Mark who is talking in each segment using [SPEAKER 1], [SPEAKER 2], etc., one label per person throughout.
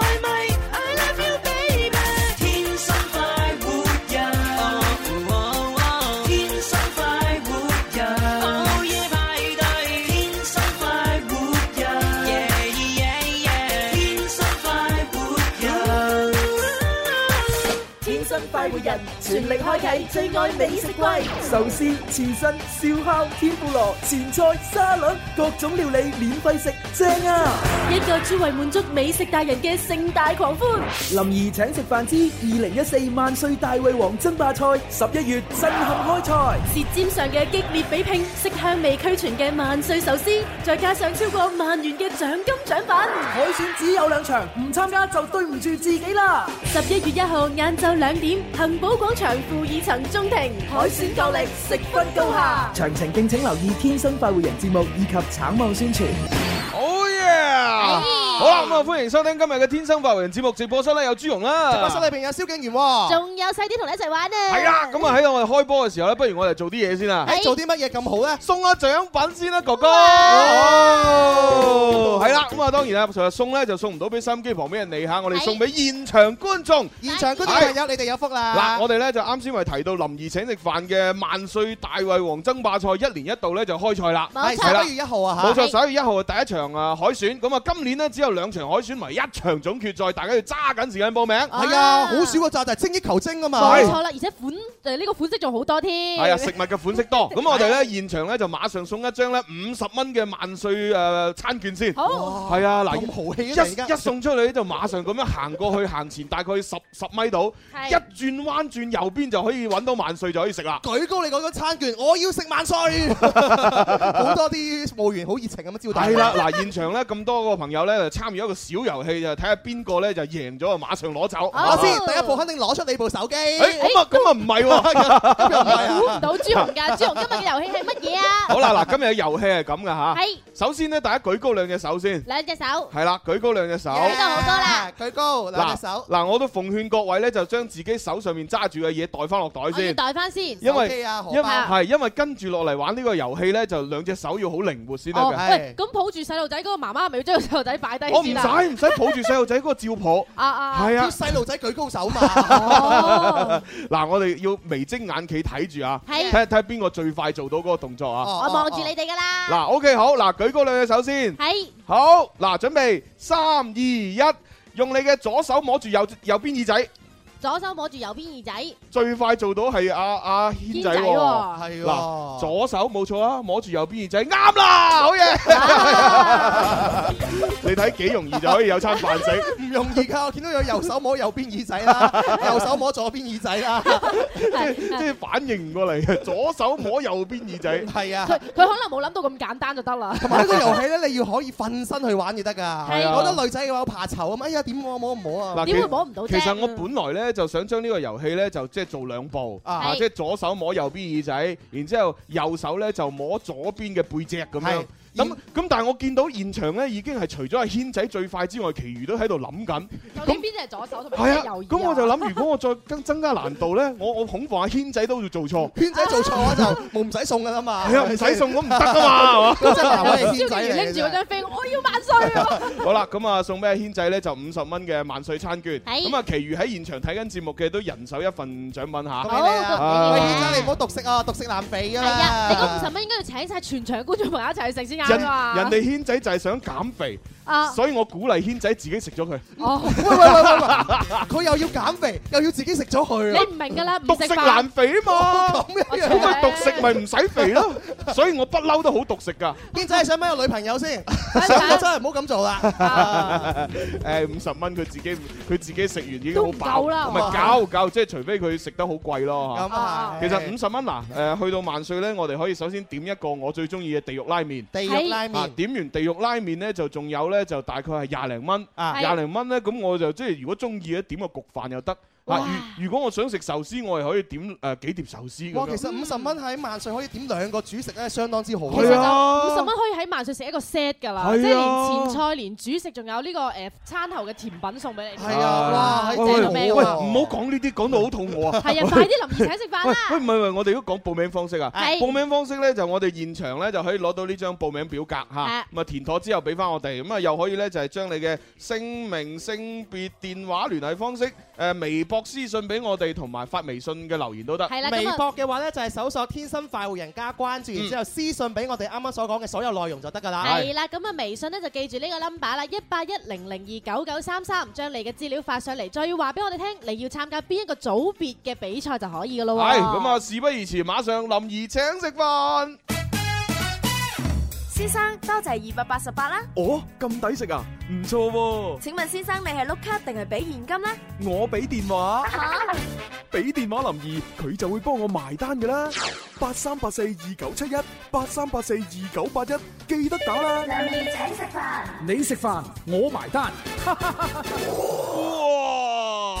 [SPEAKER 1] 咪。I love you baby，天生快活人，哦哦天生快活人，午夜派對，天生快活人，yeah yeah yeah，天生快活人。
[SPEAKER 2] 天生快活人，全力開啟最愛美食季，壽司、刺身、燒烤、天婦羅、前菜、沙律，各種料理免費食，正啊！
[SPEAKER 3] 一個專為滿足美食大人嘅盛大狂歡，
[SPEAKER 2] 林兒請食飯之二零一四萬歲大胃王爭霸賽，十一月震撼開賽。
[SPEAKER 3] 舌尖上嘅激烈比拼，色香味俱全嘅萬歲壽司，再加上超過萬元嘅獎金獎品。
[SPEAKER 2] 海選只有兩場，唔參加就對唔住自己啦！
[SPEAKER 3] 十一月一號晏晝兩點，恒寶廣場負二層中庭，海選角力，食分高下。
[SPEAKER 2] 詳情敬請留意《天生快活人》節目以及橙網宣傳。
[SPEAKER 4] 好
[SPEAKER 5] 哎
[SPEAKER 4] 耶！Oh 好啦，咁啊，歡迎收聽今日嘅《天生快活人》節目直播室咧，有朱容啦，
[SPEAKER 5] 直播室裏邊有蕭敬元喎，
[SPEAKER 6] 仲有細啲同你一齊玩啊！
[SPEAKER 4] 係啦，咁啊喺我哋開波嘅時候咧，不如我哋做啲嘢先啊！
[SPEAKER 5] 誒做啲乜嘢咁好咧？
[SPEAKER 4] 送下獎品先啦，哥哥。哦，係啦，咁啊當然啦，成日送咧就送唔到俾收音機旁邊人嚟嚇，我哋送俾現場觀眾。
[SPEAKER 5] 現場觀眾朋友，你哋有福啦！
[SPEAKER 4] 嗱，我哋咧就啱先咪提到林兒請食飯嘅萬歲大胃王爭霸賽，一年一度咧就開賽啦。
[SPEAKER 6] 冇
[SPEAKER 4] 係啦
[SPEAKER 5] 係
[SPEAKER 6] 錯，
[SPEAKER 5] 十一月一號啊嚇，
[SPEAKER 4] 冇錯，十一月一號係第一場啊海選，咁啊今年呢，只有兩場海選，埋一場總決賽，大家要揸緊時間報名。
[SPEAKER 5] 係啊，好少個咋，就係精益求精啊嘛。
[SPEAKER 6] 冇
[SPEAKER 4] 係
[SPEAKER 6] 錯啦，而且款誒呢個款式仲好多添。
[SPEAKER 4] 係啊，食物嘅款式多，咁我哋咧現場咧就馬上送一張咧五十蚊嘅萬歲誒餐券先。
[SPEAKER 6] 好，
[SPEAKER 4] 係啊，嗱，
[SPEAKER 5] 咁豪氣啊！而
[SPEAKER 4] 一
[SPEAKER 5] 家
[SPEAKER 4] 一送出嚟就馬上咁樣行過去，行前大概十十米度，
[SPEAKER 6] 係
[SPEAKER 4] 一轉彎轉右邊就可以揾到萬歲就可以食啦。
[SPEAKER 5] 舉高你嗰個餐券，我要食萬歲！好多啲務員好熱情咁樣招待。
[SPEAKER 4] 係啦，，嗱，現場咧咁多個朋友咧就參與一個小遊戲，就睇下邊個咧就贏咗就馬上攞走。
[SPEAKER 5] 我
[SPEAKER 6] 好
[SPEAKER 5] 先第一步肯定攞出你部手機。
[SPEAKER 4] 誒咁啊咁啊唔係喎。
[SPEAKER 6] 你估唔到朱紅㗎？朱紅今日嘅遊戲係乜嘢啊？
[SPEAKER 4] 好啦，嗱，今日嘅遊戲係咁嘅吓。
[SPEAKER 6] 係
[SPEAKER 4] 首先咧，大家舉高兩隻手先，
[SPEAKER 6] 兩隻手，
[SPEAKER 4] 係啦，舉高兩隻手。
[SPEAKER 6] 呢度好多啦，
[SPEAKER 5] 舉高兩隻手。
[SPEAKER 4] 嗱，我都奉勸各位咧，就將自己手上面揸住嘅嘢袋翻落袋
[SPEAKER 6] 我要
[SPEAKER 4] 先，
[SPEAKER 6] 袋翻先。
[SPEAKER 4] 因為
[SPEAKER 5] 手機啊荷
[SPEAKER 4] 因為
[SPEAKER 5] 包
[SPEAKER 4] 係因為跟住落嚟玩呢個遊戲咧，就兩隻手要好靈活先得
[SPEAKER 6] 哦，
[SPEAKER 4] 㗎。
[SPEAKER 6] 喂，咁抱住細路仔嗰個媽媽，咪要將個細路仔擺低
[SPEAKER 4] 我唔
[SPEAKER 6] 先啦。
[SPEAKER 4] 使唔使抱住細路仔嗰個照抱，
[SPEAKER 6] 啊啊，
[SPEAKER 4] 係
[SPEAKER 5] 叫
[SPEAKER 4] 啊。
[SPEAKER 5] 細路仔舉高手 嘛，
[SPEAKER 6] 哦，
[SPEAKER 4] 嗱，我哋要眉精眼企睇住啊，睇
[SPEAKER 6] 係哦
[SPEAKER 4] 下睇下邊個最快做到嗰個動作啊。
[SPEAKER 5] 我
[SPEAKER 6] 我望住你哋㗎啦。
[SPEAKER 4] 嗱，OK 好，嗱，舉高兩隻手先。
[SPEAKER 6] 係，
[SPEAKER 4] 好，嗱，準備三二一，用你嘅左手摸住右右邊耳仔，
[SPEAKER 6] 左手摸住右邊耳仔，
[SPEAKER 4] 最快做到係阿阿軒
[SPEAKER 6] 肩
[SPEAKER 4] 仔
[SPEAKER 6] 仔
[SPEAKER 4] 喎。
[SPEAKER 6] 喎。
[SPEAKER 5] 係
[SPEAKER 4] 嗱，
[SPEAKER 5] 喎，
[SPEAKER 4] 左手冇錯啊，摸住右邊耳仔，啱啦，好嘢！你睇幾容易就可以有餐飯食。
[SPEAKER 5] 唔容易㗎，我見到有右手摸右邊耳 仔啦，右手摸左邊耳仔啦，
[SPEAKER 4] 即即係反應唔過嚟嘅，左手摸右邊 耳仔。
[SPEAKER 5] 係啊
[SPEAKER 6] 佢。佢可能冇諗到咁簡單就得啦。
[SPEAKER 5] 同埋呢個遊戲咧，你要可以瞓身去玩至得㗎。
[SPEAKER 6] 係
[SPEAKER 4] 啊
[SPEAKER 5] 我覺得女仔嘅話怕醜啊嘛，哎呀點摸摸唔摸啊？
[SPEAKER 4] 嗱
[SPEAKER 6] 點會摸唔到啫？
[SPEAKER 4] 其實我本來咧就想將呢個遊戲咧就即係做兩步，
[SPEAKER 5] 啊
[SPEAKER 4] 啊
[SPEAKER 6] 係
[SPEAKER 4] 即係左手摸右邊耳仔，然之後右手咧就摸左邊嘅背脊咁樣
[SPEAKER 5] 係。
[SPEAKER 4] 咁咁，但係我見到現場咧已經係除咗阿軒仔最快之外，其餘都喺度諗緊。
[SPEAKER 6] 究竟邊隻係左手同
[SPEAKER 4] 係
[SPEAKER 6] 埋邊
[SPEAKER 4] 啊
[SPEAKER 6] 隻係右耳，
[SPEAKER 4] 咁我就諗，如果我再增增加難度咧，我我恐防阿軒仔都要做錯。
[SPEAKER 5] 圈仔做錯咗就冇唔使送㗎啦 嘛。
[SPEAKER 4] 係啊，唔使送咁唔得噶 嘛，係
[SPEAKER 5] 真係男人
[SPEAKER 6] 啊蕭
[SPEAKER 5] 圈仔
[SPEAKER 6] 敬
[SPEAKER 5] 嚟
[SPEAKER 6] 元拎
[SPEAKER 5] 嘅
[SPEAKER 6] 住
[SPEAKER 5] 真
[SPEAKER 6] 嗰
[SPEAKER 5] 係。
[SPEAKER 6] 張飛，我要萬歲啊！
[SPEAKER 4] 嘛。好啦，咁啊送俾阿軒仔咧就五十蚊嘅萬歲餐券，
[SPEAKER 6] 係
[SPEAKER 4] 咁啊，其餘喺現場睇緊節目嘅都人手一份獎品
[SPEAKER 5] 恭
[SPEAKER 4] 嚇。
[SPEAKER 5] 喜你啊！
[SPEAKER 4] 好
[SPEAKER 5] 喂，
[SPEAKER 4] 恭喜
[SPEAKER 5] 圈仔你唔好獨食啊，獨食難肥
[SPEAKER 6] 係
[SPEAKER 5] 啊嘛。
[SPEAKER 6] 啊，你嗰五十蚊應該要請晒全場觀眾朋友一齊去食先
[SPEAKER 4] 人
[SPEAKER 6] 啱啊嘛！
[SPEAKER 4] 人哋軒仔就係想減肥，
[SPEAKER 6] 啊，
[SPEAKER 4] 所以我鼓勵軒仔自己食咗佢，
[SPEAKER 6] 哦，
[SPEAKER 5] 喂喂喂喂喂， 佢又要減肥，又要自己食咗佢
[SPEAKER 6] 你
[SPEAKER 5] 啊。
[SPEAKER 6] 唔明㗎啦，唔
[SPEAKER 4] 獨
[SPEAKER 6] 食
[SPEAKER 4] 食
[SPEAKER 6] 飯
[SPEAKER 4] 難肥啊
[SPEAKER 5] Ờ,
[SPEAKER 4] 嘛。
[SPEAKER 5] 咁
[SPEAKER 6] 我
[SPEAKER 5] 樣
[SPEAKER 4] 咁
[SPEAKER 5] 樣，
[SPEAKER 4] 咪獨食咪唔使肥咯， 所以我不嬲都好獨食噶。
[SPEAKER 5] 邊仔想唔想有女朋友先？ 想我真係唔好咁做啦。
[SPEAKER 4] 誒五十蚊佢自己佢自己食完已經好
[SPEAKER 6] 都唔夠啦
[SPEAKER 4] 飽，咪搞搞，即係除非佢食得好貴咯嚇
[SPEAKER 5] 咁啊，
[SPEAKER 4] 其實五十蚊嗱，誒去到萬歲咧，我哋可以首先點一個我最中意嘅地獄拉麵。
[SPEAKER 5] 地獄拉
[SPEAKER 4] 啊
[SPEAKER 5] 麵，
[SPEAKER 4] 點完地獄拉麵咧，就仲有咧，就大概係廿零蚊。
[SPEAKER 5] 啊
[SPEAKER 4] 廿零蚊咧，咁我就即係如果中意咧，點個焗飯又得，
[SPEAKER 6] 哇
[SPEAKER 4] 啊，如如果我想食壽司，我係可以點誒幾碟壽司咁
[SPEAKER 5] 哇，其
[SPEAKER 4] 樣。
[SPEAKER 5] 實五十蚊喺萬歲可以點兩個主食咧，相當之好。
[SPEAKER 4] 係啊
[SPEAKER 6] 五十蚊可以喺萬歲食一個 set 㗎啦，
[SPEAKER 4] 係啊
[SPEAKER 6] 即係連前菜、連主食，仲有呢個誒餐後嘅甜品送俾你。
[SPEAKER 5] 係啊，哇，
[SPEAKER 6] 喂
[SPEAKER 5] 喺
[SPEAKER 6] 正
[SPEAKER 4] 喂
[SPEAKER 5] 正
[SPEAKER 6] 到
[SPEAKER 5] 到
[SPEAKER 4] 喂
[SPEAKER 6] 咩
[SPEAKER 5] 咩
[SPEAKER 4] 喂，唔
[SPEAKER 6] 喎
[SPEAKER 4] 好講呢啲，講到好肚餓 啊！
[SPEAKER 6] 係啊，快啲林兒請食飯
[SPEAKER 4] 喂
[SPEAKER 6] 啦！
[SPEAKER 4] 喂，唔係唔係，我哋都講報名方式啊！
[SPEAKER 6] 係
[SPEAKER 4] 報名方式咧就我哋現場咧就可以攞到呢張報名表格嚇
[SPEAKER 6] 啊，
[SPEAKER 4] 咁啊填妥之後俾翻我哋，咁啊又可以咧就係將你嘅姓名、性別、電話聯繫方式、誒微博私信俾我哋，同埋發微信嘅留言都得。
[SPEAKER 6] 係啦，
[SPEAKER 5] 微
[SPEAKER 6] 咁啊，
[SPEAKER 5] 博嘅話咧，就係搜索天生快活人加關注，然之後私信俾我哋啱啱所講嘅所有內容就得㗎啦。
[SPEAKER 6] 係啦，咁啊，微信咧就記住呢個 number 啦，一八一零零二九九三三，將你嘅資料發上嚟，再要話俾我哋聽，你要參加邊一個組別嘅比賽就可以㗎咯喎。
[SPEAKER 4] 係咁啊！事不宜遲，馬上林兒請食飯。
[SPEAKER 7] 先生，多謝二百八十八啦。
[SPEAKER 2] 哦，咁抵食啊，唔錯喎！
[SPEAKER 7] 請問先生，你係碌卡定係俾現金呢？啊
[SPEAKER 2] 我俾電話，俾電話林怡，佢就會幫我埋單噶啦。八三八四二九七一，八三八四二九八一，記得打啦。林怡請食飯，你食飯我埋單。
[SPEAKER 4] 哇！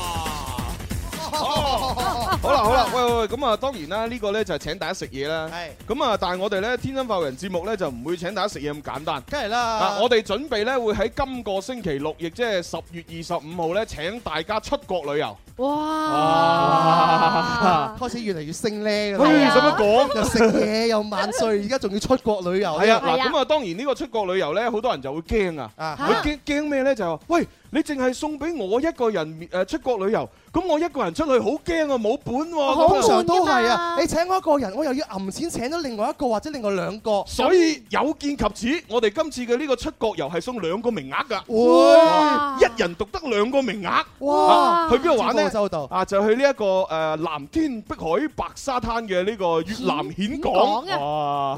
[SPEAKER 4] 好啦 好啦，喂喂喂，咁啊，當然啦，呢個咧就係請大家食嘢啦。
[SPEAKER 5] 係，
[SPEAKER 4] 咁啊，但係我哋咧天生快活人節目咧就唔會請大家食嘢咁簡單。
[SPEAKER 5] 梗係啦
[SPEAKER 4] 啊！。我哋準備咧會喺今個星期六，亦即係十月二十五號咧，請大家出國旅遊。
[SPEAKER 6] 哇！
[SPEAKER 5] 開始越嚟越升呢
[SPEAKER 4] 喂，
[SPEAKER 6] 係啊
[SPEAKER 4] 使乜講？
[SPEAKER 5] 又食嘢又萬歲，而家仲要出國旅遊。
[SPEAKER 4] 係啊，嗱
[SPEAKER 6] 係啊
[SPEAKER 4] 咁啊，當然呢個出國旅遊咧，好多人就會驚啊。
[SPEAKER 5] 啊，
[SPEAKER 6] 嚇
[SPEAKER 4] 佢驚驚咩咧？就係話喂，你淨係送俾我一個人誒出國旅遊，咁我一個人出去好驚啊，冇本喎。
[SPEAKER 5] 通
[SPEAKER 6] 好
[SPEAKER 4] 咁啊
[SPEAKER 5] 常都係
[SPEAKER 6] 好悶㗎
[SPEAKER 5] 啊，
[SPEAKER 6] 嘛
[SPEAKER 5] 你請我一個人，我又要揞錢請咗另外一個或者另外兩個。
[SPEAKER 4] 所以有見及此，我哋今次嘅呢個出國遊係送兩個名額㗎，
[SPEAKER 6] 哇
[SPEAKER 4] 一人獨得兩個名額。
[SPEAKER 5] 哇！
[SPEAKER 4] 啊去邊度玩呢？
[SPEAKER 5] 收到。
[SPEAKER 4] 啊，就去呢、一個誒、呃南天碧海白沙灘嘅呢個越南顯港。
[SPEAKER 6] 顯港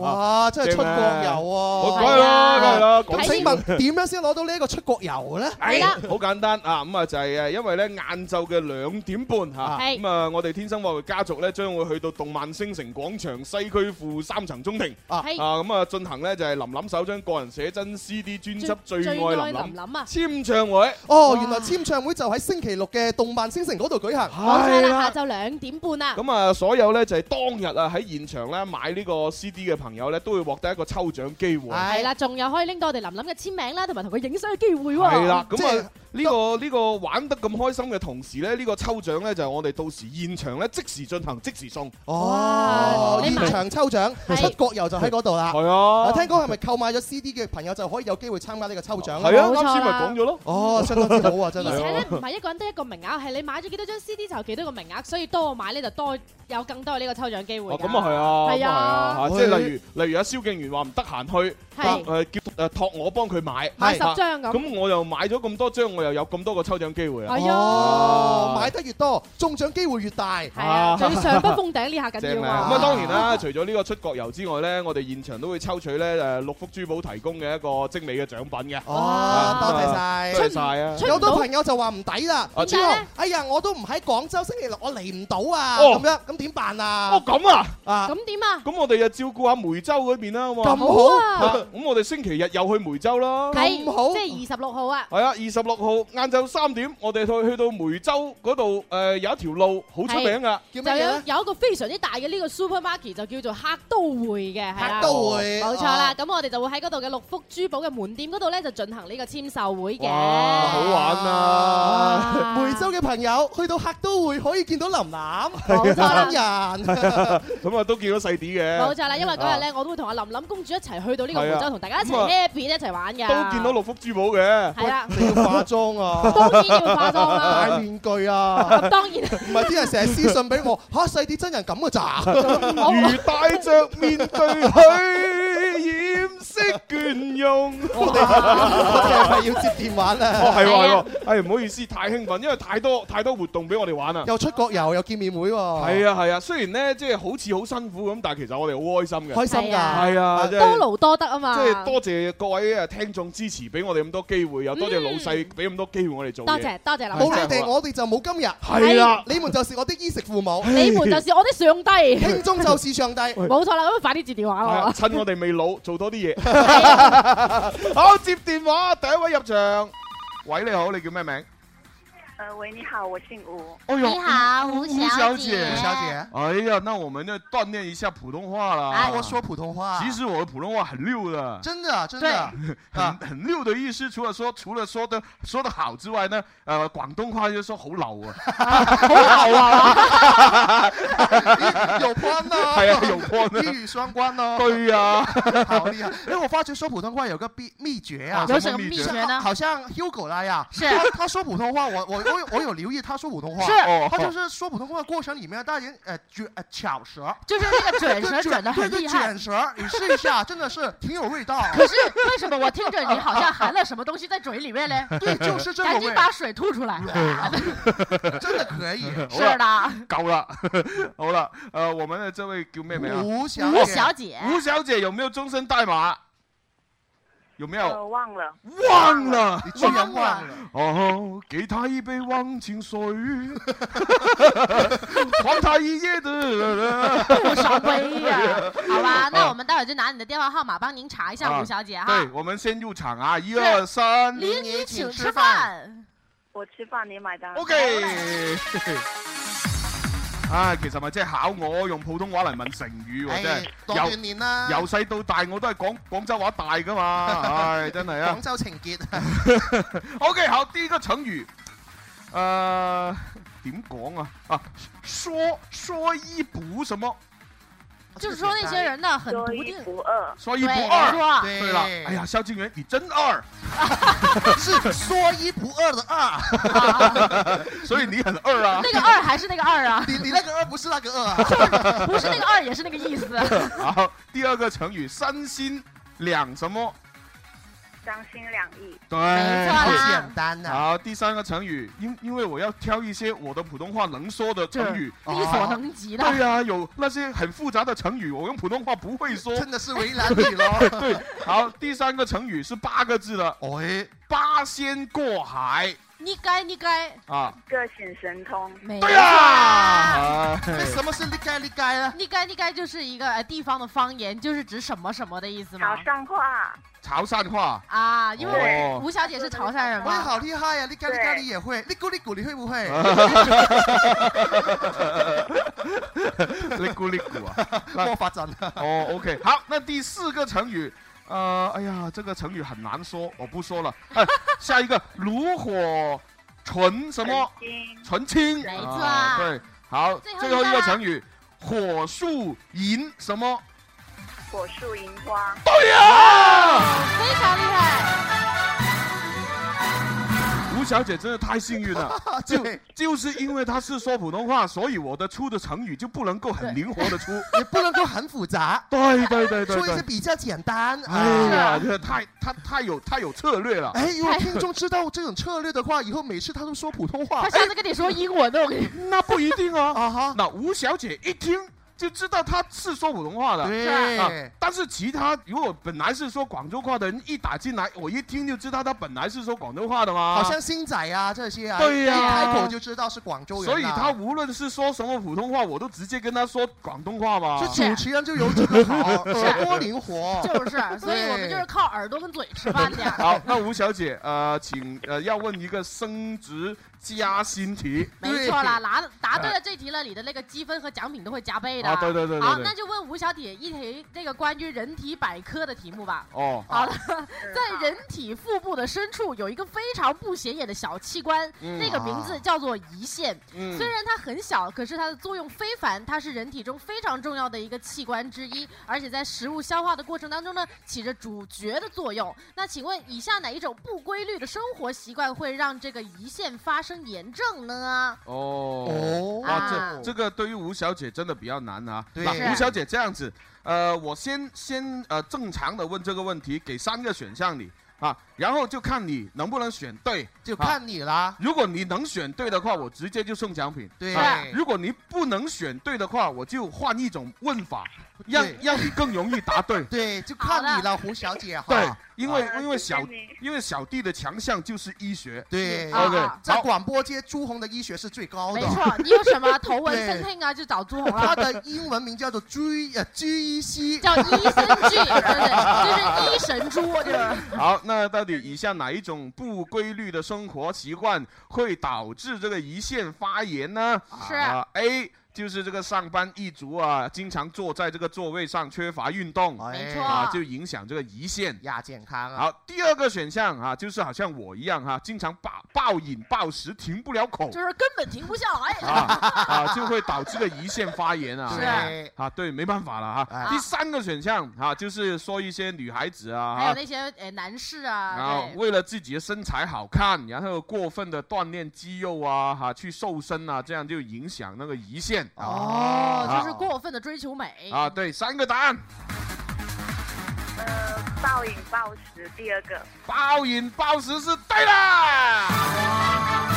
[SPEAKER 4] 哇！
[SPEAKER 5] 哇！真係出國
[SPEAKER 4] 啊正
[SPEAKER 5] 遊
[SPEAKER 4] 我
[SPEAKER 5] 啊！
[SPEAKER 4] 梗係啦，梗係啦，
[SPEAKER 6] 睇
[SPEAKER 4] 講
[SPEAKER 5] 咁請問點樣先攞到呢一個出國遊咧？
[SPEAKER 4] 哎
[SPEAKER 6] 係啦
[SPEAKER 4] 好簡單啊！咁啊就係誒，因為咧晏晝嘅兩點半嚇，
[SPEAKER 6] 係
[SPEAKER 4] 咁啊我哋天生快活家族咧將會去到動漫星城廣場西區負三層中庭
[SPEAKER 6] 係
[SPEAKER 4] 啊，咁啊進行咧就係林林首張個人寫真 CD 專輯《最愛林林
[SPEAKER 6] 林》啊！
[SPEAKER 4] 簽唱會，
[SPEAKER 5] 哦，原來簽唱會就喺星期六嘅動漫星城嗰度舉行。
[SPEAKER 6] 冇錯
[SPEAKER 4] 係
[SPEAKER 6] 啦，下晝兩點半啊！
[SPEAKER 4] 咁啊，所有咧就係當日啊喺現場咧買呢個 CD 嘅朋友咧，都會獲得一個抽獎機會。
[SPEAKER 5] 係
[SPEAKER 6] 係啦，仲有可以拎到我哋林林嘅簽名啦，同埋同佢影相嘅機會喎。
[SPEAKER 4] 係啦，咁
[SPEAKER 5] 即係
[SPEAKER 4] 啊呢個呢個玩得咁開心嘅同時咧，呢個抽獎咧就係我哋到時現場咧即時進行，即時送。
[SPEAKER 5] 哦，
[SPEAKER 6] 哇
[SPEAKER 5] 現場抽獎，
[SPEAKER 6] 係
[SPEAKER 5] 出國遊就喺嗰度啦。
[SPEAKER 4] 係啊
[SPEAKER 5] 啊，聽講係咪購買咗 CD 嘅朋友就可以有機會參加呢個抽獎
[SPEAKER 4] 係
[SPEAKER 5] 咧？
[SPEAKER 4] 啊，
[SPEAKER 6] 冇錯
[SPEAKER 4] 啱先咪
[SPEAKER 6] 啦
[SPEAKER 4] 講咗咯。
[SPEAKER 5] 哦，相當之好啊，
[SPEAKER 6] 而
[SPEAKER 5] 真係。
[SPEAKER 6] 且咧，唔係一個人得一個名額，係你買咗幾多張 CD 就有幾多個名額，所以多我買咧就多有更多呢個抽獎機會
[SPEAKER 4] 哦，
[SPEAKER 6] 㗎。
[SPEAKER 4] 咁啊係啊，咁
[SPEAKER 6] 係啊
[SPEAKER 4] 啊係啊，即係例如例如阿蕭敬元話唔得閒去，
[SPEAKER 6] 係
[SPEAKER 4] 誒叫誒託我幫佢買，
[SPEAKER 6] 買十
[SPEAKER 4] 啊
[SPEAKER 6] 張咁。
[SPEAKER 4] 咁我又買咗咁多張，我又有咁多個抽獎機會啊！
[SPEAKER 6] 係
[SPEAKER 5] 哦，
[SPEAKER 6] 啊，
[SPEAKER 5] 買得越多，中獎機會越大。
[SPEAKER 6] 係啊，仲要上北封頂呢下緊
[SPEAKER 4] 正
[SPEAKER 6] 要
[SPEAKER 4] 啊！
[SPEAKER 6] 啊！
[SPEAKER 4] 咁啊，當然 啦，除咗呢個出國遊之外咧，我哋現場都會抽取咧誒六福珠寶提供嘅一個精美嘅獎品嘅。
[SPEAKER 5] 哦，多謝晒。
[SPEAKER 4] 多謝晒啊！
[SPEAKER 6] 出
[SPEAKER 5] 有
[SPEAKER 6] 唔
[SPEAKER 5] 好多
[SPEAKER 6] 到
[SPEAKER 5] 朋友就話唔抵啦，
[SPEAKER 4] 啊
[SPEAKER 5] 朱
[SPEAKER 6] 點解
[SPEAKER 5] 紅
[SPEAKER 6] 咧，
[SPEAKER 5] 哎呀，我都唔喺廣州，星期六我嚟唔到啊，
[SPEAKER 4] 哦
[SPEAKER 5] 咁樣咁點辦啊
[SPEAKER 4] 哦，？咁啊，
[SPEAKER 5] 啊，
[SPEAKER 6] 咁點啊？
[SPEAKER 4] 咁我哋就照顧下梅州嗰邊啦，好
[SPEAKER 5] 咁
[SPEAKER 6] à?
[SPEAKER 4] 嘛？
[SPEAKER 5] 好
[SPEAKER 4] 啊
[SPEAKER 6] 啊！
[SPEAKER 4] 咁我哋星期日又去梅州啦。
[SPEAKER 5] 咁好
[SPEAKER 6] 即係二十六號啊！
[SPEAKER 4] 係啊，二十六號晏晝三點，我哋去去到梅州嗰度，誒有一條路好出名噶，
[SPEAKER 5] 叫
[SPEAKER 6] 就
[SPEAKER 5] 咩
[SPEAKER 6] 有
[SPEAKER 5] 嘢咧？
[SPEAKER 6] 有一個非常之大嘅呢個 supermarket 就叫做客都會嘅，係啦
[SPEAKER 5] 客。都會，
[SPEAKER 6] 冇錯啦，
[SPEAKER 5] 啊。
[SPEAKER 6] 咁我哋就會喺嗰度嘅六福珠寶嘅門店嗰度咧，就進行呢個簽售會嘅。
[SPEAKER 4] 哇，好玩啊！
[SPEAKER 6] 哇
[SPEAKER 5] 梅州嘅朋友去到客都會可以見到林林，
[SPEAKER 6] 冇錯啦。
[SPEAKER 5] 人
[SPEAKER 4] 咁啊都見到細啲
[SPEAKER 6] 冇
[SPEAKER 4] 嘅，
[SPEAKER 6] 錯啦，因為嗰日咧，我都會同阿林琳公主一齊去到呢個梅
[SPEAKER 4] 啊係啊
[SPEAKER 6] 州，同大家一齊
[SPEAKER 4] 咁啊
[SPEAKER 6] happy 一齊玩嘅。
[SPEAKER 4] 都見到六福珠寶嘅。
[SPEAKER 6] 係 啦，
[SPEAKER 5] 你要化妝啊，
[SPEAKER 6] 當然要化妝
[SPEAKER 5] 戴
[SPEAKER 6] 啦。
[SPEAKER 5] 面具啊，
[SPEAKER 6] 咁當然，
[SPEAKER 5] 唔係啲人成日私信俾我，嚇細啲真人咁嘅咋？
[SPEAKER 6] 我
[SPEAKER 4] 如戴着面具去掩飾倦容。
[SPEAKER 5] 我哋我哋係咪要接電話
[SPEAKER 4] 哦，
[SPEAKER 5] 咧？
[SPEAKER 4] 係喎，係
[SPEAKER 6] 係啊
[SPEAKER 4] 喎，唉，唔好意思，太興奮，因為太多太多活動俾我哋玩啊。
[SPEAKER 5] 又出國遊又見面會喎，
[SPEAKER 4] 係啊，係啊，雖然咧即係好似好辛苦咁，但係其實我哋好開心嘅。
[SPEAKER 5] 開心
[SPEAKER 6] 係啊
[SPEAKER 5] 㗎。
[SPEAKER 4] 係啊，即
[SPEAKER 6] 多
[SPEAKER 4] 係
[SPEAKER 6] 勞多得啊嘛。
[SPEAKER 4] 即係多謝各位誒聽眾支持，俾我哋咁多機會，又多謝老細俾咁多機會我哋做
[SPEAKER 6] 嗯多
[SPEAKER 4] 嘢。
[SPEAKER 6] 謝多謝
[SPEAKER 5] 冇
[SPEAKER 6] 林
[SPEAKER 4] 真係
[SPEAKER 5] 你
[SPEAKER 6] 生，
[SPEAKER 5] 哋，我哋就冇今日。
[SPEAKER 4] 係啊啦，
[SPEAKER 5] 啊你們就是我的衣食父母，
[SPEAKER 6] 你們就是我的上帝。
[SPEAKER 5] 聽眾就是上帝。
[SPEAKER 6] 冇錯啦，咁快啲接電話
[SPEAKER 4] 係
[SPEAKER 6] 啦
[SPEAKER 4] 啊。趁我哋未老，做多啲嘢。 好，接電話，第一位入場。喂，你好，你叫咩名？
[SPEAKER 1] 呃，喂，你好，我姓吴。
[SPEAKER 4] 哎呦，
[SPEAKER 6] 你好，
[SPEAKER 4] 吴
[SPEAKER 6] 吴
[SPEAKER 4] 吴
[SPEAKER 6] 小
[SPEAKER 4] 姐
[SPEAKER 5] 小姐，
[SPEAKER 4] 哎呀，那我们要锻炼一下普通话啦。
[SPEAKER 6] 哎
[SPEAKER 5] 我说普通话，
[SPEAKER 4] 其实我的普通话很溜的，
[SPEAKER 5] 真的啊真的
[SPEAKER 6] 啊
[SPEAKER 4] 很很溜的意思。除了说除了说的说的好之外呢，呃，广东话就说好老 啊，好老啊，
[SPEAKER 5] 有关呢，
[SPEAKER 4] 系啊，有光啊，
[SPEAKER 5] 一语双关呢，
[SPEAKER 4] 对啊呀，
[SPEAKER 5] 好厉害！因为我发觉说普通话有个秘秘诀啊
[SPEAKER 4] 啊，
[SPEAKER 6] 哎有什么秘诀
[SPEAKER 5] 像
[SPEAKER 6] 呢？
[SPEAKER 5] 好像 Hugo 那样，
[SPEAKER 6] 是啊
[SPEAKER 5] 他他说普通话，我我我有我有留意他说普通话，
[SPEAKER 6] 是
[SPEAKER 4] 哦
[SPEAKER 5] 他就是说普通话的过程里面，大人呃卷呃巧舌，
[SPEAKER 6] 就是那个卷哎舌卷的
[SPEAKER 5] 对
[SPEAKER 6] 很
[SPEAKER 5] 对
[SPEAKER 6] 厉 害。
[SPEAKER 5] 卷舌，你试一下，真的是挺有味道。
[SPEAKER 6] 可是为什么我听着你好像含了什么东西在嘴里面嘞？
[SPEAKER 5] 对，就是这
[SPEAKER 6] 赶
[SPEAKER 5] 种
[SPEAKER 6] 紧
[SPEAKER 5] 味，
[SPEAKER 6] 把水吐出来。
[SPEAKER 5] 真的可 以。
[SPEAKER 4] 好
[SPEAKER 6] 是
[SPEAKER 4] 啦，
[SPEAKER 6] 的，
[SPEAKER 4] 够啦， 好啦，呃，我们的这位叫咩名啊？
[SPEAKER 5] 吴小
[SPEAKER 6] 吴啊
[SPEAKER 5] 姐
[SPEAKER 6] 小姐，
[SPEAKER 4] 吴小姐有没有终身代码？有没有？
[SPEAKER 1] 呃，忘了。
[SPEAKER 4] 忘了
[SPEAKER 5] 你居然忘了，
[SPEAKER 4] 哦，给他一杯忘 情水，还他一夜的。
[SPEAKER 6] 不少杯呀。好吧，那我们待会儿就拿你的电话号码帮您查一
[SPEAKER 4] 啊
[SPEAKER 6] 下吴小姐哈
[SPEAKER 4] 对，。我们先入场啊，一二三
[SPEAKER 6] 林
[SPEAKER 5] 你
[SPEAKER 6] 你
[SPEAKER 5] 请
[SPEAKER 6] 请
[SPEAKER 5] 吃
[SPEAKER 6] 吃饭。
[SPEAKER 1] 我吃饭你买单。
[SPEAKER 4] ，OK。啊，其實咪即係考我用普通話嚟問成語喎，真
[SPEAKER 5] 哎
[SPEAKER 4] 係，
[SPEAKER 5] 多
[SPEAKER 4] 由
[SPEAKER 5] 鍛炼啦。
[SPEAKER 4] 由細到大我都係講廣州話大噶嘛，唉，真係啊
[SPEAKER 5] 广。州情结，
[SPEAKER 4] OK，好，第一個成語，誒點講啊？啊，說說一不什麼，
[SPEAKER 6] 就是说那些人啊呢，很
[SPEAKER 1] 说
[SPEAKER 6] 笃
[SPEAKER 1] 一
[SPEAKER 6] 定。
[SPEAKER 1] 不二，
[SPEAKER 4] 說一
[SPEAKER 6] 对，
[SPEAKER 4] 不
[SPEAKER 6] 没
[SPEAKER 4] 二。
[SPEAKER 6] 错，
[SPEAKER 5] 对
[SPEAKER 4] 對啦，哎呀，，蕭敬元，你真二，
[SPEAKER 5] 是说一不二的二，
[SPEAKER 4] 所以你很二啊。
[SPEAKER 6] 那个二还是那个 二啊，
[SPEAKER 5] 你你那个二不是那个二啊。
[SPEAKER 6] 不是那个二也是那个意思。
[SPEAKER 4] 好，第二个成语三心两什么？
[SPEAKER 1] 三心两意。
[SPEAKER 4] 对，
[SPEAKER 6] 没 错
[SPEAKER 5] 好
[SPEAKER 6] 啦
[SPEAKER 5] 简单啊呐、
[SPEAKER 4] 好，第三个成语，因因为我要挑一些我的普通话能说的成语。
[SPEAKER 6] 力所能及的。
[SPEAKER 4] 对呀、有那些很复杂的成语，我用普通话不 会说。
[SPEAKER 5] 真的是为难你 了。
[SPEAKER 4] 对，好，第三个成语是八个字的，
[SPEAKER 5] 哎，
[SPEAKER 4] 八仙过海
[SPEAKER 6] 你该你该，
[SPEAKER 4] 啊。
[SPEAKER 1] 各显神通。
[SPEAKER 6] 没
[SPEAKER 4] 对呀、
[SPEAKER 6] 错
[SPEAKER 4] 啊，
[SPEAKER 5] 那什么是立盖立盖呢？
[SPEAKER 6] 你该你该就是一个呃地方的方言，就是指什么什么的意思
[SPEAKER 1] 潮
[SPEAKER 6] 吗？
[SPEAKER 1] 汕话，
[SPEAKER 4] 潮汕话。
[SPEAKER 6] 啊，因为
[SPEAKER 4] 哦
[SPEAKER 6] 吴小姐是潮汕人
[SPEAKER 5] 我也
[SPEAKER 6] 嘛，
[SPEAKER 5] 好厉害呀、立盖立盖
[SPEAKER 1] 对
[SPEAKER 5] 你也会，立咕立咕你会不 会？
[SPEAKER 4] 你咕你咕啊。
[SPEAKER 5] 莫法阵啊！
[SPEAKER 4] 哦，OK，好，那第四个成语。呃，哎呀，这个成语很难说，我不说了。哎，下一个炉火纯什么？
[SPEAKER 1] 很精
[SPEAKER 4] 纯青，
[SPEAKER 6] 哎没错
[SPEAKER 4] 啊对，好，
[SPEAKER 6] 最
[SPEAKER 4] 最
[SPEAKER 6] 后
[SPEAKER 4] 后
[SPEAKER 6] 一个
[SPEAKER 4] 一个
[SPEAKER 6] 啦
[SPEAKER 4] 成语，火树银什么？
[SPEAKER 1] 火树银花。
[SPEAKER 4] 对哎呀，
[SPEAKER 6] 哦非常厉害。
[SPEAKER 4] 吴小姐真的太幸运了， 就
[SPEAKER 5] 对，
[SPEAKER 4] 就是因为她是说普通话，所以我的出的成语就不能够很灵活的出。
[SPEAKER 5] 也不能够很复杂，
[SPEAKER 4] 对对对对
[SPEAKER 5] 说一些
[SPEAKER 4] 对，
[SPEAKER 5] 比较简单。
[SPEAKER 4] 哎
[SPEAKER 5] 啊。
[SPEAKER 4] 呀，这太她太有太有策略了。
[SPEAKER 5] 哎，如果听众知道这种策略的话，以后每次他都说普通话
[SPEAKER 6] 她。下次跟你说英文的，我跟你
[SPEAKER 4] 那不一定啊，
[SPEAKER 5] 啊哈，
[SPEAKER 4] 那吴小姐一听就知道她是说普通话的。啊
[SPEAKER 5] 对，，
[SPEAKER 4] 但是其他如果本来是说广州话的人一打进来，我一听就知道他本来是说广州话的嘛。
[SPEAKER 5] 好像星仔啊这些啊，
[SPEAKER 4] 对呀
[SPEAKER 5] 一开口就知道是广州人啊。
[SPEAKER 4] 所以他无论是说什么普通话，我都直接跟他说广东话嘛
[SPEAKER 5] 这。主持人就有这个好，耳朵灵活。
[SPEAKER 6] 就是，所以我们就是靠耳朵跟嘴吃饭啊的。
[SPEAKER 4] 好，那吴小姐，呃，请呃要问一个升职加薪题
[SPEAKER 6] 没错 啦，答答对了这题了，你的那个积分和奖品都会加倍的。
[SPEAKER 4] 啊，对对对
[SPEAKER 6] 好，
[SPEAKER 4] 对
[SPEAKER 6] 那
[SPEAKER 4] 对，
[SPEAKER 6] 就问吴小姐一题这个关于人体百科的题目吧。
[SPEAKER 4] 哦，
[SPEAKER 6] 好了，
[SPEAKER 1] 嗯
[SPEAKER 6] 在人体腹部的深处有一个非常不显眼的小器官，
[SPEAKER 4] 嗯
[SPEAKER 6] 那个名字叫做胰腺。
[SPEAKER 4] 嗯
[SPEAKER 6] 虽然它很小，可是它的作用非凡，它是人体中非常重要的一个器官之一，而且在食物消化的过程当中呢，起着主角的作用。那请问，以下哪一种不规律的生活习惯会让这个胰腺发生炎症呢？
[SPEAKER 4] 哦。
[SPEAKER 5] 哦，
[SPEAKER 4] 哇，
[SPEAKER 6] 啊
[SPEAKER 4] 这这个对于吴小姐真的比较难啊。
[SPEAKER 5] 对
[SPEAKER 4] 那
[SPEAKER 5] 是
[SPEAKER 4] 吴小姐这样子，呃，我先先呃正常的问这个问题，给三个选项你啊，然后就看你能不能选对。
[SPEAKER 5] 就看你啦。
[SPEAKER 4] 如果你能选对的话，我直接就送奖品。
[SPEAKER 5] 对
[SPEAKER 4] 啊如果你不能选对的话，我就换一种问法，让
[SPEAKER 5] 对
[SPEAKER 4] 让你更容易答对
[SPEAKER 5] 。对，就看你了，胡小姐哈。
[SPEAKER 4] 对，因为
[SPEAKER 8] 啊
[SPEAKER 4] 因为
[SPEAKER 8] 谢谢
[SPEAKER 4] 小
[SPEAKER 8] 你
[SPEAKER 4] 因为小弟的强项就是医学，
[SPEAKER 5] 对
[SPEAKER 9] 啊
[SPEAKER 4] OK，
[SPEAKER 9] 啊
[SPEAKER 5] 在
[SPEAKER 4] 好
[SPEAKER 5] 广播界，朱红的医学是最
[SPEAKER 4] 哦
[SPEAKER 5] 高的
[SPEAKER 9] 没。错，你有什 么头
[SPEAKER 5] 对
[SPEAKER 9] 文申请啊，就找朱红
[SPEAKER 5] 他
[SPEAKER 9] 了，
[SPEAKER 5] 的英文名叫做朱呃朱医师，
[SPEAKER 9] 叫医生剧，就是就是医神猪， 就是。
[SPEAKER 4] 好，那到底以下哪一种不规律的生活习惯会导致这个胰腺发炎呢？
[SPEAKER 9] 是
[SPEAKER 4] 啊，A 就是这个上班一族啊，经常坐在这个座位上，缺乏运动
[SPEAKER 5] 哎
[SPEAKER 9] 没错
[SPEAKER 4] 啊，就影响这个胰腺。
[SPEAKER 5] 亚健康啊，
[SPEAKER 4] 好，第二个选项啊，就是好像我一样哈、经常暴暴饮暴食，停不了口
[SPEAKER 9] 就是根本停不下
[SPEAKER 4] 啊
[SPEAKER 9] 来。
[SPEAKER 4] 啊，就会导致个胰腺发炎啊。
[SPEAKER 5] 对，
[SPEAKER 4] 啊，对，没办法了哈、
[SPEAKER 5] 哎
[SPEAKER 4] 第三个选项啊，就是说一些女孩子啊，
[SPEAKER 9] 还有
[SPEAKER 4] 哈
[SPEAKER 9] 那些
[SPEAKER 6] 哎
[SPEAKER 9] 诶男士
[SPEAKER 4] 然后
[SPEAKER 9] 啊，对
[SPEAKER 4] 为了自己的身材好看，然后过分的锻炼肌肉啊，哈、去瘦身啊，这样就影响那个胰腺啊。
[SPEAKER 9] 哦，哎就是
[SPEAKER 5] 啊
[SPEAKER 9] 过分的追求美
[SPEAKER 4] 啊，对，三个答案，
[SPEAKER 8] 呃，暴饮暴食，第二个，
[SPEAKER 4] 暴饮暴食是对啦。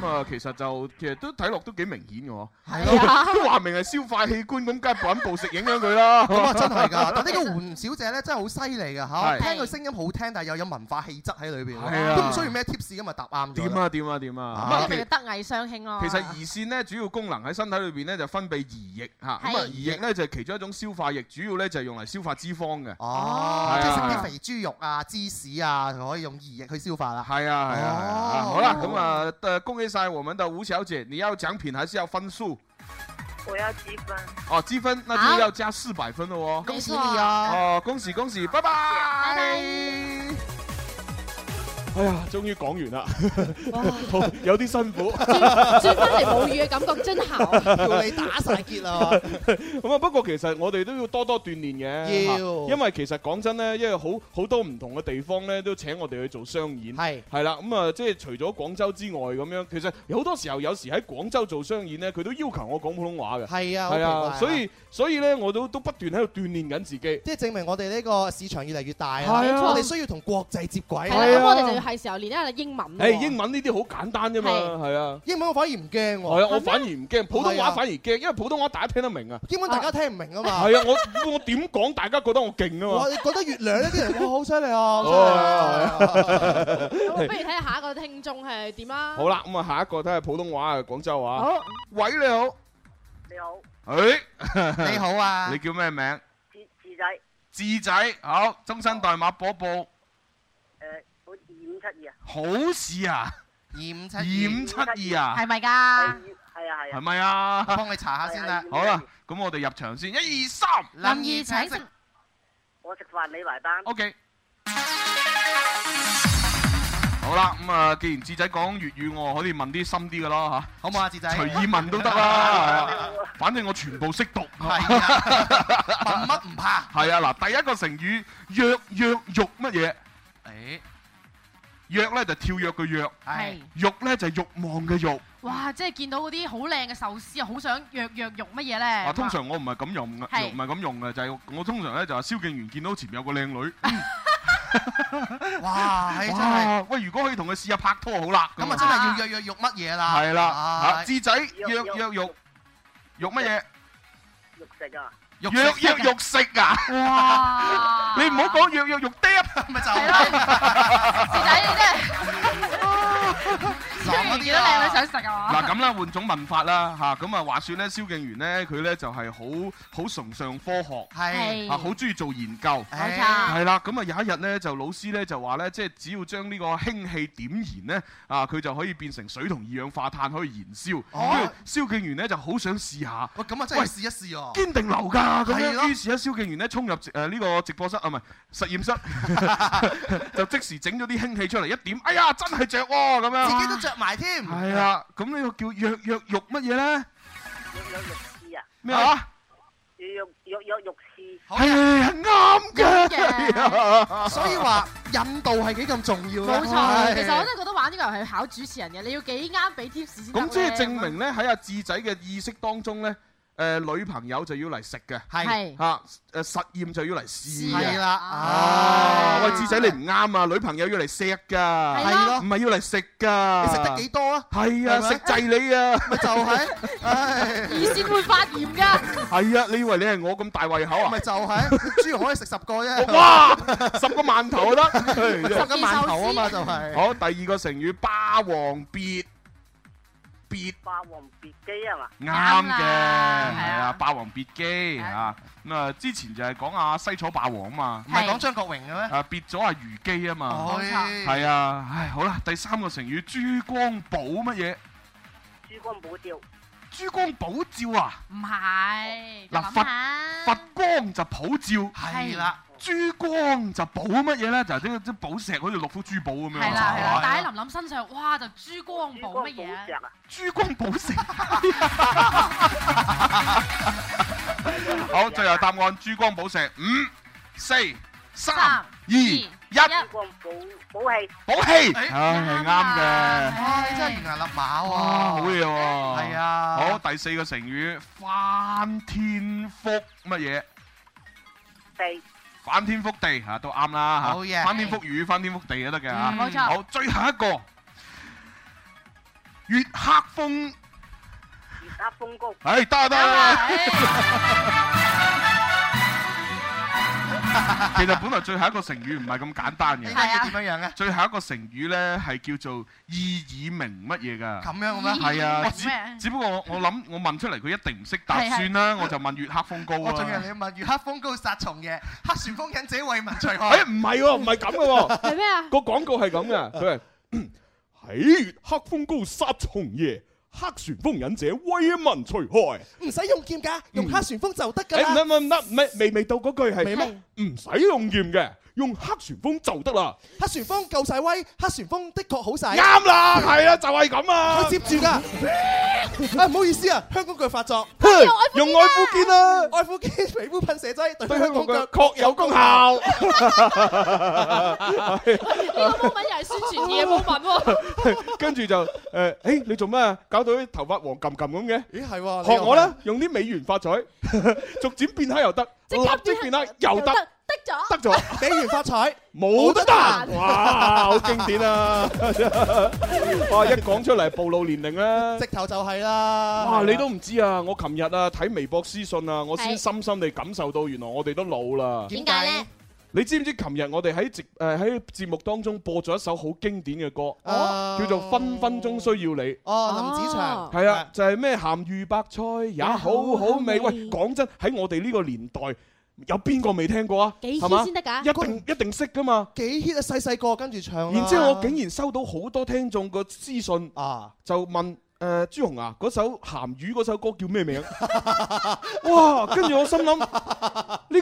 [SPEAKER 4] 咁啊，其實就其實都睇落都幾明顯嘅喎，
[SPEAKER 9] 哎
[SPEAKER 5] 係啊，
[SPEAKER 4] 都話明係消化器官咁，梗係暴飲暴食影響佢 啦。
[SPEAKER 5] 咁啊真係 㗎。但呢個胡小姐咧真係好犀利㗎嚇，
[SPEAKER 4] 係
[SPEAKER 5] 聽佢聲音好聽，但係又有文化氣質喺裏邊
[SPEAKER 4] 係
[SPEAKER 5] 喎，
[SPEAKER 4] 啊
[SPEAKER 5] 都唔需要咩 tips 咁啊答啱咗
[SPEAKER 4] 點
[SPEAKER 5] 啦。
[SPEAKER 4] 啊點啊點啊！
[SPEAKER 5] 啊
[SPEAKER 4] 咁啊
[SPEAKER 9] 咁咪德藝雙馨
[SPEAKER 6] 啊哦
[SPEAKER 9] 咯。
[SPEAKER 4] 其實胰腺咧主要功能喺身體裏邊咧就分泌胰液嚇，咁啊
[SPEAKER 9] 係
[SPEAKER 4] 胰液咧就係其中一種消化液，主要咧就係用嚟消化脂肪嘅。
[SPEAKER 5] 哦，即係食
[SPEAKER 4] 係啊
[SPEAKER 5] 啲肥豬肉啊、芝士啊，佢可以用胰液去消化啦。
[SPEAKER 4] 係啊係啊係啊，啊
[SPEAKER 5] 哦
[SPEAKER 4] 好啦，咁啊，呃恭喜晒我們的吳小姐，你要獎品還是要分數？
[SPEAKER 8] 我要积分。
[SPEAKER 4] 哦，積分那就要加四百分了哦。
[SPEAKER 5] 恭喜你啊！
[SPEAKER 4] 哦，恭喜恭喜，拜拜。
[SPEAKER 9] 拜拜
[SPEAKER 2] 哎呀，終於講完啦，
[SPEAKER 6] 哇，
[SPEAKER 2] 好有啲辛苦。
[SPEAKER 6] 轉翻嚟母語嘅感覺真好。
[SPEAKER 5] 要你打晒結 啦，
[SPEAKER 2] 咁啊，不過其實我哋都要多多鍛鍊嘅，
[SPEAKER 5] 要
[SPEAKER 2] 嚇因為其實講真咧，因為好好多唔同嘅地方咧都請我哋去做商演。
[SPEAKER 5] 係
[SPEAKER 2] 係啦，咁啊，即係除咗廣州之外咁樣，其實有好多時候有時喺廣州做商演咧，佢都要求我講普通話嘅。
[SPEAKER 5] 係啊，好
[SPEAKER 2] 係
[SPEAKER 5] 奇怪
[SPEAKER 2] 啊，
[SPEAKER 5] 啊
[SPEAKER 2] 所以所以咧，我都都不斷喺度鍛鍊緊自己。
[SPEAKER 5] 即係證明我哋呢個市場越嚟越大啊！
[SPEAKER 2] 係啊
[SPEAKER 5] 我哋需要同國際接軌
[SPEAKER 6] 係
[SPEAKER 5] 啊。
[SPEAKER 6] 啦，
[SPEAKER 2] 係啊
[SPEAKER 6] 咁我哋就要係時候練一下英文
[SPEAKER 2] 誒，
[SPEAKER 6] 喎。
[SPEAKER 2] 英文呢啲好簡單啫嘛，
[SPEAKER 6] 係
[SPEAKER 2] 係啊。
[SPEAKER 5] 英文我反而唔驚
[SPEAKER 2] 係
[SPEAKER 5] 喎，
[SPEAKER 2] 啊，我反而唔驚，普通
[SPEAKER 5] 係
[SPEAKER 2] 話
[SPEAKER 5] 啊
[SPEAKER 2] 反而驚，因為普通話大家聽得明啊。
[SPEAKER 5] 英文大家聽唔明啊嘛。
[SPEAKER 2] 係啊，我我點講，大家覺得我勁啊
[SPEAKER 5] 我
[SPEAKER 2] 嘛。
[SPEAKER 5] 覺得月亮呢啲人哇好犀利啊！
[SPEAKER 2] 哦啊
[SPEAKER 6] 咁我不如睇下下一個聽眾係點啊？
[SPEAKER 2] 好啦，咁啊，下一個睇下普通話啊，廣州話。
[SPEAKER 6] 好，
[SPEAKER 4] 喂，你好。
[SPEAKER 8] 刘
[SPEAKER 4] 誒，
[SPEAKER 5] 你好啊
[SPEAKER 4] 你，叫咩名？
[SPEAKER 8] 鸡鸡
[SPEAKER 4] 智
[SPEAKER 8] 仔，
[SPEAKER 4] 仔，好，終身代碼播報，
[SPEAKER 10] Ờ,
[SPEAKER 8] 呃，好二五七二啊，
[SPEAKER 4] 好事啊，
[SPEAKER 5] 二五七
[SPEAKER 4] 二五七二啊
[SPEAKER 9] 係，咪㗎？
[SPEAKER 8] 系
[SPEAKER 10] à,
[SPEAKER 8] 啊系
[SPEAKER 4] 係
[SPEAKER 8] 啊，
[SPEAKER 4] 咪啊？
[SPEAKER 5] 幫你查下先啦。
[SPEAKER 4] 好啦，咁我哋入場先，一二三
[SPEAKER 9] 林怡請食
[SPEAKER 8] 我食饭你埋单。
[SPEAKER 4] ，OK。好啦，咁啊，既然智仔講粵語，我可以問啲深啲嘅咯嚇。
[SPEAKER 5] 好唔好啊，志 仔？
[SPEAKER 4] 隨意問都得 啦，係啊反正我全部識讀。
[SPEAKER 5] 係啊，問乜唔怕？
[SPEAKER 4] 係啊，嗱，第一個成語躍躍欲乜嘢？
[SPEAKER 5] 誒，
[SPEAKER 4] 躍咧就跳躍嘅躍，
[SPEAKER 5] 係
[SPEAKER 9] 係。
[SPEAKER 4] 欲咧就係欲望嘅欲。
[SPEAKER 9] 哇！即係見到嗰啲好靚嘅壽司啊，好想躍躍欲乜嘢咧？
[SPEAKER 4] 啊，通常我唔係咁用嘅，
[SPEAKER 9] 係
[SPEAKER 4] 唔係咁用嘅，就係我通常咧就係蕭敬元見到前面有個靚女，
[SPEAKER 5] 哇，係真係，
[SPEAKER 4] 哇，喂，如果可以同佢試下拍拖好啦，
[SPEAKER 5] 咁啊真係要約約肉乜嘢啦？啊
[SPEAKER 4] 係啦，嚇智仔
[SPEAKER 8] 肉
[SPEAKER 4] 約
[SPEAKER 8] 肉
[SPEAKER 4] 約肉肉乜嘢？
[SPEAKER 8] 肉食
[SPEAKER 10] à?
[SPEAKER 8] 啊，
[SPEAKER 5] 肉
[SPEAKER 4] 約約肉食 啊！
[SPEAKER 5] 啊
[SPEAKER 9] 哇！
[SPEAKER 4] 你唔好講約約肉爹，啊
[SPEAKER 5] 咪就
[SPEAKER 9] 係
[SPEAKER 5] 係
[SPEAKER 9] 咯，士仔你真係雖
[SPEAKER 5] 爽嗰
[SPEAKER 9] 然見
[SPEAKER 5] 啲
[SPEAKER 9] 到靚
[SPEAKER 5] 啦
[SPEAKER 9] 女。想食啊嘛
[SPEAKER 4] 嗱，咁啦，換種問法啦嚇，咁啊話説咧，蕭敬元咧佢咧就係好好崇尚科學
[SPEAKER 5] 係，
[SPEAKER 9] 係
[SPEAKER 4] 啊，好中意做研究。
[SPEAKER 5] 唉
[SPEAKER 9] 錯
[SPEAKER 4] 係啦，咁啊有一日咧，就老師咧就話咧，即係只要將呢個氫氣點燃咧，啊佢就可以變成水同二氧化碳可以燃燒。
[SPEAKER 5] 哦
[SPEAKER 4] 跟住蕭敬元咧就好想試下，
[SPEAKER 5] 喂，咁啊真係要試一試哦。
[SPEAKER 4] 堅定流㗎咁
[SPEAKER 5] 係咯
[SPEAKER 4] 樣。於是咧，蕭敬元咧衝入誒呢個直播室啊，唔 係實驗室，就即時整咗啲氫氣出嚟，一點，哎呀真係着喎咁
[SPEAKER 5] 自
[SPEAKER 4] 樣。
[SPEAKER 5] 己都着啊埋添。
[SPEAKER 4] 係啦，咁呢個叫藥藥肉乜嘢咧？
[SPEAKER 8] 肉有肉絲
[SPEAKER 10] à?
[SPEAKER 8] 啊，
[SPEAKER 4] 咩話？
[SPEAKER 8] 肉肉有肉絲，
[SPEAKER 5] 好
[SPEAKER 4] 係係啱
[SPEAKER 9] 啱
[SPEAKER 4] 嘅。 啊
[SPEAKER 9] 嘅，
[SPEAKER 5] 所以話引導係幾咁重要
[SPEAKER 9] 冇
[SPEAKER 5] 啊
[SPEAKER 9] 錯。
[SPEAKER 5] 係
[SPEAKER 9] 其實我真係覺得玩呢個遊戲係考主持人嘅，你要幾啱俾 tips 先得
[SPEAKER 4] 咁即係
[SPEAKER 9] 咧
[SPEAKER 4] 證明咧喺阿智仔嘅意識當中咧，
[SPEAKER 2] 誒女朋友就要嚟食嘅，
[SPEAKER 5] 係
[SPEAKER 2] 嚇誒實驗就要嚟試嘅，
[SPEAKER 5] 係啦
[SPEAKER 2] 啊！喂，智仔你唔啱啊，女朋友要嚟錫㗎，
[SPEAKER 5] 係咯
[SPEAKER 2] 唔係要嚟食㗎，
[SPEAKER 5] 你食得幾多啊？
[SPEAKER 2] 係啊，
[SPEAKER 5] 係咪
[SPEAKER 2] 食滯 你啊！
[SPEAKER 5] 咪就係，唉，
[SPEAKER 9] 二線會發炎 㗎。
[SPEAKER 2] 係啊，你以為你係我咁大胃口啊？
[SPEAKER 5] 咪就係，豬肉可以食十個啫。
[SPEAKER 2] 哇！十個饅頭都得，
[SPEAKER 5] 十個饅頭啊嘛就係
[SPEAKER 2] 好，第二個成語霸王別別
[SPEAKER 8] 霸王別姬
[SPEAKER 10] à
[SPEAKER 8] 啊嘛，
[SPEAKER 2] 啱嘅，係啊，《霸王別姬》啊，咁啊之前就係講阿西楚霸王啊嘛，
[SPEAKER 5] 唔係講張國榮嘅咩？
[SPEAKER 2] 啊別咗阿虞姬啊嘛，
[SPEAKER 5] 哎
[SPEAKER 2] 係啊，唉好啦，第三個成語珠光寶乜嘢？
[SPEAKER 8] 珠光寶照，
[SPEAKER 2] 珠光寶照啊！
[SPEAKER 9] 唔係，
[SPEAKER 2] 嗱
[SPEAKER 9] 諗
[SPEAKER 2] 佛
[SPEAKER 9] 下
[SPEAKER 2] 佛光就普照，
[SPEAKER 5] 係啦。
[SPEAKER 2] 珠光就寶乜嘢咧？就係啲啲寶石，好似六福珠寶咁樣。
[SPEAKER 9] 啊
[SPEAKER 2] 啊
[SPEAKER 9] 係啦係啦，
[SPEAKER 2] 係嘛
[SPEAKER 9] 戴喺琳琳身上，哇就珠光寶乜
[SPEAKER 6] à?
[SPEAKER 9] 嘢？啊
[SPEAKER 10] à?
[SPEAKER 2] 珠光寶石。 好，最後答案珠光寶石，五、四、三、二、一，
[SPEAKER 8] 珠光寶寶氣，
[SPEAKER 2] 寶氣，
[SPEAKER 5] 哎啊
[SPEAKER 2] 唉，係啱嘅。
[SPEAKER 5] 哇！你真係懸崖勒馬喎，
[SPEAKER 2] 哇，好嘢喎！
[SPEAKER 5] 啊係啊
[SPEAKER 2] 好，第四個成語翻天覆乜嘢？
[SPEAKER 8] 地
[SPEAKER 2] 翻天覆地嚇都啱啦嚇，
[SPEAKER 5] 好嘢嗯
[SPEAKER 2] 翻天覆雨、翻天覆地都得嘅嚇。
[SPEAKER 9] 冇錯
[SPEAKER 2] 好，最後一個月黑風，
[SPEAKER 8] 月黑風高，
[SPEAKER 2] 唉得啊得啊得啊。 其實本來最後一個成語唔係咁簡單
[SPEAKER 5] 呢
[SPEAKER 2] 嘅，
[SPEAKER 5] 個要點樣樣嘅？
[SPEAKER 2] 最後一個成語咧係叫做意以明乜嘢㗎？
[SPEAKER 5] 咁樣嘅咩？
[SPEAKER 2] 係 啊，
[SPEAKER 9] 明哦咩
[SPEAKER 2] 只只不過我我諗我問出嚟佢一定唔識答，
[SPEAKER 9] 係係
[SPEAKER 2] 算啦，我就問月黑風高
[SPEAKER 5] 我仲以為
[SPEAKER 2] 啊。
[SPEAKER 5] 你問月黑風高殺蟲夜，黑旋風忍者為民除害。
[SPEAKER 2] 誒唔係喎，唔係咁嘅喎。
[SPEAKER 6] 係咩啊？
[SPEAKER 2] 個廣告係咁嘅，佢係 喺月黑風高殺蟲夜，黑旋風忍者威民除害。
[SPEAKER 5] 唔使用劍㗎，用黑旋風就得
[SPEAKER 2] 誒唔得唔得唔得，唔係未未到嗰句係唔使用劍嘅，用黑旋風就得啦。
[SPEAKER 5] 黑旋風夠晒威，黑旋風的確好晒
[SPEAKER 2] 啱啦，係啦，就係咁啊
[SPEAKER 5] 佢。接住㗎。 啊，唔好意思啊，香港腳發作，
[SPEAKER 2] 用愛膚堅啦，
[SPEAKER 5] 愛膚堅皮膚噴射劑對
[SPEAKER 2] 對
[SPEAKER 5] 香
[SPEAKER 2] 香
[SPEAKER 5] 港
[SPEAKER 2] 港
[SPEAKER 5] 腳
[SPEAKER 2] 腳確有功效。
[SPEAKER 6] 呢個 moment 又係宣傳嘅 moment 喎。
[SPEAKER 2] 跟住就誒，誒你做咩啊？搞到啲頭髮黃冚冚咁嘅？
[SPEAKER 5] 咦係喎，
[SPEAKER 2] 學我啦，用啲美元發 財，逐漸變黑又得，立即變黑又得，
[SPEAKER 6] 得咗。
[SPEAKER 2] 得咗。
[SPEAKER 5] 你又，美元發財。
[SPEAKER 2] 冇得彈，哇，好經典啊！哇，一講出嚟暴露年齡啦
[SPEAKER 5] 直。頭就係啦。
[SPEAKER 2] 哇！你都唔知啊！我琴日啊睇微博私信啊，我先
[SPEAKER 6] 係
[SPEAKER 2] 深深地感受到，原來我哋都老啦。
[SPEAKER 6] 點解咧？
[SPEAKER 2] 你知唔知琴日我哋喺直誒喺節目當中播咗一首好經典嘅歌，
[SPEAKER 5] 哦
[SPEAKER 2] 叫做《分分鐘需要你》。
[SPEAKER 5] 哦，林子祥
[SPEAKER 2] 係啊，就係咩鹹魚白菜也好好味。
[SPEAKER 6] 也好好
[SPEAKER 2] 喂
[SPEAKER 6] 味，
[SPEAKER 2] 講真，喺我哋呢個年代，有邊個未聽過啊？
[SPEAKER 6] 幾
[SPEAKER 2] 係嘛
[SPEAKER 6] 千先得㗎？
[SPEAKER 2] 一定一定識㗎嘛！
[SPEAKER 5] 幾 hit 啊！細細個跟住唱啦。
[SPEAKER 2] 然之後我竟然收到好多聽眾個私信。
[SPEAKER 5] 啊，
[SPEAKER 2] 就問誒、呃朱紅啊，嗰首鹹魚嗰首歌叫咩名？ 哇！跟住我心諗，呢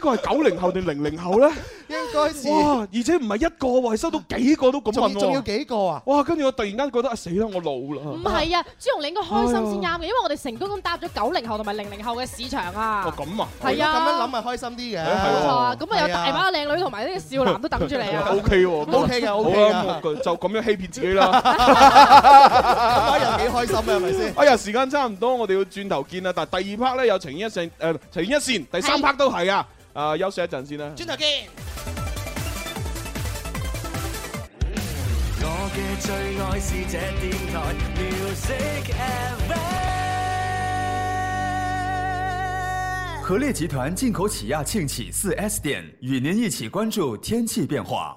[SPEAKER 2] 個係九零後定零零後呢？
[SPEAKER 5] 應該是
[SPEAKER 2] 哇！而且唔係一個喎，係收到幾個都咁
[SPEAKER 5] 仲
[SPEAKER 2] 問
[SPEAKER 5] 要仲要
[SPEAKER 2] 喎。
[SPEAKER 5] 幾個啊？
[SPEAKER 2] 哇！跟住我突然間覺得啊，死啦，我老
[SPEAKER 6] 唔
[SPEAKER 2] 啦。
[SPEAKER 6] 係啊，朱紅你應該開心先
[SPEAKER 9] 哦
[SPEAKER 6] 啱嘅，因為我哋成功咁搭咗九零後同埋零零後嘅市場啊
[SPEAKER 2] 哦。咁啊，
[SPEAKER 6] 係
[SPEAKER 5] 咁樣諗
[SPEAKER 6] 啊，
[SPEAKER 5] 咪開心啲嘅。
[SPEAKER 2] 誒係
[SPEAKER 6] 冇錯啊，
[SPEAKER 2] 喎
[SPEAKER 6] 咁啊有大把靚女同埋呢個少男都等住 你啊
[SPEAKER 2] O。K 喎
[SPEAKER 5] O K 嘅
[SPEAKER 2] 好啊
[SPEAKER 5] ，O K
[SPEAKER 2] 啦，
[SPEAKER 5] 嘅，
[SPEAKER 2] 我就咁樣欺騙自己 啦。
[SPEAKER 5] 咁人幾開心啊？係咪 先？
[SPEAKER 2] 哎呀，時間差唔多，我哋要轉頭見啦。但係第二 part 呢，有情牽一線，誒、呃情牽一線，第三 part 都係啊。啊、休息一陣先啦。
[SPEAKER 5] 轉頭見。
[SPEAKER 1] 我嘅最愛是這電台 Music FM。
[SPEAKER 11] 合列集团进口起亚庆起四 S 店与您一起关注天气变化。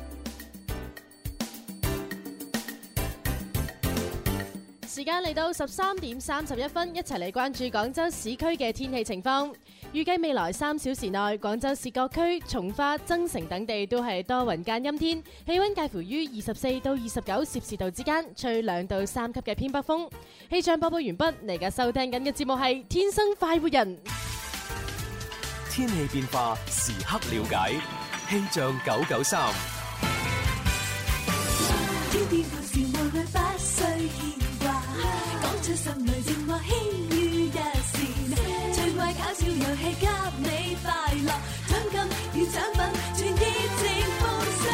[SPEAKER 6] 時間嚟到十三點三十一分，一齊嚟關注廣州市區嘅天氣情況。預計未來三小時內，廣州市各區、從化、增城等地都係多雲間陰天，氣温介乎於二十四到二十九攝氏度之間，吹兩到三級嘅偏北風。氣象播報完畢，你而家收聽緊嘅節目係《天生快活人》。
[SPEAKER 12] 天气变化时刻了解，气象九九三。
[SPEAKER 13] 天天故事無慮不需牽掛，講出心裏情話輕於一線，趣味搞笑遊戲給你快樂，獎金與獎品全熱情奉上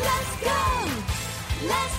[SPEAKER 13] ，Let's go！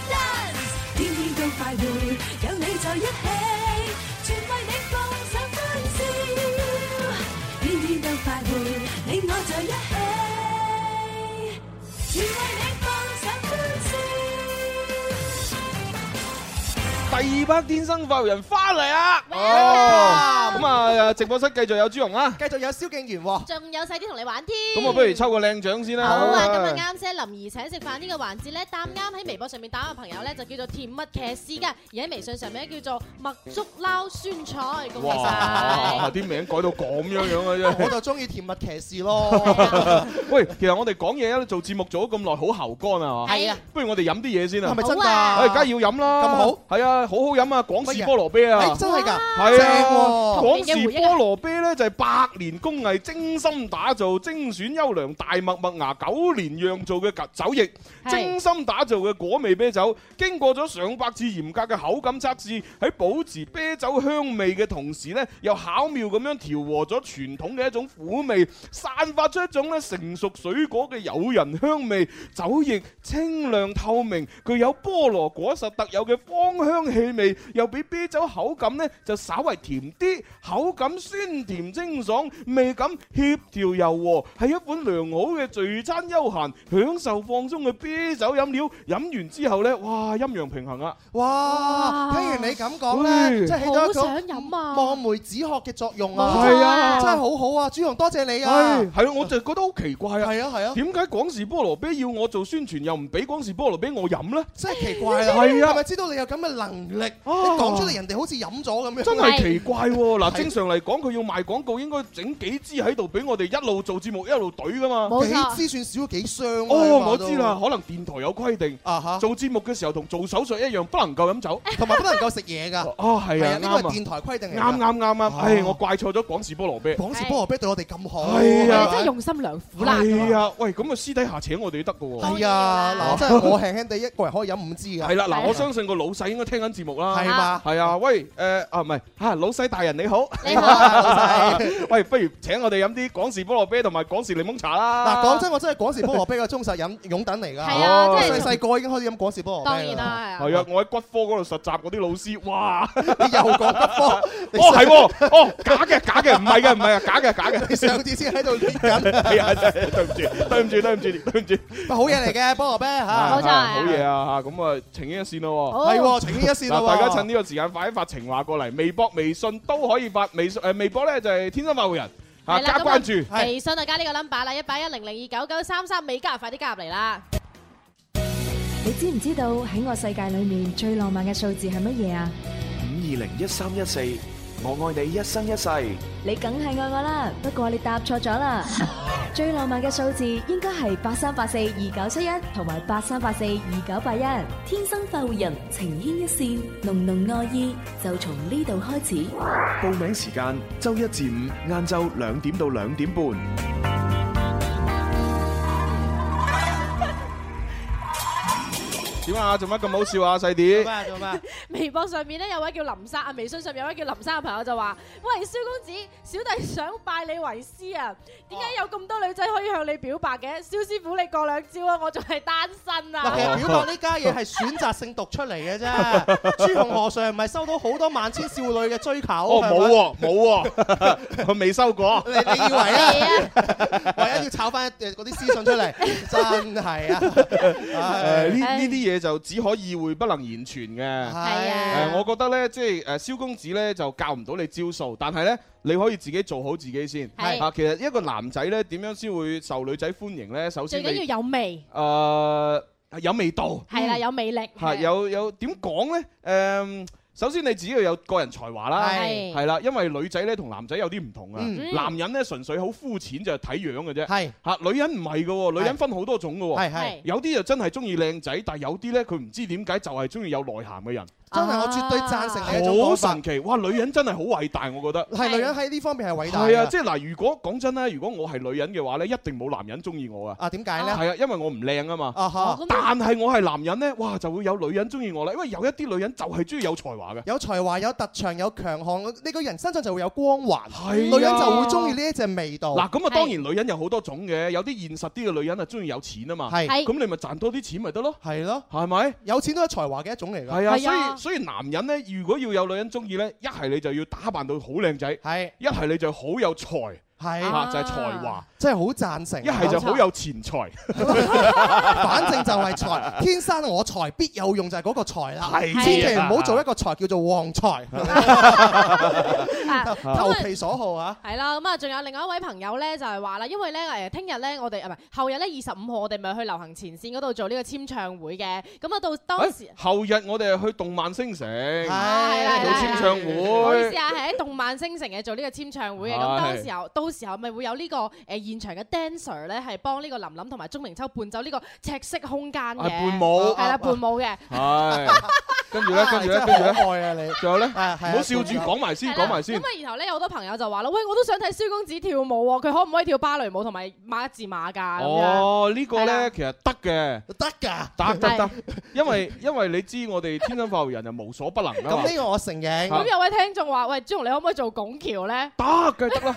[SPEAKER 2] 第二 part 天生快活人翻嚟啊！哦，咁啊，直播室繼續有朱容啦。
[SPEAKER 5] 繼續有蕭敬元喎。
[SPEAKER 6] 仲有細啲同你玩添。
[SPEAKER 2] 咁我不如抽個靚獎先啦。
[SPEAKER 6] 好啊，咁啊啱先，林怡請食飯呢個環節咧，答啱喺微博上面打嘅朋友咧，就叫做甜蜜騎士噶，而喺微信上面咧叫做麥竹撈酸菜，恭喜
[SPEAKER 2] 哇！
[SPEAKER 6] 晒！
[SPEAKER 2] 啊啲名改到咁樣樣啊，
[SPEAKER 5] 我就中意甜蜜騎士咯。
[SPEAKER 2] 真係。喂，其實我哋講嘢咧，做節目做咗咁耐，好喉乾啊。
[SPEAKER 5] 係啊。
[SPEAKER 2] 不如我哋飲啲嘢先啊。
[SPEAKER 5] 係咪真㗎好啊
[SPEAKER 2] 誒，梗係要飲啦。
[SPEAKER 5] 咁好。
[SPEAKER 2] 係啊，好好飲啊，廣式菠蘿啤啊。
[SPEAKER 5] 哎真係㗎，
[SPEAKER 2] 係
[SPEAKER 5] 正
[SPEAKER 2] 啊，
[SPEAKER 5] 喎。
[SPEAKER 2] 廣氏菠蘿啤咧就係百年工藝精心打造、精選優良大麥麥芽九年釀造嘅酒液，
[SPEAKER 4] 係
[SPEAKER 2] 精心打造嘅果味啤酒，經過咗上百次嚴格嘅口感測試，喺保持啤酒香味嘅同時咧，又巧妙咁樣調和咗傳統嘅一種苦味，散發出一種咧成熟水果嘅誘人香味。酒液清亮透明，具有菠蘿果實特有嘅芳香氣味，又比啤酒口感呢就稍為甜啲，口感酸甜清爽，味感協調柔和，係一款良好嘅聚餐休閒、享受放鬆嘅啤酒飲料。飲完之後呢，哇，陰陽平衡啊！
[SPEAKER 5] 哇！聽完你咁講咧，
[SPEAKER 2] 哎
[SPEAKER 5] 真係起咗一
[SPEAKER 2] 好想啊
[SPEAKER 5] 種望梅止渴嘅作用啊！
[SPEAKER 2] 冇錯啊
[SPEAKER 5] 真係好好啊！朱紅，多謝你啊！
[SPEAKER 2] 係係啊，我就覺得好奇怪啊！
[SPEAKER 5] 係啊係啊
[SPEAKER 2] 點解廣氏菠蘿啤要我做宣傳，又唔俾廣氏菠蘿啤我飲呢？
[SPEAKER 5] 真係奇怪啦，
[SPEAKER 2] 係啊
[SPEAKER 5] 係咪知道你有咁嘅能力？你講出嚟，人哋好似飲咗咁樣。
[SPEAKER 2] 哦真係奇怪喎！嗱，正常嚟講，佢要賣廣告，應該整幾支喺度俾我哋一路做節目一路懟噶嘛。
[SPEAKER 5] 幾支算少咗幾箱啊
[SPEAKER 2] 哦，
[SPEAKER 5] 起碼
[SPEAKER 2] 我
[SPEAKER 5] 都啊
[SPEAKER 2] 知啦，可能電台有規定，做節目嘅時候同做手術一樣，不能夠飲酒，
[SPEAKER 5] 同埋不能夠食嘢㗎。
[SPEAKER 2] 哦， 係
[SPEAKER 5] 哎係
[SPEAKER 2] 啊，
[SPEAKER 5] 啊呢個係
[SPEAKER 2] 啱啊
[SPEAKER 5] 電台規定嚟㗎
[SPEAKER 2] 啱啱啱啱，
[SPEAKER 5] 哦
[SPEAKER 2] 唉，我怪錯咗廣氏菠蘿啤。
[SPEAKER 5] 廣氏菠蘿啤對我哋咁好，
[SPEAKER 2] 係啊真係
[SPEAKER 5] 用心良苦
[SPEAKER 2] 係啊，喂，咁啊，私底下請我哋都得㗎喎。
[SPEAKER 5] 係啊，嗱，真係我輕輕地一個人可以飲五支㗎。
[SPEAKER 2] 哎係啦，嗱，我相信個老細應該聽緊節目啦，
[SPEAKER 5] 啊係嘛
[SPEAKER 2] 係啊，喂，誒啊，唔係嚇，老細大人 你好，
[SPEAKER 5] 你好啊老
[SPEAKER 2] 細，喂，不如請我哋飲啲廣氏菠蘿啤同埋廣氏檸檬茶啦。
[SPEAKER 5] 嗱，講真，我真係廣氏菠蘿啤嘅忠實飲擁躉嚟㗎。
[SPEAKER 2] 係啊
[SPEAKER 5] 我
[SPEAKER 2] 真
[SPEAKER 5] 細
[SPEAKER 2] 係
[SPEAKER 5] 細個已經開始飲廣氏菠蘿啤。
[SPEAKER 2] 當然
[SPEAKER 5] 啦
[SPEAKER 2] 係啊，我喺骨科嗰度實習嗰啲老師，哇！
[SPEAKER 5] 你又講骨科？你
[SPEAKER 2] 哦，
[SPEAKER 5] 上
[SPEAKER 2] 係喎，哦，假嘅，假嘅，唔係嘅，唔係啊，假嘅，假 嘅。
[SPEAKER 5] 你上次先喺度攣緊。
[SPEAKER 2] 係啊，真係對唔住，對唔住，對唔住，對唔住。
[SPEAKER 5] 好嘢嚟嘅菠蘿啤嚇。
[SPEAKER 2] 係好嘢啊！嚇，咁啊，情牽一線咯
[SPEAKER 5] 好
[SPEAKER 2] 喎，
[SPEAKER 5] 係喎情牽一線咯
[SPEAKER 2] 嗱
[SPEAKER 5] 喎
[SPEAKER 2] 大家趁呢個時間快啲發情話過嚟，微博、微信都可以發。微信呃誒，微博咧就係天生快活人嚇，
[SPEAKER 6] 係啦
[SPEAKER 2] 加
[SPEAKER 6] 咁啊
[SPEAKER 2] 關注。
[SPEAKER 6] 微信啊加呢個 number 啦，一八一零零二九九三三，未加入快啲加入嚟啦！
[SPEAKER 7] 你知唔知道喺我世界裏面最浪漫嘅數字係乜嘢啊？
[SPEAKER 14] 五二零一三一四，我愛你一生一世。
[SPEAKER 7] 你梗係愛我啦，不過你答錯咗啦。最浪漫嘅數字應該係八三八四二九七一同埋八三八四二九八一。天生快活人，情牽一線，濃濃愛意就從呢度開始。
[SPEAKER 14] 報名時間：周一至五晏晝兩點到兩點半。
[SPEAKER 2] 點啊？做乜咁好笑啊？細
[SPEAKER 5] 做
[SPEAKER 2] 啲
[SPEAKER 5] 咩啊做咩啊？
[SPEAKER 6] 微博上面咧有位叫林生啊，微信上面有位叫林生嘅朋友就話：，喂，蕭公子，小弟想拜你為師啊！點解有咁多女仔可以向你表白嘅？蕭師傅，你過兩招啊！我仲係
[SPEAKER 2] 哦
[SPEAKER 6] 單身
[SPEAKER 5] 嗱，
[SPEAKER 6] 啊！
[SPEAKER 5] 其實表白呢家嘢係選擇性讀出嚟嘅啫。 朱紅何尚唔係收到好多萬千少女嘅追求？
[SPEAKER 2] 哦，
[SPEAKER 5] 哦
[SPEAKER 2] 冇喎，冇喎， 我未收過。
[SPEAKER 5] 你你以為啊？我而家要炒翻嗰啲私信出嚟，啊真係啊！
[SPEAKER 2] 誒呢呢啲嘢就只可意會不能言傳嘅。係
[SPEAKER 5] 啊
[SPEAKER 2] 誒，我覺得咧，即係誒蕭公子咧就教唔到你招數，但係咧你可以自己做好自己先。
[SPEAKER 6] 係
[SPEAKER 2] 啊，其實一個男仔咧點樣先會受女仔歡迎咧？首
[SPEAKER 6] 最
[SPEAKER 2] 先你
[SPEAKER 6] 緊要有味，
[SPEAKER 2] 誒有味道，
[SPEAKER 4] 嗯
[SPEAKER 6] 係啊啦，有魅力，
[SPEAKER 2] 係有有點講咧誒。首先你自己要有個人才華啦，
[SPEAKER 6] 係
[SPEAKER 2] 係啦，因為女仔咧同男仔有啲唔同啊。
[SPEAKER 6] 嗯
[SPEAKER 2] 男人咧純粹好膚淺就係睇樣嘅啫，
[SPEAKER 5] 係
[SPEAKER 2] 嚇女人唔係嘅喎，女人分好多種嘅喎，
[SPEAKER 5] 係係
[SPEAKER 2] 有啲就真係中意靚仔，但係有啲咧佢唔知點解就係中意有內涵嘅人，
[SPEAKER 5] 真係我絕對贊成你一種
[SPEAKER 2] 好
[SPEAKER 5] 講法
[SPEAKER 2] 神，奇！哇，女人真係好偉大，我覺得
[SPEAKER 5] 係女人喺呢方面係偉大㗎。
[SPEAKER 2] 係啊，即係嗱，如果講真咧，如果我係女人嘅話咧，一定冇男人中意我啊！
[SPEAKER 5] 啊，點解咧
[SPEAKER 2] 係啊，因為我唔靚啊嘛。
[SPEAKER 5] 啊哈哦咁
[SPEAKER 2] 但係我係男人咧，哇，就會有女人中意我啦。因為有一啲女人就係中意有才華嘅。
[SPEAKER 5] 有才華、有特長、有強項，你個人身上就會有光環，
[SPEAKER 2] 係啊
[SPEAKER 5] 女人就會中意呢一隻味道。
[SPEAKER 2] 嗱，咁啊，當然女人有好多種嘅，有啲現實啲嘅女人啊，中意有錢啊嘛。
[SPEAKER 5] 係係
[SPEAKER 2] 咁你咪賺多啲錢咪得咯。
[SPEAKER 5] 係咯，
[SPEAKER 2] 係咪？
[SPEAKER 5] 有錢都係才華嘅一種嚟㗎。
[SPEAKER 2] 係啊，所以所以男人咧，如果要有女人中意咧，一係你就要打扮到好靚仔，
[SPEAKER 5] 係
[SPEAKER 2] 一係你就好有才，
[SPEAKER 5] 係
[SPEAKER 2] 啊就係才華，
[SPEAKER 5] 真係好贊成。啊
[SPEAKER 2] 一係就好有錢財。
[SPEAKER 5] 反正就係 財，天生我材必有用就係嗰個財啦。
[SPEAKER 2] 係啊
[SPEAKER 5] 千祈唔好做一個財叫做旺 財，
[SPEAKER 6] 啊
[SPEAKER 5] 投其所好啊！
[SPEAKER 6] 係啦，咁啊，仲有另外一位朋友咧，就係話啦，因為咧誒，聽日咧我哋啊唔係後日咧二十五號，我哋咪去流行前線嗰度做呢個簽唱會嘅，咁啊到當時。
[SPEAKER 2] 後日我哋去動漫星城
[SPEAKER 6] 係
[SPEAKER 2] 做簽唱
[SPEAKER 6] 唔好意
[SPEAKER 2] 會
[SPEAKER 6] 思。啊，係喺動漫星城嘅做呢個簽唱會嘅，咁
[SPEAKER 2] 係
[SPEAKER 6] 當時候到時候咪會有呢個誒現場嘅 dancer 咧，係幫呢個林琳同埋鐘明秋伴奏呢個赤色空間嘅
[SPEAKER 2] 啊伴舞
[SPEAKER 6] 係啦伴舞嘅。啊
[SPEAKER 2] 係，跟 住咧，跟住咧，跟住咧，
[SPEAKER 5] 愛啊你！
[SPEAKER 2] 仲有咧，
[SPEAKER 5] 唔
[SPEAKER 2] 好笑住講埋 先，
[SPEAKER 6] 係啦
[SPEAKER 2] 講埋先
[SPEAKER 6] 咁。啊，然後咧有好多朋友就話啦，喂，我都想睇蕭公子跳舞喎，佢可唔可以跳芭蕾舞同埋馬字馬㗎？咁樣
[SPEAKER 2] 哦，呢個
[SPEAKER 6] 係啦
[SPEAKER 2] 咧其實得
[SPEAKER 5] 得㗎，
[SPEAKER 2] 嘅，得得得，因為因為你知我哋天生發育人就無所不能啊啦嘛。
[SPEAKER 5] 咁呢個我承認。
[SPEAKER 2] 啊
[SPEAKER 6] 咁有位聽眾話，喂，朱紅你可唔可以做拱橋咧？
[SPEAKER 2] 得，梗係得啦，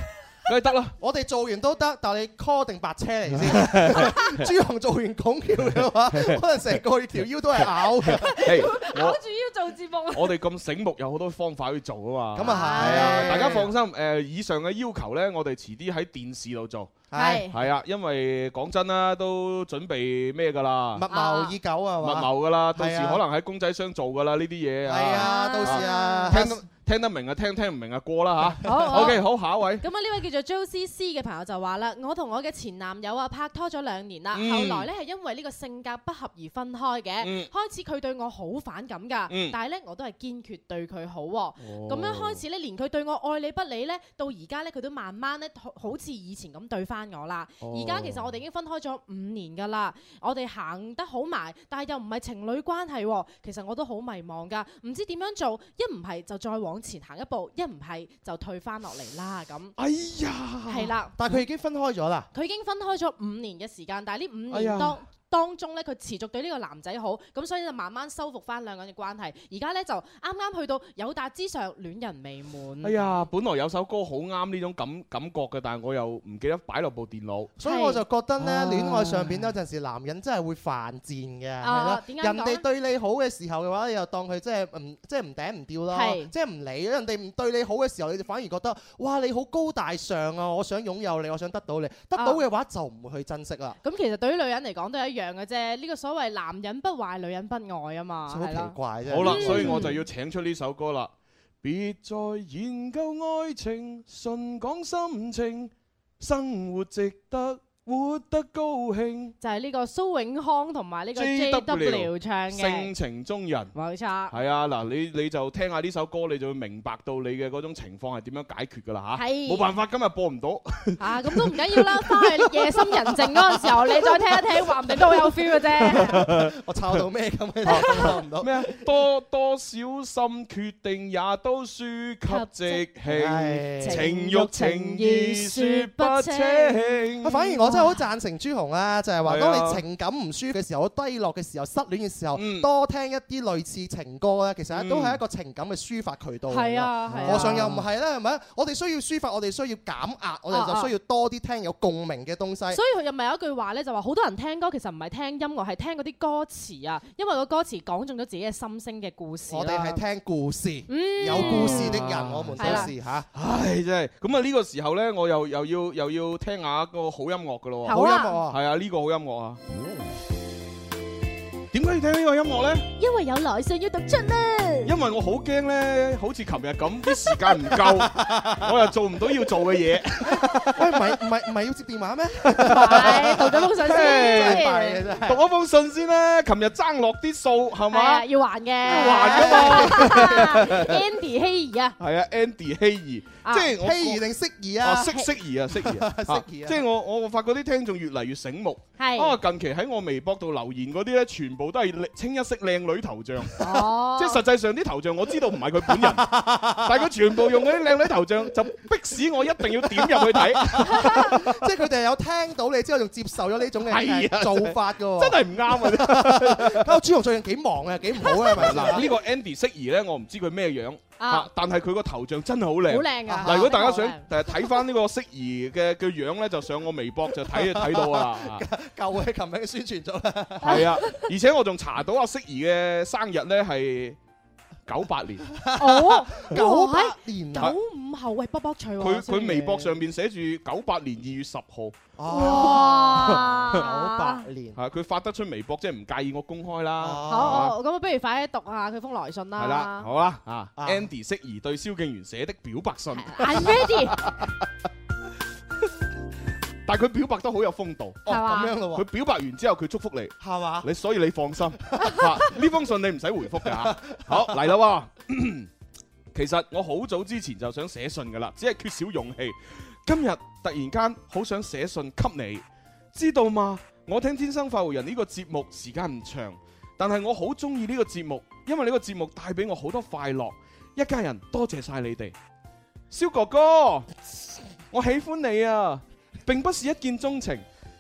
[SPEAKER 2] 梗係得啦。
[SPEAKER 5] 我哋做完都得，但係你 call 定白車嚟 先。 朱紅做完拱橋嘅話，可能成個條腰都係拗嘅。
[SPEAKER 2] 係
[SPEAKER 6] 咬
[SPEAKER 2] 我
[SPEAKER 6] 住要做 節目。
[SPEAKER 2] 我哋咁醒目，有好多方法去做啊嘛。
[SPEAKER 5] 咁啊係
[SPEAKER 2] 係啊，大家放心。誒，以上嘅要求咧，我哋遲啲喺電視度做。
[SPEAKER 5] 係
[SPEAKER 2] 係啊，因為講真啦，都準備咩㗎啦？
[SPEAKER 5] 密謀已久啊
[SPEAKER 2] 密
[SPEAKER 5] 嘛。
[SPEAKER 2] 謀㗎啦，到時
[SPEAKER 5] 係啊
[SPEAKER 2] 可能喺公仔箱做㗎啦，呢啲嘢
[SPEAKER 5] 係啊，到時啊，
[SPEAKER 2] 聽得聽得明啊，聽聽唔明啊，過啦吓。
[SPEAKER 6] 好好
[SPEAKER 2] OK，好，下一位。
[SPEAKER 6] 咁啊，呢位叫做 Josie C 嘅朋友就話啦：，我同我嘅前男友啊拍拖咗兩年啦，
[SPEAKER 2] 嗯
[SPEAKER 6] 後來咧係因為呢個性格不合而分開嘅。
[SPEAKER 2] 嗯
[SPEAKER 6] 開始佢對我好反感㗎，
[SPEAKER 2] 嗯
[SPEAKER 6] 但係咧我都係堅決對佢好喎、咁樣開始咧，連佢對我愛理不理咧，到而家咧佢都慢慢咧好好似以前咁對翻我啦。
[SPEAKER 10] 哦
[SPEAKER 6] 而家、其實我哋已經分開咗五年㗎啦，我哋行得好埋，但係又唔係情侶關係喎、其實我都好迷茫㗎，唔知點樣做，一唔係就再往前行一步，一唔係就退翻落嚟啦咁。
[SPEAKER 2] 哎呀，
[SPEAKER 6] 係啦，
[SPEAKER 5] 但係佢已經分開咗啦。
[SPEAKER 6] 佢已經分開咗五年嘅時間，但係呢五
[SPEAKER 5] 哎
[SPEAKER 6] 年
[SPEAKER 5] 呀
[SPEAKER 6] 當、當中咧，佢持續對呢個男仔好，咁所以就慢慢修復翻兩個人嘅關係。而家咧就啱啱去到友達之上，戀人未滿。
[SPEAKER 2] 哎呀，本來有首歌好啱呢種感感覺嘅，但係我又唔記得擺落部電腦。
[SPEAKER 5] 所以我就覺得呢，戀愛上邊有陣時男人真係會犯賤嘅，係
[SPEAKER 6] 啊啊
[SPEAKER 5] 啦。
[SPEAKER 6] 點解咁
[SPEAKER 5] 人
[SPEAKER 6] 講
[SPEAKER 5] 哋對你好嘅時候嘅話，你又當佢即係唔即係唔頂唔掉咯
[SPEAKER 6] 係，
[SPEAKER 5] 即係唔理。人哋唔對你好嘅時候，你就反而覺得哇你好高大上啊！我想擁有你，我想得到你，得到嘅話就唔會去珍惜啦。
[SPEAKER 6] 咁其實對於女人嚟講都係一樣嘅啫，呢、個所謂男人不壞，女人不愛啊嘛，
[SPEAKER 5] 好
[SPEAKER 6] 係啦
[SPEAKER 5] 奇。怪啫。嗯
[SPEAKER 2] 好啦，所以我 就要請出呢首歌啦。別再研究愛情，純講心情，生活值得，活得高興。
[SPEAKER 6] 就係呢個蘇永康同埋呢個 JW
[SPEAKER 2] JW
[SPEAKER 6] 唱
[SPEAKER 2] 性
[SPEAKER 6] 嘅，
[SPEAKER 2] 情中人。
[SPEAKER 6] 冇錯。
[SPEAKER 2] 係啊，嗱，你你就聽下呢首歌，你就會明白到你嘅嗰種情況係點樣解決噶啦吓。
[SPEAKER 6] 係
[SPEAKER 2] 冇辦法，今日播唔到。
[SPEAKER 6] 啊，咁都唔緊要啦，翻去夜深人靜嗰陣時候，你再聽一聽，話唔定都好有 feel 嘅啫。
[SPEAKER 5] 我抄到咩咁 嘅抄唔到
[SPEAKER 2] 咩啊？多多少心決定也都輸給直
[SPEAKER 5] 唉
[SPEAKER 2] 氣，情慾情意説不清。
[SPEAKER 5] 啊反而我真係好贊成朱紅啦，就係話
[SPEAKER 2] 係啊
[SPEAKER 5] 當你情感唔舒服嘅時候、低落嘅時候、失戀嘅時候，多聽一啲類似情歌咧，其實
[SPEAKER 2] 嗯
[SPEAKER 5] 都係一個情感嘅抒發渠道嚟㗎。
[SPEAKER 6] 係啊係啊
[SPEAKER 5] 何嘗又唔係咧？係咪？我哋需要抒發，我哋需要減壓，我哋就需要多啲聽有共鳴嘅東西。
[SPEAKER 6] 所以佢又咪有一句話咧，就話好多人聽歌其實唔係聽音樂，係聽嗰啲歌詞啊，因為個歌詞講中咗自己嘅心聲嘅故事啦
[SPEAKER 5] 我哋係聽故事，
[SPEAKER 6] 嗯
[SPEAKER 5] 有故事的人，我們都是嚇。
[SPEAKER 2] 唉，真係咁啊！呢個時候呢，我又又要又要聽下個好音樂噶咯喎，
[SPEAKER 5] 好啊好音樂啊
[SPEAKER 2] 係啊，呢個好音樂啊！點解要聽呢個音樂呢？
[SPEAKER 6] 因為有來信要讀出咧。
[SPEAKER 2] 因為我好驚呢，好似琴日咁啲時間唔 夠，我又做唔到要做嘅嘢。
[SPEAKER 5] 喂，唔係唔係唔係要接電話咩？
[SPEAKER 6] 係讀咗封信
[SPEAKER 2] 真
[SPEAKER 6] 先，
[SPEAKER 5] 係弊啊真係
[SPEAKER 2] 讀一封信先啦，琴日爭落啲數係
[SPEAKER 6] 係啊，
[SPEAKER 2] 嘛？
[SPEAKER 6] 要還嘅，
[SPEAKER 2] 還㗎嘛
[SPEAKER 6] Andy 希兒啊，
[SPEAKER 2] 係啊，Andy 希
[SPEAKER 6] 啊
[SPEAKER 2] 兒，即係我
[SPEAKER 5] 希兒定適兒
[SPEAKER 2] 哦
[SPEAKER 5] 啊？
[SPEAKER 2] 適適宜啊，適 宜啊
[SPEAKER 5] 適
[SPEAKER 2] 啊，
[SPEAKER 5] 宜
[SPEAKER 2] 即
[SPEAKER 5] 啊
[SPEAKER 2] 係我我我發覺啲聽眾越嚟越醒目，
[SPEAKER 6] 係
[SPEAKER 2] 啊近期喺我微博度留言嗰啲咧，全部都係靚清一色靚女頭像，
[SPEAKER 6] 哦
[SPEAKER 2] 即係實際上啲頭像我知道唔係佢 本人，但係佢全部用嗰啲靚女頭像，就迫使我一定要點入去 睇，
[SPEAKER 5] 即係佢哋有聽到你之後，仲接受咗呢種嘅
[SPEAKER 2] 係
[SPEAKER 5] 呃
[SPEAKER 2] 啊
[SPEAKER 5] 做法嘅
[SPEAKER 6] 哦
[SPEAKER 5] 喎。
[SPEAKER 2] 真係唔啱 啊！
[SPEAKER 5] 啊！朱紅最近幾忙啊，幾唔好啊，係咪
[SPEAKER 2] 嗱呢個 Andy 適宜咧，我唔知佢咩樣。
[SPEAKER 6] 啊
[SPEAKER 2] 啊！但係佢個頭像真係好靚，
[SPEAKER 6] 好靚啊
[SPEAKER 2] 嗱，如果大家想
[SPEAKER 6] 真係好
[SPEAKER 2] 誒睇翻呢個適宜嘅嘅樣咧，就上我微博就睇睇到啊！ 啊
[SPEAKER 5] 舊嘅琴日嘅 宣傳咗啦。
[SPEAKER 2] 係啊，而且我仲查到阿適宜嘅生日咧係九八年。
[SPEAKER 6] 哦，
[SPEAKER 2] 九八
[SPEAKER 6] 哇
[SPEAKER 5] 年
[SPEAKER 6] 九五後，喂，卜卜脆喎。
[SPEAKER 2] 佢
[SPEAKER 6] 真係
[SPEAKER 2] 佢微博上面寫住九八年二月十號。
[SPEAKER 6] 哇
[SPEAKER 5] 九八年。
[SPEAKER 2] 係佢發得出微博，即係唔介意我公開啦。
[SPEAKER 6] 好，我咁啊，不如快啲讀下佢封來信啦。
[SPEAKER 2] 係啦，好啦，啊，Andy 適宜對蕭敬元寫的表白信，
[SPEAKER 6] ，I'm ready。
[SPEAKER 2] 但係佢表白得好有風度，
[SPEAKER 5] 哦係嘛咁樣咯喎
[SPEAKER 2] 佢表白完之後，佢祝福你，
[SPEAKER 5] 係嘛
[SPEAKER 2] 你所以你 放心，嚇呢封信你唔使回覆㗎嚇。好嚟啦喎。 其實我好早之前就想寫信噶啦，只係缺少勇氣。今日突然間好想寫信給你，知道嘛？我聽《天生快活人》呢個節目時間唔長，但係我好中意呢個節目，因為呢個節目帶俾我好多快樂。一家人多謝晒你哋，蕭哥哥，我喜歡你啊！並不是一見鍾情，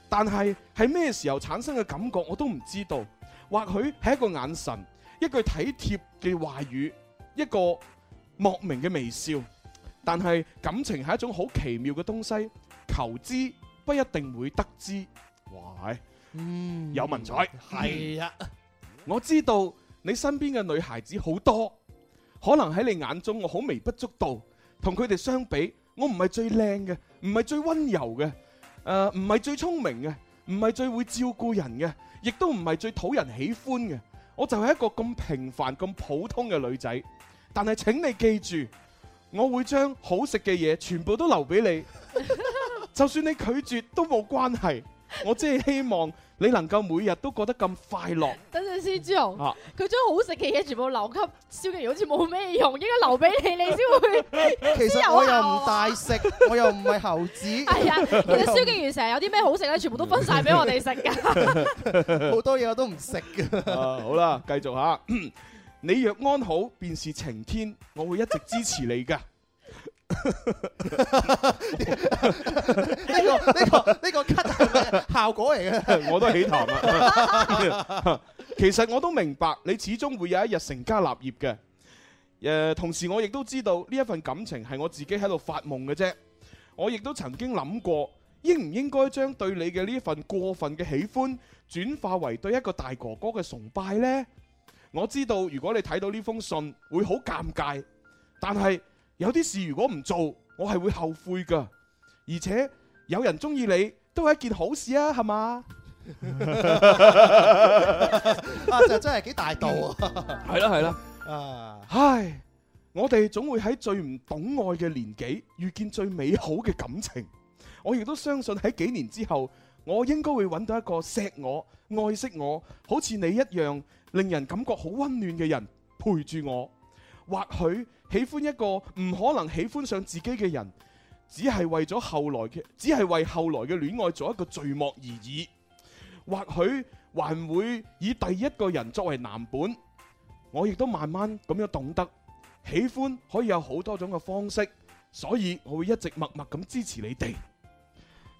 [SPEAKER 2] 但係喺咩時候產生嘅感覺我都唔知道。或許係一個眼神，一句體貼嘅話語，一個莫名嘅微笑。但係感情係一種好奇妙嘅東西，求知不一定會得知。哇，係
[SPEAKER 5] 嗯
[SPEAKER 2] 有文采，
[SPEAKER 5] 係啊，
[SPEAKER 2] 我知道你身邊嘅女孩子好多，可能喺你眼中我好微不足道，同佢哋相比，我唔係最靚嘅，唔係最温柔嘅，誒唔係最聰明嘅，唔係最會照顧人嘅，亦都唔係最討人喜歡嘅，我就係一個咁平凡、咁普通嘅女仔。但係請你記住，我會將好食嘅嘢全部都留俾你。就算你拒絕都冇關係，我只係希望你能夠每日都過得咁快樂。
[SPEAKER 6] 等陣先，朱紅，
[SPEAKER 2] 啊
[SPEAKER 6] 佢將好食嘅嘢全部留給蕭敬元，好似冇咩用，應該留俾你，你先會
[SPEAKER 5] 其實我又唔大食，我又唔係猴子。
[SPEAKER 6] 係啊，其實蕭敬元成日有啲咩好食咧，全部都分晒俾我哋食㗎。
[SPEAKER 5] 好多嘢我都唔食嘅。
[SPEAKER 2] 啊，好啦，繼續吓。 你若安好，便是晴天，我會一直支持你噶。
[SPEAKER 5] 呢個呢個呢個 cut 係咪效果嚟嘅。
[SPEAKER 2] 我都起痰啦。 其實我都明白，你始終會有一日成家立業嘅。誒、同時我亦都知道呢一份感情係我自己喺度發夢嘅啫。我亦都曾經諗過，應唔應該將對你嘅呢一份過分嘅喜歡，轉化為對一個大哥哥嘅崇拜呢？我知道如果你睇到呢封信，會好尷尬，但係有啲事如果唔做，我係會後悔噶。而且有人中意你，都係一件好事啊，係嘛？
[SPEAKER 5] 啊，就真係幾大度啊！
[SPEAKER 2] 係啦係啦，
[SPEAKER 5] 啊，
[SPEAKER 2] 唉，我哋總會喺最唔懂愛嘅年紀遇見最美好嘅感情。我亦都相信喺幾年之後，我應該會揾到一個錫我、愛惜我，好似你一樣，令人感覺好温暖嘅人陪住我。或許喜歡一個唔可能喜歡上自己嘅人，只係為咗後來嘅，只係為後來嘅戀愛做一個序幕而已。或許還會以第一個人作為藍本。我亦都慢慢咁樣懂得，喜歡可以有好多種嘅方式，所以我會一直默默咁支持你哋。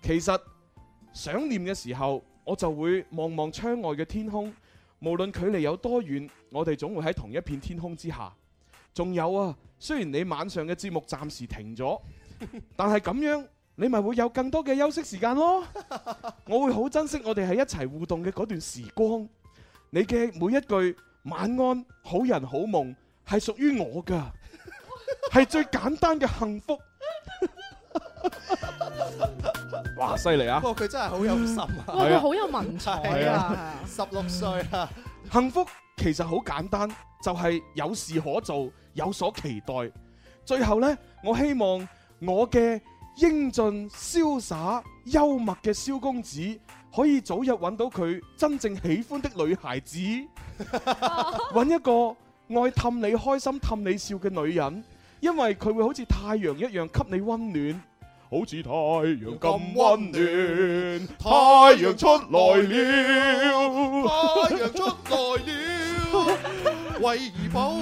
[SPEAKER 2] 其實想念嘅時候，我就會望望窗外嘅天空，無論距離有多遠，我哋總會喺同一片天空之下。仲有啊，雖然你晚上嘅節目暫時停咗，但係咁樣你咪會有更多嘅休息時間咯。我會好珍惜我哋喺一齊互動嘅嗰段時光。你嘅每一句晚安、好人好夢係屬於我噶，係最簡單嘅幸福。哇，犀利啊！
[SPEAKER 5] 不過佢真係好有心啊！
[SPEAKER 2] 哇佢好
[SPEAKER 6] 有文采
[SPEAKER 2] 係啊！
[SPEAKER 5] 十六歲啊，
[SPEAKER 2] 幸福其實好簡單，就係、有事可做，有所期待。最後呢，我希望我嘅英俊、瀟灑、幽默嘅蕭公子，可以早日揾到佢真正喜歡的女孩子，揾一個愛氹你開心、氹你笑嘅女人，因為佢會好似太陽一樣給你温暖。好似太陽咁温暖，太陽出來了，
[SPEAKER 5] 太陽出來了，為兒寶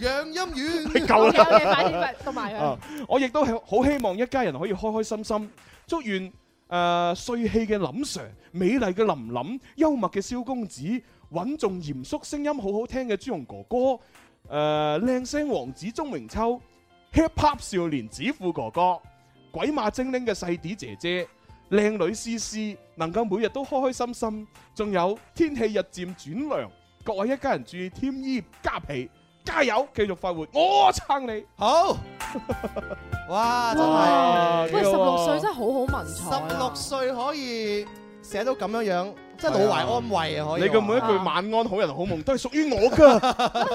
[SPEAKER 5] 養陰丸。
[SPEAKER 2] 夠啦
[SPEAKER 6] OK，OK，快啲快讀埋佢
[SPEAKER 2] 啊我亦都係好希望一家人可以開開心心，祝願誒帥氣嘅林 Sir、美麗嘅林林、幽默嘅蕭公子、穩重嚴肅、聲音好好聽嘅朱紅哥哥、誒、靚聲王子鐘明秋、hip hop 少年子富哥哥、鬼馬精靈嘅細啲姐姐。靚女思思能夠每日都開開心心，仲有天氣日漸轉涼，各位一家人注意添衣加被，
[SPEAKER 4] 加油，繼續快活，我撐你。
[SPEAKER 5] 好，哇，真
[SPEAKER 4] 哇
[SPEAKER 5] 係，
[SPEAKER 4] 喂16歲
[SPEAKER 6] 真係好好文
[SPEAKER 5] 采，十六歲可以寫到咁樣樣，即係老懷安慰啊，可以
[SPEAKER 4] 你
[SPEAKER 5] 話。
[SPEAKER 4] 嘅每一句晚安、好人、好夢都係屬於我 㗎。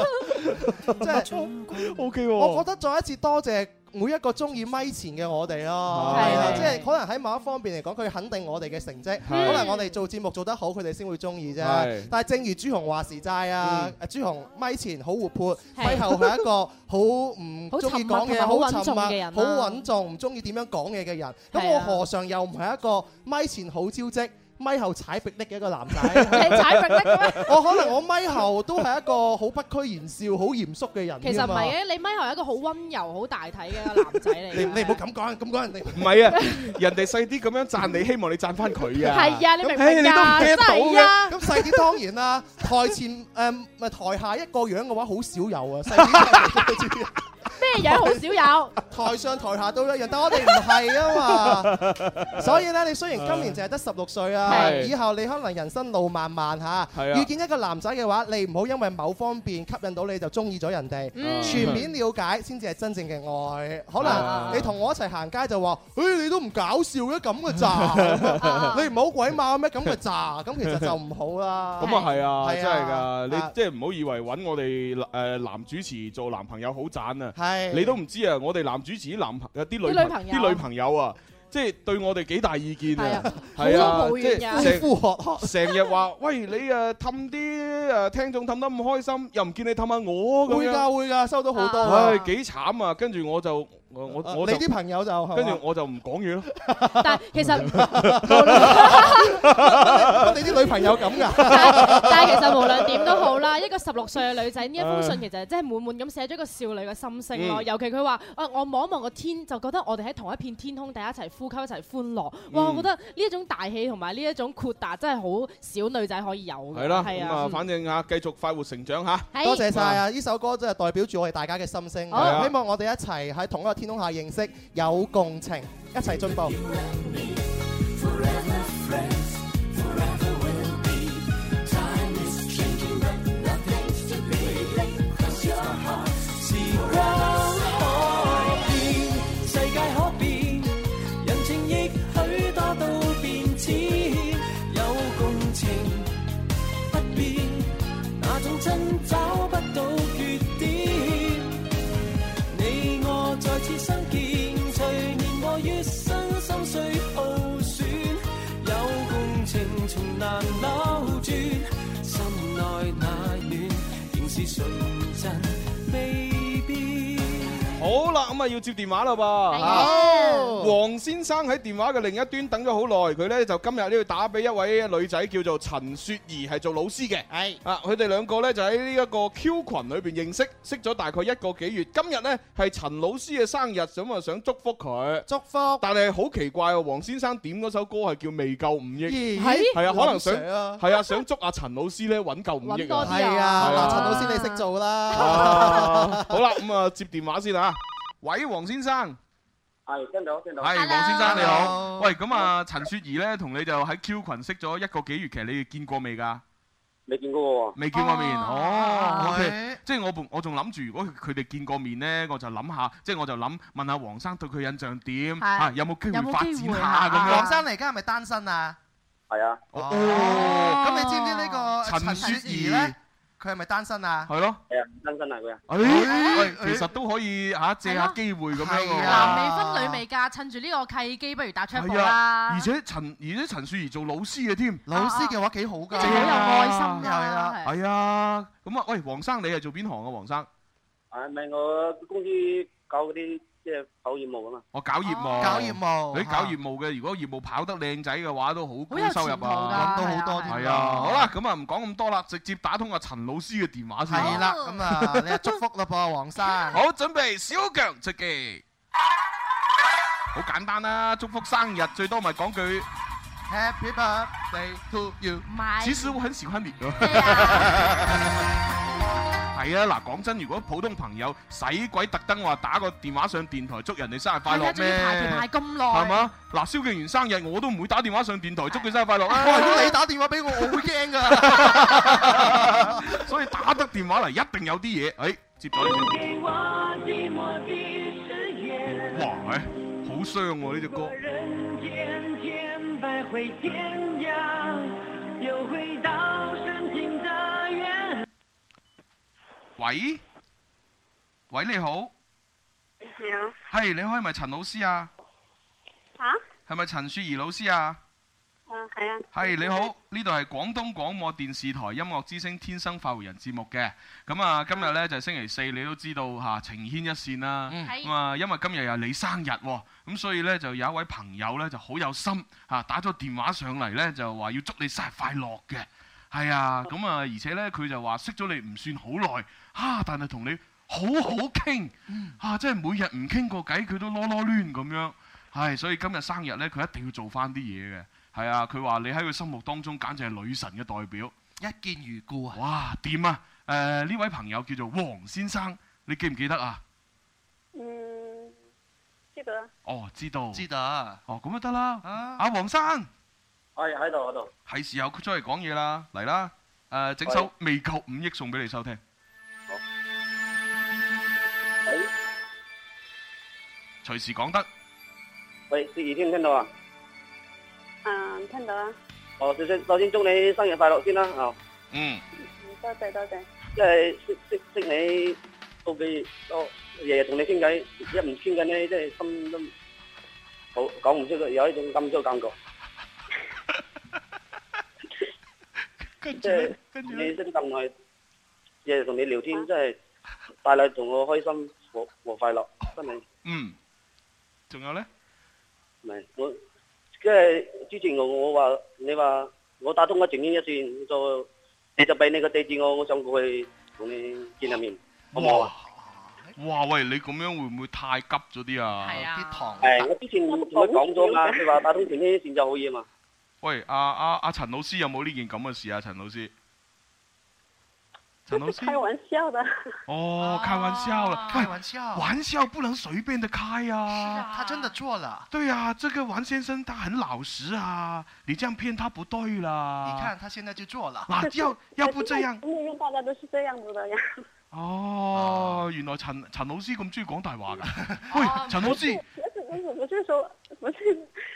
[SPEAKER 5] 即係
[SPEAKER 4] OK
[SPEAKER 5] 我覺得再一次多謝。每一個中意咪前嘅我哋咯，
[SPEAKER 4] 係
[SPEAKER 5] 係啦，
[SPEAKER 4] 係
[SPEAKER 5] 即係可能喺某一方面嚟講，佢肯定我哋嘅成績，可
[SPEAKER 6] 嗯
[SPEAKER 4] 係
[SPEAKER 5] 能我哋做節目做得好，佢哋先會中意啫
[SPEAKER 4] 係。
[SPEAKER 5] 但係正如朱紅話時齋啊，朱紅咪前好活潑，
[SPEAKER 6] 係
[SPEAKER 5] 咪後係一個好 唔
[SPEAKER 6] 好
[SPEAKER 5] 中意
[SPEAKER 6] 沉默
[SPEAKER 5] 講嘢、
[SPEAKER 6] 同埋好
[SPEAKER 5] 好
[SPEAKER 6] 穩重
[SPEAKER 5] 沉默
[SPEAKER 6] 嘅人啦啊
[SPEAKER 5] 好穩重，唔中意點樣講嘢嘅人。咁
[SPEAKER 6] 係
[SPEAKER 5] 我
[SPEAKER 6] 啊
[SPEAKER 5] 何嘗又唔係一個咪前好招積？咪後踩鼻力嘅一個男仔，
[SPEAKER 6] 你踩鼻瀝嘅咩
[SPEAKER 5] 我可能我咪後都係一個好不拘言笑、好嚴肅嘅人。啊
[SPEAKER 6] 其實唔係嘅，你咪係一個好温柔、好大體嘅一個男仔
[SPEAKER 4] 啊
[SPEAKER 6] 嚟
[SPEAKER 5] 你
[SPEAKER 6] 嘅。
[SPEAKER 5] 你唔好咁講，咁講人哋
[SPEAKER 4] 唔係啊，人哋細啲咁樣讚你，希望你讚翻佢 啊。
[SPEAKER 6] 係啊你明唔明啊
[SPEAKER 4] 咁唉你都唔聽
[SPEAKER 6] 真
[SPEAKER 4] 得到
[SPEAKER 6] 係啊
[SPEAKER 4] 嘅。
[SPEAKER 5] 咁細啲當然 啦，台前誒咪台下一個樣嘅話，好少有啊。細啲
[SPEAKER 6] 咩樣好少有，
[SPEAKER 5] 台上台下都一樣，但我哋唔係啊 嘛。所以咧，你雖然今年淨係得十六歲啊，
[SPEAKER 4] 係
[SPEAKER 5] 以後你可能人生路漫漫嚇
[SPEAKER 4] 係，啊
[SPEAKER 5] 遇見一個男仔嘅話，你唔好因為某方面吸引到你就中意咗人哋，
[SPEAKER 4] 嗯
[SPEAKER 5] 全面了解先至係真正嘅愛。可
[SPEAKER 4] 啊
[SPEAKER 5] 能你同我一齊行街就話，誒你都唔搞笑嘅咁嘅 咋，你唔好鬼馬咩咁嘅咋，咁其實就唔好啦。
[SPEAKER 4] 咁啊係啊，
[SPEAKER 5] 係
[SPEAKER 4] 真
[SPEAKER 5] 啊
[SPEAKER 4] 係㗎！
[SPEAKER 5] 啊
[SPEAKER 4] 你即係唔好以為揾我哋誒男主持做男朋友好賺啊！
[SPEAKER 5] 係
[SPEAKER 4] 你都唔知啊！我哋男主持啲男朋友啲
[SPEAKER 5] 啲
[SPEAKER 4] 女
[SPEAKER 5] 女
[SPEAKER 4] 朋
[SPEAKER 5] 朋友
[SPEAKER 4] 啲女朋友啊！即係對我哋幾大意見啊！
[SPEAKER 5] 係啊好多抱怨㗎
[SPEAKER 4] 即係
[SPEAKER 5] 夫 婦
[SPEAKER 4] 成成日話：喂，你誒氹啲誒聽眾氹得唔開心，又唔見你氹下我咁
[SPEAKER 5] 會㗎
[SPEAKER 4] 樣。
[SPEAKER 5] 會㗎，收到好多啊
[SPEAKER 4] 唉，。幾慘啊！跟住我就我我我
[SPEAKER 5] 你
[SPEAKER 4] 就
[SPEAKER 5] 啲朋友就係嘛
[SPEAKER 4] 跟住我就唔講嘢咯。
[SPEAKER 6] 但係其實。
[SPEAKER 5] 我哋啲女朋友 咁噶，
[SPEAKER 6] 但係其實無論點都 好啦，一個十六歲嘅女仔呢一封信
[SPEAKER 5] 唉
[SPEAKER 6] 其實真係滿滿咁寫咗個少女嘅心聲咯。
[SPEAKER 5] 嗯
[SPEAKER 6] 尤其佢話：，啊，我望一望個天，就覺得我哋喺同一片天空底下一齊呼吸、一齊歡樂。哇！我
[SPEAKER 4] 嗯
[SPEAKER 6] 覺得呢一種大氣同埋呢一種豁達真係好少女仔可以有嘅。
[SPEAKER 4] 係啦，
[SPEAKER 6] 係
[SPEAKER 4] 咁
[SPEAKER 6] 啊
[SPEAKER 4] 啊，，反正啊，繼續快活成長嚇。
[SPEAKER 6] 係
[SPEAKER 5] 多謝晒啊！呢首歌真係代表住我哋大家嘅心聲，
[SPEAKER 4] 好係啊
[SPEAKER 5] 希望我哋一齊喺同一個天空下認識，有共情，一齊進步。
[SPEAKER 4] 好啦，咁啊要接電話啦噃。
[SPEAKER 2] 係啊
[SPEAKER 4] 黃先生喺電話嘅另一端等咗好耐，佢呢就今日呢要打俾一位啊女仔叫做陳雪兒，係做老師嘅。
[SPEAKER 5] 係
[SPEAKER 4] 啊，佢哋兩個呢就喺呢一個 Q 群裏邊認識，識咗大概一個幾月。今日呢係陳老師嘅生日，咁啊想祝福佢。
[SPEAKER 5] 祝福。
[SPEAKER 4] 但係好奇怪喎，啊黃先生點嗰首歌係叫未夠五億。
[SPEAKER 5] 咦
[SPEAKER 4] 係啊，可能想
[SPEAKER 5] 林 Sir 啊
[SPEAKER 4] 係啊，想祝阿陳老師呢揾夠五億
[SPEAKER 5] 多啲啊係啊嗱陳老師你識做啦
[SPEAKER 4] 啊好啦，咁啊接電話先啊。喂，黃先生。
[SPEAKER 10] 係聽到聽到。
[SPEAKER 4] 係黃先生你好，喂咁啊陳雪兒咧同你就喺 Q 群識咗一個幾月，其實你哋見過未㗎？
[SPEAKER 10] 未見過喎。
[SPEAKER 4] 未見過面，
[SPEAKER 5] 啊
[SPEAKER 4] 哦，OK，即係我仲我仲諗住，如果佢哋見過面咧，我就諗下，即係我就諗問下黃生對佢印象點，啊有冇機啊會發展下咁
[SPEAKER 5] 黃
[SPEAKER 4] 樣？
[SPEAKER 5] 生你而家係咪單身啊？
[SPEAKER 10] 係啊。
[SPEAKER 6] 啊
[SPEAKER 4] 哦，
[SPEAKER 5] 咁你知唔知呢個
[SPEAKER 4] 陳雪
[SPEAKER 5] 兒咧？佢係咪單身啊？
[SPEAKER 4] 係咯，
[SPEAKER 10] 係啊，真真係佢啊。
[SPEAKER 4] 誒，喂其實都可以嚇借下機會咁樣喎。
[SPEAKER 6] 男未婚女未嫁，趁住呢個契機，不如踏出一步
[SPEAKER 4] 係啊，
[SPEAKER 6] 啦
[SPEAKER 4] 而。且陳而且陳雪兒做老師嘅添，
[SPEAKER 5] 老師嘅話幾好㗎，
[SPEAKER 4] 正啊好有愛心啊
[SPEAKER 5] 係啦。
[SPEAKER 4] 係啊，咁啊，喂，黃生你係做邊行啊？黃生，
[SPEAKER 10] 係咪我公司搞嗰啲即係跑業務咁啊？
[SPEAKER 4] 我搞業務，
[SPEAKER 5] 哦搞業務
[SPEAKER 4] 哦你搞業務嘅，如果業務跑得靚仔嘅話，都好高收
[SPEAKER 5] 好有
[SPEAKER 4] 入
[SPEAKER 5] 前途㗎
[SPEAKER 4] 啊，
[SPEAKER 5] 揾到好多添啊
[SPEAKER 4] 係啊，好啦，咁啊唔講咁多啦，直接打通阿陳老師嘅電話先。
[SPEAKER 5] 係啦，咁啊，你就祝福啦噃，黃生。
[SPEAKER 4] 好，準備小強出擊。好簡單啦，祝福生日最多咪講句。
[SPEAKER 5] Happy birthday to you。
[SPEAKER 4] 其實我很喜歡你
[SPEAKER 6] 啊
[SPEAKER 4] 㗎。係啊，嗱，講真，如果普通朋友使鬼特登話打個電話上電台祝人哋生日快
[SPEAKER 6] 係啊
[SPEAKER 4] 樂
[SPEAKER 6] 仲要
[SPEAKER 4] 咩？
[SPEAKER 6] 排期排咁耐
[SPEAKER 4] 係嘛？嗱，蕭敬元生日我都唔會打電話上電台祝佢生日快樂啊！
[SPEAKER 5] 哇！如果你打電話俾 我，我會驚㗎。
[SPEAKER 4] 所以打得電話嚟一定有啲嘢，誒、接咗呢先。
[SPEAKER 13] 给我寂寞的誓言
[SPEAKER 4] 哇，哎好傷喎呢只歌。
[SPEAKER 13] 人间千百回天涯，又回到深情的原。
[SPEAKER 4] 喂，喂，你好，係你好，係咪陳老師啊？
[SPEAKER 10] 啊？
[SPEAKER 4] 係咪陳雪兒老師啊？
[SPEAKER 10] 嗯，系啊。
[SPEAKER 4] 係你好，呢度係廣東廣播電視台音樂之聲《天生快活人》節目嘅。咁啊，今日呢就係星期四，你都知道嚇情牽一線啦。
[SPEAKER 6] 嗯
[SPEAKER 15] 係
[SPEAKER 4] 咁啊，因為今日又係你生日喎，咁所以呢，就有一位朋友呢就好有心嚇打咗電話上嚟呢，就話要祝你生日快樂嘅。係啊，咁啊，而且呢，佢就話識咗你唔算好耐，啊，但係同你好好傾，啊，真係每日唔傾過偈，佢都囉囉攣咁樣。係，所以今日生日呢，佢一定要做翻啲嘢嘅。係啊，佢話你喺佢心目當中簡直係女神嘅代表，一見如故啊！哇，掂啊！誒、呢位朋友叫做黃先生，你記唔記得啊？
[SPEAKER 10] Ừ, 嗯，知道啦。
[SPEAKER 4] 哦，知道，知道。哦，咁就得啦。阿黃生，
[SPEAKER 8] 係喺度喺度。
[SPEAKER 4] 係時候出嚟講嘢啦，嚟啦！誒、整首
[SPEAKER 8] 係
[SPEAKER 4] 未夠五億送俾你收聽。隨時講得。
[SPEAKER 8] 喂，自己聽唔聽
[SPEAKER 10] à?
[SPEAKER 8] 到啊？
[SPEAKER 10] 嗯，聽到啊。Ờ,
[SPEAKER 8] 哦，首先首先祝你生日快樂先啦啊！
[SPEAKER 4] 嗯，
[SPEAKER 10] 多謝多謝。
[SPEAKER 8] 即係識識識你到你多日日同你傾偈，一唔傾偈咧，即係心都冇講唔出嘅，有一種感傷感覺。
[SPEAKER 4] 跟
[SPEAKER 8] 住咧，跟住你識咁耐，日日同你聊天，真係帶嚟同我開心和和快樂，真係。
[SPEAKER 4] 嗯，仲有呢？
[SPEAKER 8] 唔係我，即係之前我我話你話我打通咗情牽一線，就你就俾你個地址我，我想過去同你見下面，好唔好啊？
[SPEAKER 4] 哇喂，你咁樣會唔會太急咗啲啊？
[SPEAKER 8] 係
[SPEAKER 4] 啊，啲糖
[SPEAKER 8] 係我之前同佢講咗嘛，佢話打通情牽一線就好嘢嘛。
[SPEAKER 4] 喂，阿阿阿陳老師有冇呢件咁嘅事啊？陳老師，陳老師，
[SPEAKER 10] 開玩笑的。
[SPEAKER 4] 哦，開玩笑了，喂
[SPEAKER 16] 开玩笑，
[SPEAKER 8] 啊
[SPEAKER 4] 玩笑不能随便的开呀、啊。
[SPEAKER 16] 他真的做了。
[SPEAKER 4] 对呀、这个王先生他很老实啊，你这样骗他不对啦。
[SPEAKER 16] 你看，他哎现在就做了。
[SPEAKER 4] 嗱， 要要不这样，
[SPEAKER 10] 因为大家都是这样子的呀。
[SPEAKER 4] 哦，原來陳陳老師咁中意講大話㗎。
[SPEAKER 16] 哦
[SPEAKER 4] 喂，陳老師，
[SPEAKER 10] 不是不是不是说不是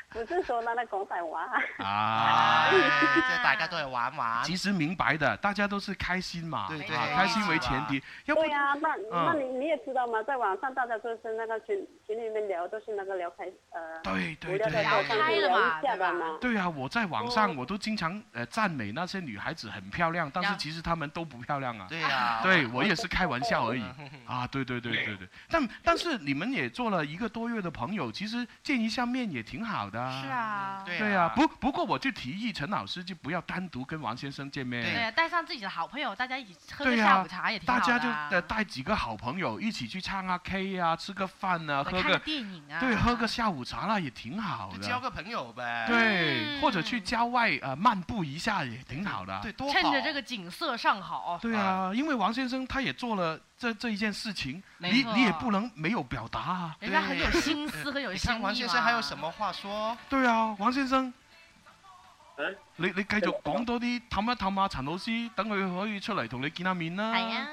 [SPEAKER 10] 不是说那那广泛娃。
[SPEAKER 4] 啊，
[SPEAKER 16] 这哎大家都係玩玩。
[SPEAKER 4] 其實明白的，大家都是開心嘛，
[SPEAKER 16] 啊對對
[SPEAKER 4] 啊開心為前提。要不
[SPEAKER 10] 对
[SPEAKER 16] 啊
[SPEAKER 10] 呀、那那
[SPEAKER 4] 嗯
[SPEAKER 10] 你你也知道嘛，在网上大家都是那个群群里面聊，都是那个聊开呃，
[SPEAKER 4] 对对
[SPEAKER 10] 无
[SPEAKER 16] 啊
[SPEAKER 10] 聊的
[SPEAKER 4] 对
[SPEAKER 10] 聊天
[SPEAKER 4] 聊开了
[SPEAKER 10] 聊
[SPEAKER 4] 嘛
[SPEAKER 10] 一下吧嘛。
[SPEAKER 4] 对啊，我在网
[SPEAKER 16] 哦
[SPEAKER 4] 上我都经常呃赞美那些女孩子很漂亮，但是其实她们都不漂亮啊。对
[SPEAKER 16] 呀
[SPEAKER 4] 对我也是开玩笑而已啊。对对对对对，但但是你们也做了一个多月的朋友，其实见一下面也挺好的啊。
[SPEAKER 9] 是
[SPEAKER 5] 嗯
[SPEAKER 9] 啊，
[SPEAKER 4] 对啊，不不过我就提议陈老师就不要单独跟王先生见面。
[SPEAKER 1] 啊
[SPEAKER 9] 对，带上自己的好朋友，大家一起喝个
[SPEAKER 4] 对
[SPEAKER 9] 下
[SPEAKER 4] 呀
[SPEAKER 9] 午茶也，挺好
[SPEAKER 4] 大
[SPEAKER 9] 的啊。
[SPEAKER 4] 家就呃带几个好朋友一起去唱啊 K 啊，吃个饭啊，
[SPEAKER 16] 对
[SPEAKER 4] 喝
[SPEAKER 16] 看
[SPEAKER 4] 个
[SPEAKER 16] 个电影啊
[SPEAKER 4] 对，喝个下午茶啦，也挺好的。
[SPEAKER 16] 交个朋友呗。
[SPEAKER 4] 对，或者去郊外呃漫步一下也挺好的啊。
[SPEAKER 16] 对，多
[SPEAKER 9] 趁
[SPEAKER 16] 好
[SPEAKER 9] 着。这个景色上好。
[SPEAKER 4] 对啊，因为王先生他也做了这这一件事情，
[SPEAKER 16] 没
[SPEAKER 4] 你
[SPEAKER 16] 错
[SPEAKER 4] 你也不能没有表达啊。
[SPEAKER 9] 人家很有心思， 很有
[SPEAKER 16] 你
[SPEAKER 9] 心意
[SPEAKER 16] 看
[SPEAKER 9] 嘛。
[SPEAKER 16] 王先生还有什么话说？
[SPEAKER 4] 对啊，王先生，
[SPEAKER 8] 嗯
[SPEAKER 4] 你你繼續講多啲，氹一氹啊陳老師，等佢可以出嚟同你見下面啦。
[SPEAKER 9] 係啊，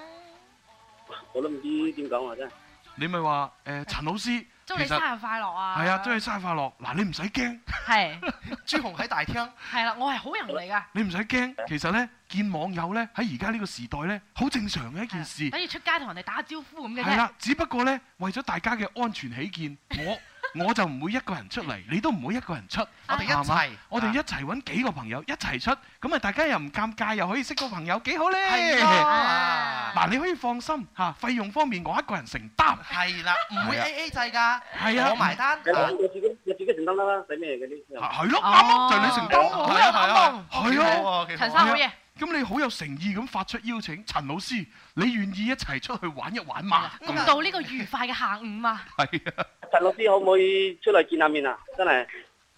[SPEAKER 8] 我都唔知點講啊，真係。
[SPEAKER 4] 你咪話誒陳老師，
[SPEAKER 9] 祝你
[SPEAKER 4] 其
[SPEAKER 9] 生
[SPEAKER 4] 實
[SPEAKER 9] 日快樂啊！
[SPEAKER 4] 係啊，祝你生日快樂。嗱，你唔使驚，
[SPEAKER 9] 係
[SPEAKER 16] 朱紅喺大廳。
[SPEAKER 9] 係啦，我係好人啊嚟㗎，
[SPEAKER 4] 你唔使驚。其實呢，見網友呢，喺而家呢個時代呢，好正常嘅一件事。
[SPEAKER 9] 等於出街同人哋打下招呼咁嘅
[SPEAKER 4] 係啦
[SPEAKER 9] 啫。，
[SPEAKER 4] 只不過呢，為咗大家嘅安全起見，我 我就唔會一個人出嚟，你都唔會一個人出，
[SPEAKER 16] 我哋一
[SPEAKER 4] 係嘛
[SPEAKER 16] 齊
[SPEAKER 4] 我哋一齊揾幾個朋友一齊出，咁啊大家又唔尷尬，又可以識到朋友，幾好呢？
[SPEAKER 16] 係啊
[SPEAKER 4] 嗱，你可以放心嚇，費用方面我一個人承擔。
[SPEAKER 16] 係啦，唔會
[SPEAKER 4] 係啊
[SPEAKER 16] A A 制㗎。
[SPEAKER 4] 係啊
[SPEAKER 16] 我埋單。
[SPEAKER 8] 係咯，我自己我自己承擔得啦，使咩嗰啲？
[SPEAKER 4] 係咯，啱咯，就係你承擔咯，
[SPEAKER 16] 好
[SPEAKER 4] 係啊
[SPEAKER 16] 有
[SPEAKER 4] 係啊
[SPEAKER 16] 感動
[SPEAKER 4] 係
[SPEAKER 16] 幾好
[SPEAKER 4] 啊
[SPEAKER 16] 啊
[SPEAKER 4] 係
[SPEAKER 16] 幾
[SPEAKER 4] 啊，
[SPEAKER 16] 好啊陳生好嘢。
[SPEAKER 4] 咁你好有誠意咁發出邀請，陳老師，你願意一齊出去玩一玩嘛？咁
[SPEAKER 9] 咁到呢個愉快嘅下午嘛，
[SPEAKER 4] 係啊，
[SPEAKER 8] 陳老師可唔可以出嚟見下面啊？真係。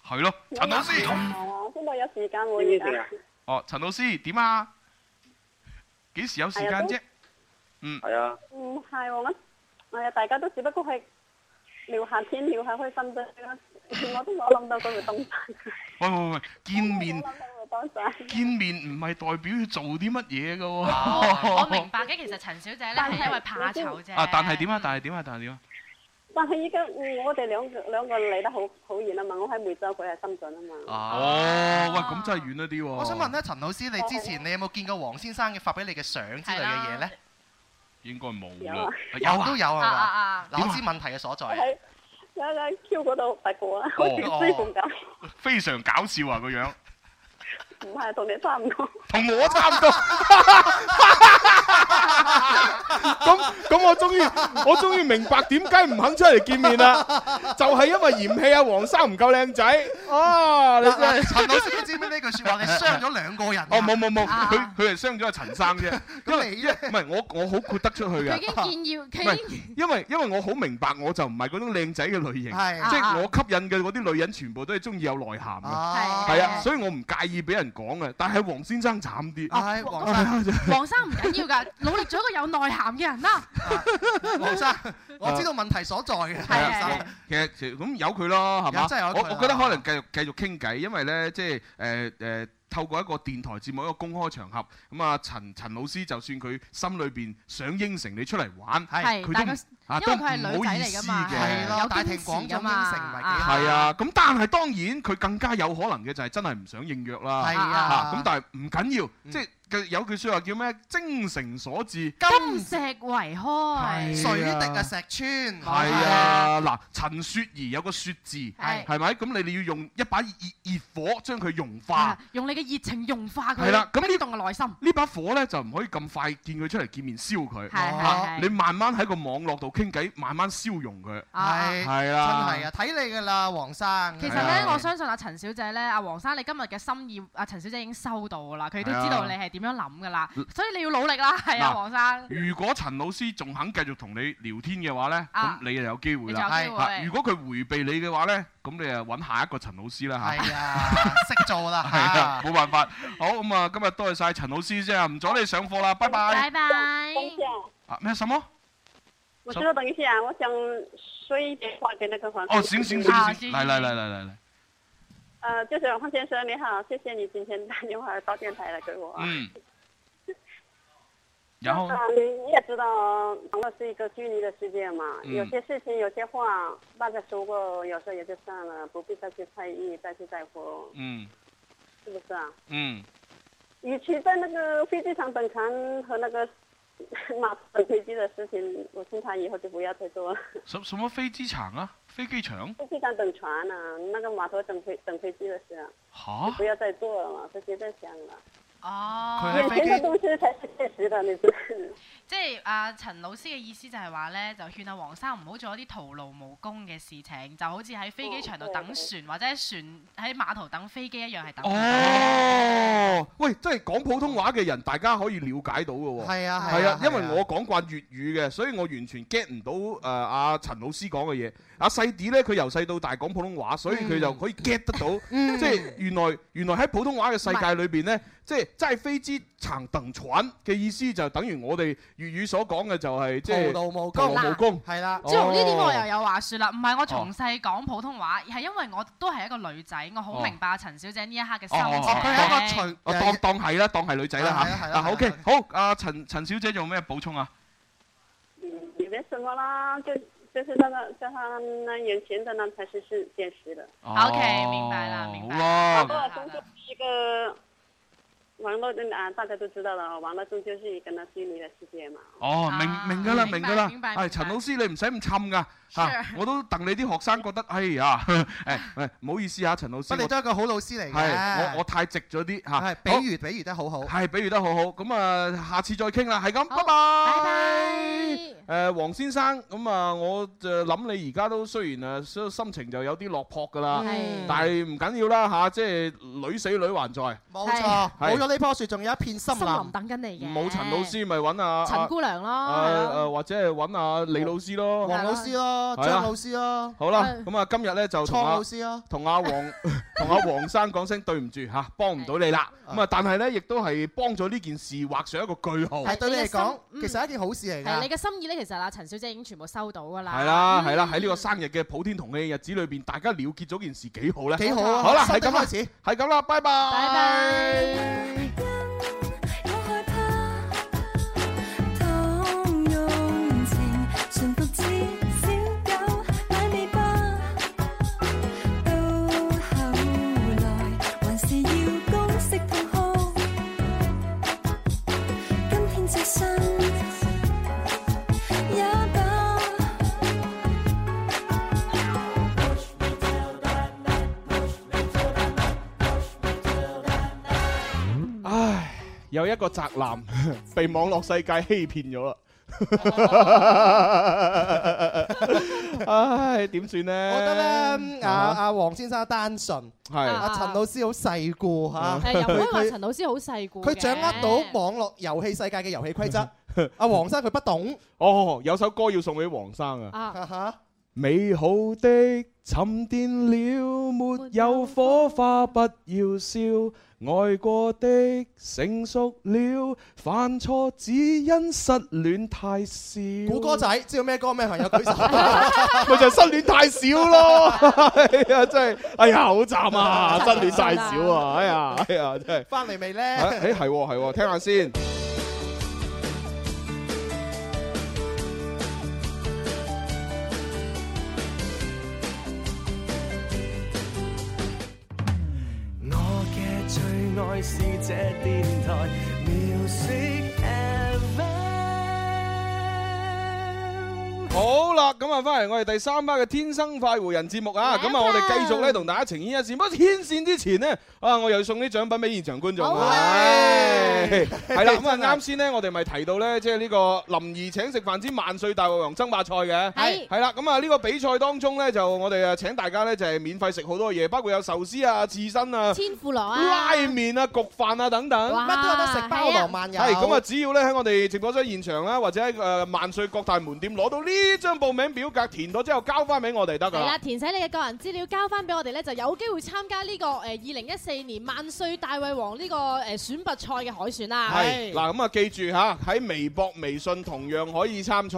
[SPEAKER 4] 係咯，陳老師。
[SPEAKER 10] 哦，邊度有時間
[SPEAKER 8] 邊
[SPEAKER 10] 會
[SPEAKER 8] 邊成啊
[SPEAKER 10] 啊？
[SPEAKER 4] 哦，陳老師點啊？幾時有時間啫？嗯，
[SPEAKER 8] 係啊，
[SPEAKER 10] 唔係喎，我哎呀，大家都只不過係聊下天，聊下開心啫。我都冇諗到佢會咁大，
[SPEAKER 4] 喂喂喂，見面
[SPEAKER 10] 多謝。
[SPEAKER 2] 見面唔係代表要做啲乜嘢噶 喎。
[SPEAKER 4] 哦
[SPEAKER 5] 我明白嘅，其實陳小姐咧係因為怕醜啫。
[SPEAKER 2] 啊，但係點啊？但係點啊？但係點啊？
[SPEAKER 10] 但係依家嗯我哋兩個兩個離得好好遠啊嘛，我喺梅州，佢喺深圳啊嘛。
[SPEAKER 2] 哦，喂，咁真係遠一啲喎。
[SPEAKER 5] 我想問咧，陳老師，你之前你有冇見過黃先生嘅發俾你嘅相之類嘅嘢咧？
[SPEAKER 2] 應該冇
[SPEAKER 10] 有
[SPEAKER 2] 啦
[SPEAKER 10] 啊。
[SPEAKER 2] 有
[SPEAKER 5] 都有係
[SPEAKER 10] 啊啊
[SPEAKER 5] 嘛
[SPEAKER 10] 啊？
[SPEAKER 5] 嗱，我知問題嘅所在啊。
[SPEAKER 10] 喺喺喺 Q 嗰度發過啊，好似追夢咁，
[SPEAKER 2] 非常搞笑啊個樣，
[SPEAKER 10] 唔係同你差唔多。
[SPEAKER 2] 同我差唔多。 咁咁，我終於我終於明白點解唔肯出嚟見面啦，就係因為嫌棄阿黃生唔夠靚仔。
[SPEAKER 5] 哦
[SPEAKER 2] 啊，你真係
[SPEAKER 5] 陳老師，你知唔知呢句説話你傷咗兩個人？
[SPEAKER 2] 哦，冇冇冇，
[SPEAKER 5] 啊
[SPEAKER 2] 佢佢係傷咗阿陳 生啫，因為因為唔係我我好豁得出去嘅。
[SPEAKER 5] 佢已經
[SPEAKER 6] 建議
[SPEAKER 2] 唔係，因為因為我好明白，我就唔係嗰種靚仔嘅類型，
[SPEAKER 5] 係
[SPEAKER 2] 即
[SPEAKER 5] 啊
[SPEAKER 2] 係我吸引嘅嗰啲女人全部都係中意有內涵嘅，
[SPEAKER 5] 啊
[SPEAKER 2] 係啊，所以我唔介意俾人講嘅。但係黃先生慘啲，
[SPEAKER 5] 唉黃
[SPEAKER 6] 黃生唔緊要㗎，努力做一個有內涵嘅人啦。
[SPEAKER 5] 黃生，我知道問題所在嘅。
[SPEAKER 2] 係
[SPEAKER 5] 黃生
[SPEAKER 2] 啊， 其實其實咁由佢咯，係嘛
[SPEAKER 5] 有？真係有佢
[SPEAKER 2] 我
[SPEAKER 5] 啦
[SPEAKER 2] 我覺得可能繼續繼續傾偈，因為咧即係誒誒。透過一個電台節目一個公開場合，咁啊陳陳老師就算佢心裏邊想應承你出嚟玩，
[SPEAKER 6] 係
[SPEAKER 2] 佢
[SPEAKER 6] 但
[SPEAKER 2] 都
[SPEAKER 6] 係
[SPEAKER 2] 唔
[SPEAKER 6] 佢
[SPEAKER 2] 啊
[SPEAKER 6] 因
[SPEAKER 2] 都
[SPEAKER 6] 為
[SPEAKER 2] 唔
[SPEAKER 6] 佢係女
[SPEAKER 2] 好
[SPEAKER 6] 仔
[SPEAKER 2] 意
[SPEAKER 6] 嚟㗎
[SPEAKER 2] 思
[SPEAKER 6] 嘛
[SPEAKER 2] 嘅，
[SPEAKER 6] 係咯有大庭
[SPEAKER 5] 廣眾應承唔係幾好
[SPEAKER 2] 係啊，咁但係當然佢更加有可能嘅就係真係唔想應約啦。
[SPEAKER 5] 係啊
[SPEAKER 2] 嚇咁但係唔緊要，即係佢有句説話叫咩？精誠所至。
[SPEAKER 6] 金石為開，
[SPEAKER 2] 係啊水滴啊
[SPEAKER 5] 石穿
[SPEAKER 2] 係啊，嗱，陳雪兒有個雪字，
[SPEAKER 6] 係
[SPEAKER 2] 係咪？咁你哋要用一把熱熱火將佢融化。
[SPEAKER 6] 啊用你嘅熱情融化佢，
[SPEAKER 2] 係啦咁呢
[SPEAKER 6] 冰凍嘅內心。
[SPEAKER 2] 呢把火呢，就唔可以咁快見佢出嚟見面燒佢，
[SPEAKER 6] 係係
[SPEAKER 2] 啊
[SPEAKER 6] 係
[SPEAKER 2] 你慢慢喺個網絡度傾偈，慢慢消融佢，
[SPEAKER 6] 啊
[SPEAKER 2] 係啊啦，
[SPEAKER 5] 真係啊，睇你㗎啦，黃生。
[SPEAKER 6] 其實咧，我相信阿陳小姐咧，阿黃生你今日嘅心意，阿陳小姐已經收到㗎啦，佢都知道你係點樣諗㗎啦，所以你要努力啦，係啊，
[SPEAKER 2] 啊嗯嗱
[SPEAKER 6] 黃生。
[SPEAKER 2] 如果陳老師仲肯繼續同你聊天嘅話呢，咁
[SPEAKER 6] 啊
[SPEAKER 2] 你就有機會啦。
[SPEAKER 6] 你就有機會
[SPEAKER 2] 啊如果佢迴避你嘅話呢，咁你就揾下一個陳老師啦嚇。
[SPEAKER 5] 係啊，識做 啦
[SPEAKER 2] 係啊，冇辦法。好咁啊，今日多謝晒陳老師先啊，唔阻你上課啦，拜拜。
[SPEAKER 6] 拜。
[SPEAKER 10] 等一下，
[SPEAKER 2] 啊咩什麼？
[SPEAKER 10] 我知道，等一下，我想说一点话给那个黄。
[SPEAKER 2] 哦，行行行行，嚟嚟嚟嚟嚟嚟，
[SPEAKER 10] 呃，就是黄先生你好，谢谢你今天打电话到电台来给我。
[SPEAKER 2] 嗯。然后呢
[SPEAKER 10] 啊，你也知道，网络是一个距离的世界嘛，
[SPEAKER 2] 嗯
[SPEAKER 10] 有些事情、有些话，大家说过，有时候也就算了，不必再去在意、再去在乎，
[SPEAKER 2] 嗯
[SPEAKER 10] 是不是啊？
[SPEAKER 2] 嗯，
[SPEAKER 10] 与其在那个飞机场等船和那个 马等飞机的事情，我劝他以后就不要再做了。
[SPEAKER 2] 什什麼飛機場啊？飛機場？
[SPEAKER 10] 飞机场等船啊，那个码头等飞等飞机的事啊，
[SPEAKER 2] 嚇
[SPEAKER 10] 就？不要再做了嘛，不必再想了。
[SPEAKER 6] 哦
[SPEAKER 5] 佢喺飛
[SPEAKER 2] 哎
[SPEAKER 10] 眼前的
[SPEAKER 5] 機。
[SPEAKER 10] 东西才是现实的，你知道。
[SPEAKER 5] 即係
[SPEAKER 6] 啊
[SPEAKER 5] 阿陳老師嘅意思就係話咧，就勸阿黃生唔好做一啲徒勞無功嘅事情，就好似喺飛機場度等船，或者喺船喺碼頭等飛機一樣係等。
[SPEAKER 2] 哦，喂，即係講普通話嘅人，大家可以了解到嘅喎。
[SPEAKER 5] 係啊係啊
[SPEAKER 2] 係啊，
[SPEAKER 5] 係啊
[SPEAKER 2] 因為我講慣粵語嘅，所以我完全 get 唔到誒阿陳老師講嘅嘢。阿細啲咧，佢由細到大講普通話，所以佢就可以 get 得到，
[SPEAKER 5] 嗯
[SPEAKER 2] 即係原來原來喺普通話嘅世界裏邊咧，即係即係飛機層等船嘅意思，就等於我哋粵語所講嘅就係即係
[SPEAKER 5] 徒勞無功
[SPEAKER 2] 徒勞無功
[SPEAKER 5] 係啦
[SPEAKER 6] 朱紅呢啲我又有話説啦，唔係我
[SPEAKER 2] 哦
[SPEAKER 6] 從細講普通話，係因為我都係一個女仔，我好
[SPEAKER 2] 哦
[SPEAKER 6] 明白陳小姐呢一刻嘅
[SPEAKER 2] 哦
[SPEAKER 6] 心
[SPEAKER 2] 哦哦
[SPEAKER 6] 情。
[SPEAKER 2] 佢係一我當當係啦，當係女仔啦
[SPEAKER 5] 係啊係
[SPEAKER 2] 嚇。
[SPEAKER 5] 啊係
[SPEAKER 2] 啊
[SPEAKER 5] 啊
[SPEAKER 2] ，OK，好，阿陳陳小姐仲有咩補充啊？
[SPEAKER 10] 嗯，也没什么啦，就就是那个叫他那眼前的那才是是现实的。
[SPEAKER 6] 哦
[SPEAKER 2] OK，明白啦，明白。
[SPEAKER 10] 网
[SPEAKER 2] 哦好
[SPEAKER 10] 络
[SPEAKER 2] 啦，
[SPEAKER 10] 终究是一个网络的啊，大家都知道了，网络终究是一个那虚拟的世界嘛。
[SPEAKER 2] 哦，明明㗎啦，
[SPEAKER 10] 明
[SPEAKER 2] 明
[SPEAKER 10] 白
[SPEAKER 2] 㗎啦，
[SPEAKER 10] 明白
[SPEAKER 2] 係
[SPEAKER 10] 明白
[SPEAKER 2] 陳老師，你唔使咁侵㗎嚇，我都戥你啲學生覺得，哎呀， 誒誒，唔好意思啊，陳老師，
[SPEAKER 5] 不過你都係一個好老師嚟嘅
[SPEAKER 2] 係我我太直咗啲嚇，係，
[SPEAKER 5] 比喻比喻得好好。
[SPEAKER 2] 係比喻得好好，咁啊，下次再傾啦，係咁，拜拜。誒黃先生，咁啊，我就諗你而家都雖然誒心情就有啲落魄㗎啦
[SPEAKER 17] 係，
[SPEAKER 2] 啊但係唔緊要啦嚇，即係女死女還在，
[SPEAKER 17] 冇錯，
[SPEAKER 2] 係
[SPEAKER 17] 冇咗呢棵樹，仲有一片森林。
[SPEAKER 2] 森林
[SPEAKER 6] 等緊你
[SPEAKER 2] 冇陳老師咪揾阿
[SPEAKER 6] 陳姑娘咯
[SPEAKER 2] 啊
[SPEAKER 6] 係
[SPEAKER 2] 誒或者係揾阿李老師咯，
[SPEAKER 17] 黃老師咯，
[SPEAKER 2] 係啊
[SPEAKER 17] 張老師咯，
[SPEAKER 2] 好啦，咁啊，今日咧就同
[SPEAKER 17] 蒼
[SPEAKER 2] 阿
[SPEAKER 17] 老師咯
[SPEAKER 2] 同阿黃 同阿黃生講聲對唔住嚇，幫唔到你啦。咁啊，但係咧亦都係幫咗呢件事畫上一個句號。哦
[SPEAKER 17] 係對你嚟講，
[SPEAKER 6] 嗯
[SPEAKER 17] 其實係一件好事嚟
[SPEAKER 6] 係
[SPEAKER 17] 㗎
[SPEAKER 6] 你。嘅心意咧，其其實啊，陳小姐已經全部收到㗎啦。
[SPEAKER 2] 係啦，係啦，喺呢個生日嘅普天同慶日子裏邊，大家了結咗件事幾好咧？
[SPEAKER 5] 幾好啊
[SPEAKER 2] 好啦，
[SPEAKER 5] 收
[SPEAKER 2] 係
[SPEAKER 5] 得
[SPEAKER 2] 咁啦，
[SPEAKER 5] 開始
[SPEAKER 2] 係咁啦，拜拜。
[SPEAKER 13] 拜拜。通用情，驯服似小狗，擺尾巴。到後來還是要公式痛哭。今天隻身也飽。
[SPEAKER 2] 唉，有一個宅男 被網絡世界欺騙咗啦。唉，點算呢？
[SPEAKER 5] 我覺得嗯啊咧，阿
[SPEAKER 2] 啊
[SPEAKER 5] 阿黃先生單純，
[SPEAKER 2] 係
[SPEAKER 5] 阿陳老師好世故嚇，
[SPEAKER 2] 啊
[SPEAKER 6] 係又唔可以話
[SPEAKER 5] 佢
[SPEAKER 6] 陳老師好細故
[SPEAKER 5] 佢
[SPEAKER 6] 嘅
[SPEAKER 5] 掌握到網絡遊戲世界嘅遊戲規則。
[SPEAKER 2] 阿黃生佢不懂。哦，有首歌要送俾黃生啊。
[SPEAKER 5] 哈哈
[SPEAKER 2] 美好的沉澱了，沒有火花不要笑。愛過的成熟了，犯錯只因失戀太少。
[SPEAKER 5] 估歌仔知道咩歌咩朋友舉手？
[SPEAKER 2] 咪就係失戀太少咯，哎呀真係，哎呀好慘啊，失戀太少啊，哎呀哎呀真係。
[SPEAKER 5] 翻嚟未
[SPEAKER 2] 啊
[SPEAKER 5] 咧？
[SPEAKER 2] 誒係喎係喎，聽下先。
[SPEAKER 18] 我嘅最愛是這電台 Music FM。
[SPEAKER 2] 好啦，咁啊，翻嚟我哋第三 part 嘅《天生快活人》節目啊，咁啊，我哋繼續咧同大家呈現一線。不過牽線之前呢，啊，我又要送啲獎品俾現場觀眾。係係啦，咁 啊，啱先呢，我哋咪提到咧，即係呢個林兒請食飯之萬歲大胃王爭霸賽嘅。係係啦，咁啊，呢個比賽當中咧，就我哋啊請大家咧就係免費食好多嘢，包括有壽司啊、刺身啊、
[SPEAKER 6] 天婦羅
[SPEAKER 2] 拉
[SPEAKER 6] 啊，
[SPEAKER 2] 麵啊、焗飯啊等等，
[SPEAKER 6] 哇乜都有得食包羅萬有
[SPEAKER 2] 係咁啊，只要咧喺我哋直播室現場啦，啊或者喺誒萬歲各大門店攞到呢張報名表格，填咗之後交翻俾我哋得㗎
[SPEAKER 6] 係啦，
[SPEAKER 2] 啦。
[SPEAKER 6] 填寫你嘅個人資料交翻俾我哋咧，就有機會參加呢個誒二零一四年萬歲大胃王呢個誒選拔賽嘅海選啦。
[SPEAKER 2] 係嗱，咁啊，記住吓，喺微博、微信同樣可以參賽。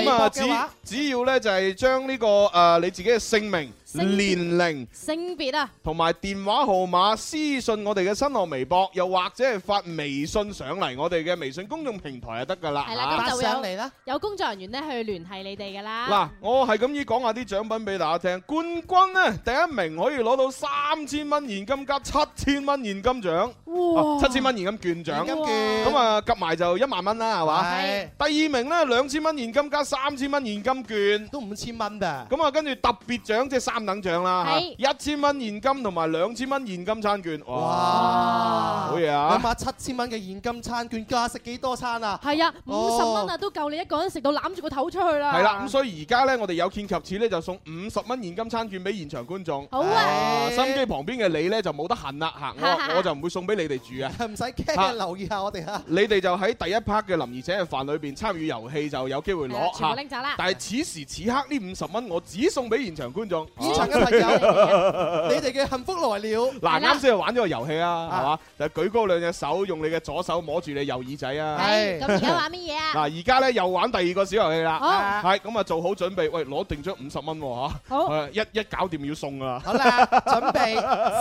[SPEAKER 2] 咁啊，
[SPEAKER 6] 微博嘅話
[SPEAKER 2] 只只要咧就係將呢個誒你自己嘅姓名、
[SPEAKER 6] 姓
[SPEAKER 2] 年齡。
[SPEAKER 6] 性別啊，
[SPEAKER 2] 同埋電話號碼私信我哋嘅新浪微博，又或者係發微信上嚟我哋嘅微信公眾平台就得㗎啦。啊
[SPEAKER 6] 係啦，咁就會
[SPEAKER 2] 嚇
[SPEAKER 6] 有有工作人員咧去聯繫你哋㗎啦。
[SPEAKER 2] 嗱，我係咁意講下啲獎品俾大家聽。冠軍呢，第一名可以攞到三千蚊現金加七千蚊現金獎，啊
[SPEAKER 6] 哇
[SPEAKER 2] 哦七千蚊現金券獎，
[SPEAKER 5] 現金券
[SPEAKER 2] 咁啊夾埋就一萬蚊啦，係嘛？
[SPEAKER 5] 係
[SPEAKER 2] 第二名呢，兩千蚊現金加三千蚊現金券，
[SPEAKER 5] 都五千蚊㗎。
[SPEAKER 2] 咁啊，跟住特別獎即係三等獎啦，
[SPEAKER 5] 係
[SPEAKER 2] 一千蚊現金同埋兩千蚊現金餐券，哇，
[SPEAKER 5] 哇
[SPEAKER 2] 啊好嘢啊
[SPEAKER 5] 諗！下七千蚊嘅現金餐券，價食幾多餐啊？
[SPEAKER 6] 係啊，五十蚊啊
[SPEAKER 5] 哦
[SPEAKER 6] 都夠你一個人食到攬住個頭出去啦。
[SPEAKER 2] 係啦，咁所以而家呢，我哋有見及此呢，就送五十蚊現金餐券俾現場觀眾。
[SPEAKER 6] 好啊
[SPEAKER 2] 心機旁邊嘅你呢，就冇得恨啦嚇，我我就唔會送俾你哋住啊。
[SPEAKER 5] 唔使驚
[SPEAKER 2] 嚇
[SPEAKER 5] 啊，留意下我哋啊。
[SPEAKER 2] 你哋就喺第一 part 嘅林兒姐嘅飯裏邊參與遊戲就有機會
[SPEAKER 5] 係
[SPEAKER 6] 啊
[SPEAKER 5] 啦
[SPEAKER 2] 攞
[SPEAKER 5] 全部
[SPEAKER 2] 嚇
[SPEAKER 5] 拎走啦
[SPEAKER 2] 但係此時此刻呢五十蚊我只送俾現場觀眾。
[SPEAKER 5] 現場嘅朋 友，你哋嘅幸福來了。
[SPEAKER 2] 嗱，啱先就玩咗個遊戲啊，係嘛？就舉高兩隻手，用你嘅左手摸住你右耳仔啊。
[SPEAKER 6] 係咁而家玩乜嘢啊？
[SPEAKER 2] 嗱，而家咧又玩第二個小遊戲
[SPEAKER 6] 好
[SPEAKER 2] 啦，係咁啊，做好準備，喂，攞定咗五十蚊喎嚇，
[SPEAKER 6] 好
[SPEAKER 2] 誒一一搞掂要送啊，
[SPEAKER 5] 好啦，準備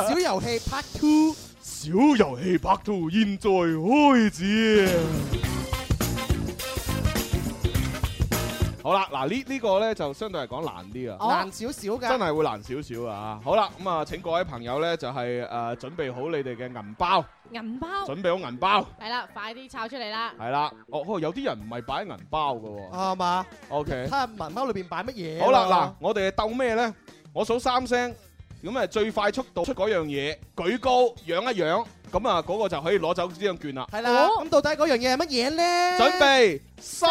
[SPEAKER 5] 小遊戲 part two。
[SPEAKER 2] 小遊戲拍拖現在開始。好啦，嗱呢呢個咧就相對嚟講難啲啊，
[SPEAKER 5] 難少少㗎
[SPEAKER 2] 真係會難少少啊！好啦，咁啊請各位朋友咧就係誒準備好你哋嘅銀包，
[SPEAKER 6] 銀包
[SPEAKER 2] 準備好銀包。
[SPEAKER 6] 係啦，快啲抄出嚟啦！
[SPEAKER 2] 係啦，哦，哦有啲人唔係擺銀包嘅喎。
[SPEAKER 5] 啱嘛
[SPEAKER 2] ？OK
[SPEAKER 5] 睇。下文包裏邊擺乜嘢。
[SPEAKER 2] 好啦，嗱，，我哋鬥咩呢？我數三聲，咁啊最快速度出嗰樣嘢，舉高揚一揚，咁啊嗰個就可以攞走呢張券啦。
[SPEAKER 5] 係啦，咁到底嗰樣嘢係乜嘢咧？
[SPEAKER 2] 準備三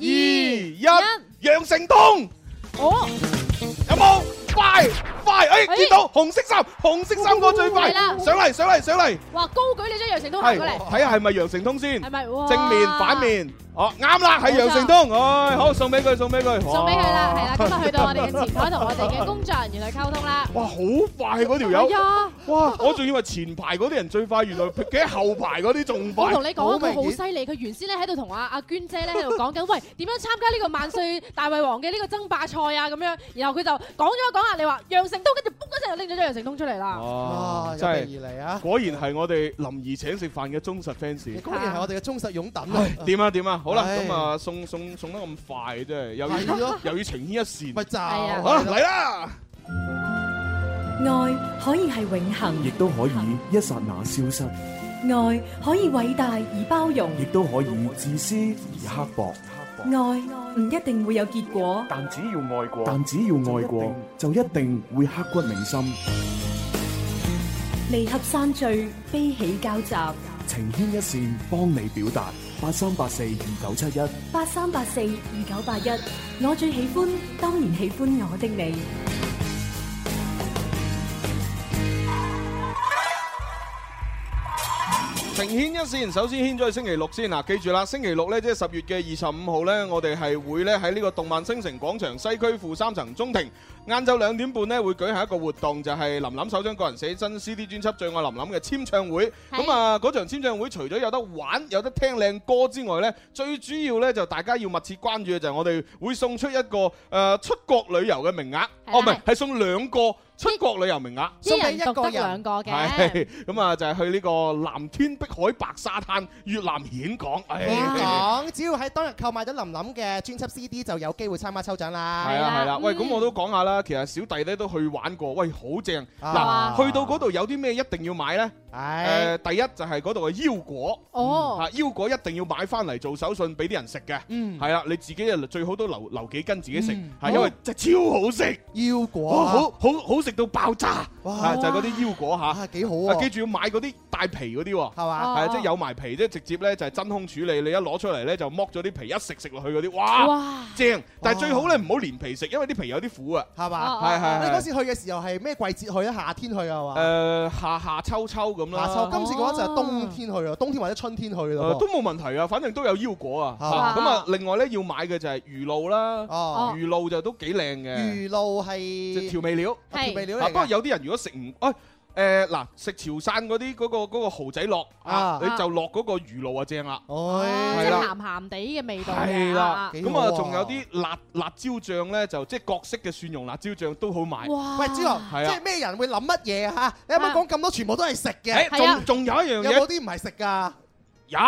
[SPEAKER 2] 二一，羊城通。
[SPEAKER 6] 哦，
[SPEAKER 2] 有冇？快快！哎，見到紅色衫，紅色衫嗰最快，
[SPEAKER 6] 係啦
[SPEAKER 2] 上嚟上嚟上嚟，
[SPEAKER 6] 哇，高舉你張羊城通行
[SPEAKER 2] 係
[SPEAKER 6] 過嚟，
[SPEAKER 2] 睇下係咪羊城通先，
[SPEAKER 6] 係咪哇
[SPEAKER 2] 正面反面，哦啱啦，係羊城通，唉好送俾佢送俾佢，
[SPEAKER 6] 送俾佢啦，係啦，
[SPEAKER 2] 哇
[SPEAKER 6] 今日去到我哋嘅前台同我哋嘅工作人員去溝通啦。
[SPEAKER 2] 哇，好快嗰條友
[SPEAKER 6] 係啊！
[SPEAKER 2] 哇！我仲以為前排嗰啲人最快，原來佢企喺後排嗰啲仲快。
[SPEAKER 6] 我同你講啊，佢好犀利。佢原先咧喺度同阿阿娟姐咧喺度講緊，喂點樣參加呢個萬歲大胃王嘅呢個爭霸賽啊咁樣。然後佢就講咗講下，你話楊成東，跟住嘣一聲就拎咗張楊成東出嚟啦。
[SPEAKER 2] 哇！
[SPEAKER 5] 有
[SPEAKER 2] 真
[SPEAKER 5] 備
[SPEAKER 2] 係
[SPEAKER 5] 而嚟啊！
[SPEAKER 2] 果然係我哋林兒請食飯嘅忠實 fans。
[SPEAKER 5] 果然係我哋嘅忠實擁趸啊！
[SPEAKER 2] 點啊點啊，好啦，
[SPEAKER 5] 唉
[SPEAKER 2] 咁啊送送送得咁快，真係又
[SPEAKER 5] 係
[SPEAKER 2] 要
[SPEAKER 5] 咯
[SPEAKER 2] 又要情牽一線。
[SPEAKER 5] 咪就係啊
[SPEAKER 2] 好啦嚟啦！
[SPEAKER 19] 愛可以係永恆，
[SPEAKER 14] 亦都可以一刹那消失，
[SPEAKER 19] 愛可以偉大而包容，
[SPEAKER 14] 亦都可以自私而刻薄。
[SPEAKER 19] 愛唔一定會有結果。
[SPEAKER 14] 但只要愛過，但只要愛過，就一定會刻骨銘心。
[SPEAKER 19] 離合散聚，悲喜交集。
[SPEAKER 14] 情牽一線，幫你表達。八三八四二九七一。
[SPEAKER 19] 八三八四二九八一，我最喜歡，當然喜歡我的你。
[SPEAKER 2] 情牽一線，首先牽咗去星期六先嗱，記住啦，星期六呢，即係十月嘅二十五號呢，我哋係會呢喺呢個動漫星城廣場西區負三層中庭，晏晝兩點半呢，會舉行一個活動，就係、林林首張個人寫真 CD 專輯《最愛林林》嘅簽唱會。
[SPEAKER 14] 係
[SPEAKER 2] 咁啊，嗰場簽唱會除咗有得玩、有得聽靚歌之外呢，最主要呢，就大家要密切關注嘅就係我哋會送出一個誒、呃出國旅遊嘅名額，哦唔係，係送兩個出國旅遊名額，
[SPEAKER 6] 一人獨得兩個嘅。
[SPEAKER 2] 係咁啊，就係去呢個藍天碧海白沙灘越南顯港，唉。啊
[SPEAKER 5] 講，只要喺當日購買咗林林嘅專輯 CD 就有機會參加抽獎啦。
[SPEAKER 2] 係啦係啦，喂，咁我都講下啦。其實小弟咧都去玩過，喂，好正。嗱
[SPEAKER 5] 啊，
[SPEAKER 2] 去到嗰度有啲咩一定要買呢？誒，第一就係嗰度嘅腰果，
[SPEAKER 6] 哦
[SPEAKER 2] 嚇腰果一定要買翻嚟做手信俾啲人食嘅。
[SPEAKER 5] 嗯
[SPEAKER 2] 係啦，你自己啊最好都留留幾斤自己食
[SPEAKER 5] 嗯，
[SPEAKER 2] 係因為真係超好食。
[SPEAKER 5] 腰果
[SPEAKER 2] 哇
[SPEAKER 5] 啊
[SPEAKER 2] 好好好食到爆炸，
[SPEAKER 5] 哇
[SPEAKER 2] 啊就係嗰啲腰果嚇，
[SPEAKER 5] 幾好
[SPEAKER 2] 啊！
[SPEAKER 5] 喎
[SPEAKER 2] 記住要買嗰啲帶皮嗰啲喎，係
[SPEAKER 5] 嘛
[SPEAKER 2] 係啊即係有埋皮，即係直接咧就係真空處理，你一攞出嚟咧就剝咗啲皮，一食食落去嗰啲，哇
[SPEAKER 5] 哇！
[SPEAKER 2] 正！但係最好咧唔好連皮食，因為啲皮有啲苦啊，
[SPEAKER 5] 係嘛？
[SPEAKER 2] 係係。
[SPEAKER 5] 你
[SPEAKER 2] 係
[SPEAKER 5] 嗰次去嘅時候係咩季節去啊？夏天去啊嘛？
[SPEAKER 2] 誒夏夏秋秋咁啦，
[SPEAKER 5] 夏秋今次嘅話就係冬天去啊，冬天或者春天去咯
[SPEAKER 2] 誒
[SPEAKER 5] 噃。
[SPEAKER 2] 都冇問題啊，反正都有腰果啊。
[SPEAKER 5] 係嘛
[SPEAKER 2] 咁啊，另外咧要買嘅就係魚露啦，
[SPEAKER 5] 哦
[SPEAKER 2] 魚露就都幾靚嘅，
[SPEAKER 5] 魚露係
[SPEAKER 2] 即係調味料，
[SPEAKER 5] 係調味料嚟
[SPEAKER 2] 啊
[SPEAKER 5] 嘅
[SPEAKER 2] 不過有啲人如果食唔，哎誒嗱，食潮汕嗰啲嗰個嗰個蠔仔落啊
[SPEAKER 6] 啊，
[SPEAKER 2] 你就落嗰個魚露啊正啦，
[SPEAKER 5] 哦
[SPEAKER 6] 即
[SPEAKER 2] 係
[SPEAKER 6] 係
[SPEAKER 2] 啦。
[SPEAKER 6] 鹹鹹地嘅味道嘅
[SPEAKER 2] 係
[SPEAKER 6] 啊啊
[SPEAKER 2] 啦，咁啊，仲有啲辣辣椒醬咧，就即係各式嘅蒜蓉辣椒醬都好買。
[SPEAKER 5] 喂，子龍，
[SPEAKER 2] 係
[SPEAKER 5] 即
[SPEAKER 2] 啊
[SPEAKER 5] 係。咩人會諗乜嘢啊？嚇？你啱啱講咁多，全部都係食嘅。
[SPEAKER 2] 誒仲係啊仲有一樣嘢
[SPEAKER 5] 有冇啲唔係食㗎？
[SPEAKER 2] 有，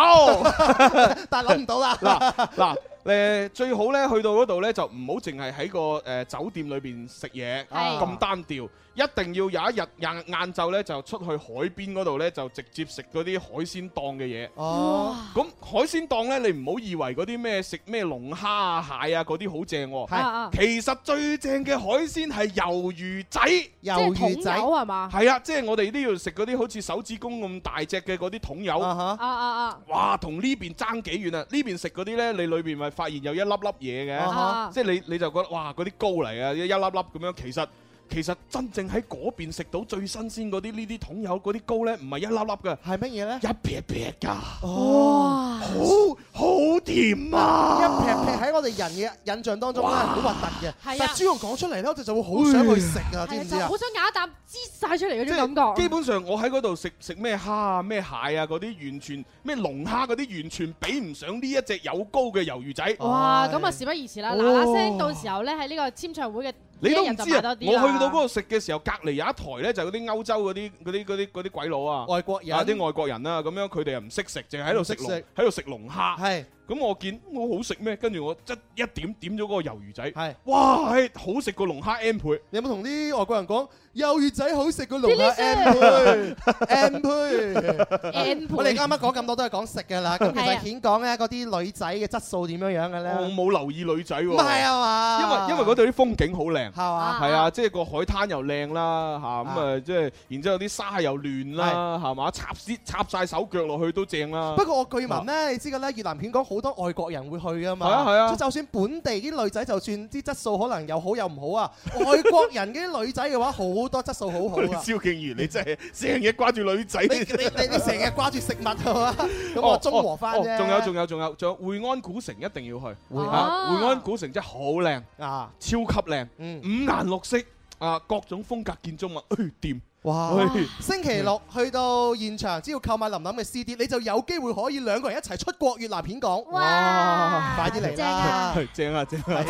[SPEAKER 5] 但係諗唔到啊啦
[SPEAKER 2] 嗱 嗱。誒最好咧，去到嗰度咧就唔好淨係喺個誒酒店裏邊食嘢
[SPEAKER 5] 係
[SPEAKER 2] 咁單調，一定要有一日晏晏晝咧就出去海邊嗰度咧就直接食嗰啲海鮮檔嘅嘢。
[SPEAKER 5] 哦，
[SPEAKER 2] 咁海鮮檔咧，你唔好以為嗰啲咩食咩龍蝦啊、蟹啊嗰啲好正喎，
[SPEAKER 5] 係啊
[SPEAKER 2] 其實最正嘅海鮮係魷魚仔，
[SPEAKER 5] 係魷魚仔桶
[SPEAKER 6] 油係嘛
[SPEAKER 2] 係啊，即係我哋呢度食嗰啲好似手指公咁大隻嘅嗰啲桶油。
[SPEAKER 6] 啊啊啊！
[SPEAKER 2] 哇，同呢邊爭幾遠啊！呢邊食嗰啲呢，你裏邊咪發現有一粒粒嘢
[SPEAKER 6] 啊
[SPEAKER 2] 嘅
[SPEAKER 6] 哈，
[SPEAKER 2] 即係你你就覺得哇，嗰啲膏嚟啊，一粒粒咁樣。其實其實真正喺嗰邊食到最新鮮嗰啲呢啲桶油嗰啲膏呢，唔係一粒粒嘅，
[SPEAKER 5] 係乜嘢呢？哦
[SPEAKER 2] 一撇撇㗎，
[SPEAKER 6] 啊
[SPEAKER 5] 哇！
[SPEAKER 2] 好好甜啊！
[SPEAKER 5] 一劈劈喺我哋人嘅印象當中咧，好核突嘅。
[SPEAKER 6] 係啊
[SPEAKER 5] 但係朱紅講出嚟咧，我哋就會好想去食啊，知
[SPEAKER 6] 係啊
[SPEAKER 5] 唔知
[SPEAKER 6] 就
[SPEAKER 5] 啊
[SPEAKER 6] 好？想咬一啖擠晒出嚟嗰
[SPEAKER 2] 即係
[SPEAKER 6] 種感覺。
[SPEAKER 2] 基本上我喺嗰度食食咩蝦啊、咩蟹啊嗰啲，完全咩龍蝦嗰啲，完全比唔上呢一隻有膏嘅魷魚仔。
[SPEAKER 6] 哇！咁啊，事不宜遲啦，嗱嗱聲，到時候咧喺呢個簽唱會嘅
[SPEAKER 2] 你都
[SPEAKER 6] 一
[SPEAKER 2] 唔
[SPEAKER 6] 日就
[SPEAKER 2] 知
[SPEAKER 6] 買
[SPEAKER 2] 啊！
[SPEAKER 6] 多
[SPEAKER 2] 我
[SPEAKER 6] 啲
[SPEAKER 2] 去
[SPEAKER 6] 啦
[SPEAKER 2] 到嗰度食嘅時候，隔離有一台咧，就係嗰啲歐洲嗰啲嗰啲嗰啲嗰啲鬼佬啊，
[SPEAKER 5] 外國人
[SPEAKER 2] 啊啲外國人啊，咁樣佢哋又唔識食，淨係喺度食
[SPEAKER 5] 唔
[SPEAKER 2] 龍
[SPEAKER 5] 識食
[SPEAKER 2] 喺度食龍蝦。
[SPEAKER 5] 係
[SPEAKER 2] 咁我見我好食咩？跟住我一一點點咗嗰個魷魚仔，係哇，係好食過龍蝦 M 倍。
[SPEAKER 5] 你有冇同啲外國人講魷魚仔好食過龍蝦 M
[SPEAKER 2] Delicious
[SPEAKER 5] 倍 M 倍
[SPEAKER 2] M 倍
[SPEAKER 5] 我哋啱啱講咁多都係講食㗎啦。咁其
[SPEAKER 2] 係
[SPEAKER 5] 實
[SPEAKER 2] 啊
[SPEAKER 5] 顯講咧嗰啲女仔嘅質素點樣樣嘅咧？
[SPEAKER 2] 我冇留意女仔
[SPEAKER 5] 啊
[SPEAKER 2] 喎，
[SPEAKER 5] 唔係啊嘛
[SPEAKER 2] 因為因為嗰度啲風景好靚，靚，
[SPEAKER 5] 係嘛
[SPEAKER 2] 係啊，即係個海灘又靚啦，嚇咁啊，即係然之後啲沙又亂啦，係嘛？插啲插晒手腳落去都正啦。
[SPEAKER 5] 不過我據聞咧，你知嘅咧，越南片講好多外國人會去噶嘛。
[SPEAKER 2] 啊係啊係啊
[SPEAKER 5] 所以就算本地啲女仔，就算啲質素可能又好又唔好啊， 外國人嗰啲女仔嘅話，好多質素好好啊。
[SPEAKER 2] 蕭敬如，你真係成日掛住女仔，
[SPEAKER 5] 你你你你成日掛住食物係 嘛？咁
[SPEAKER 2] 哦
[SPEAKER 5] 我中和翻
[SPEAKER 2] 哦哦
[SPEAKER 5] 啫。
[SPEAKER 2] 仲有仲有仲有仲有惠安古城一定要去，
[SPEAKER 5] 惠安
[SPEAKER 2] 啊惠安古城真係好靚，
[SPEAKER 5] 啊，嗯
[SPEAKER 2] 超級靚，五顏六色啊，各種風格建築物，哎掂
[SPEAKER 5] 哇
[SPEAKER 2] 哎
[SPEAKER 5] 星期六去到現場，只要購買林林嘅 CD，你就有機會可以兩個人一齊出國越南片講。哇！快啲嚟啦！
[SPEAKER 2] 係正啊正啊，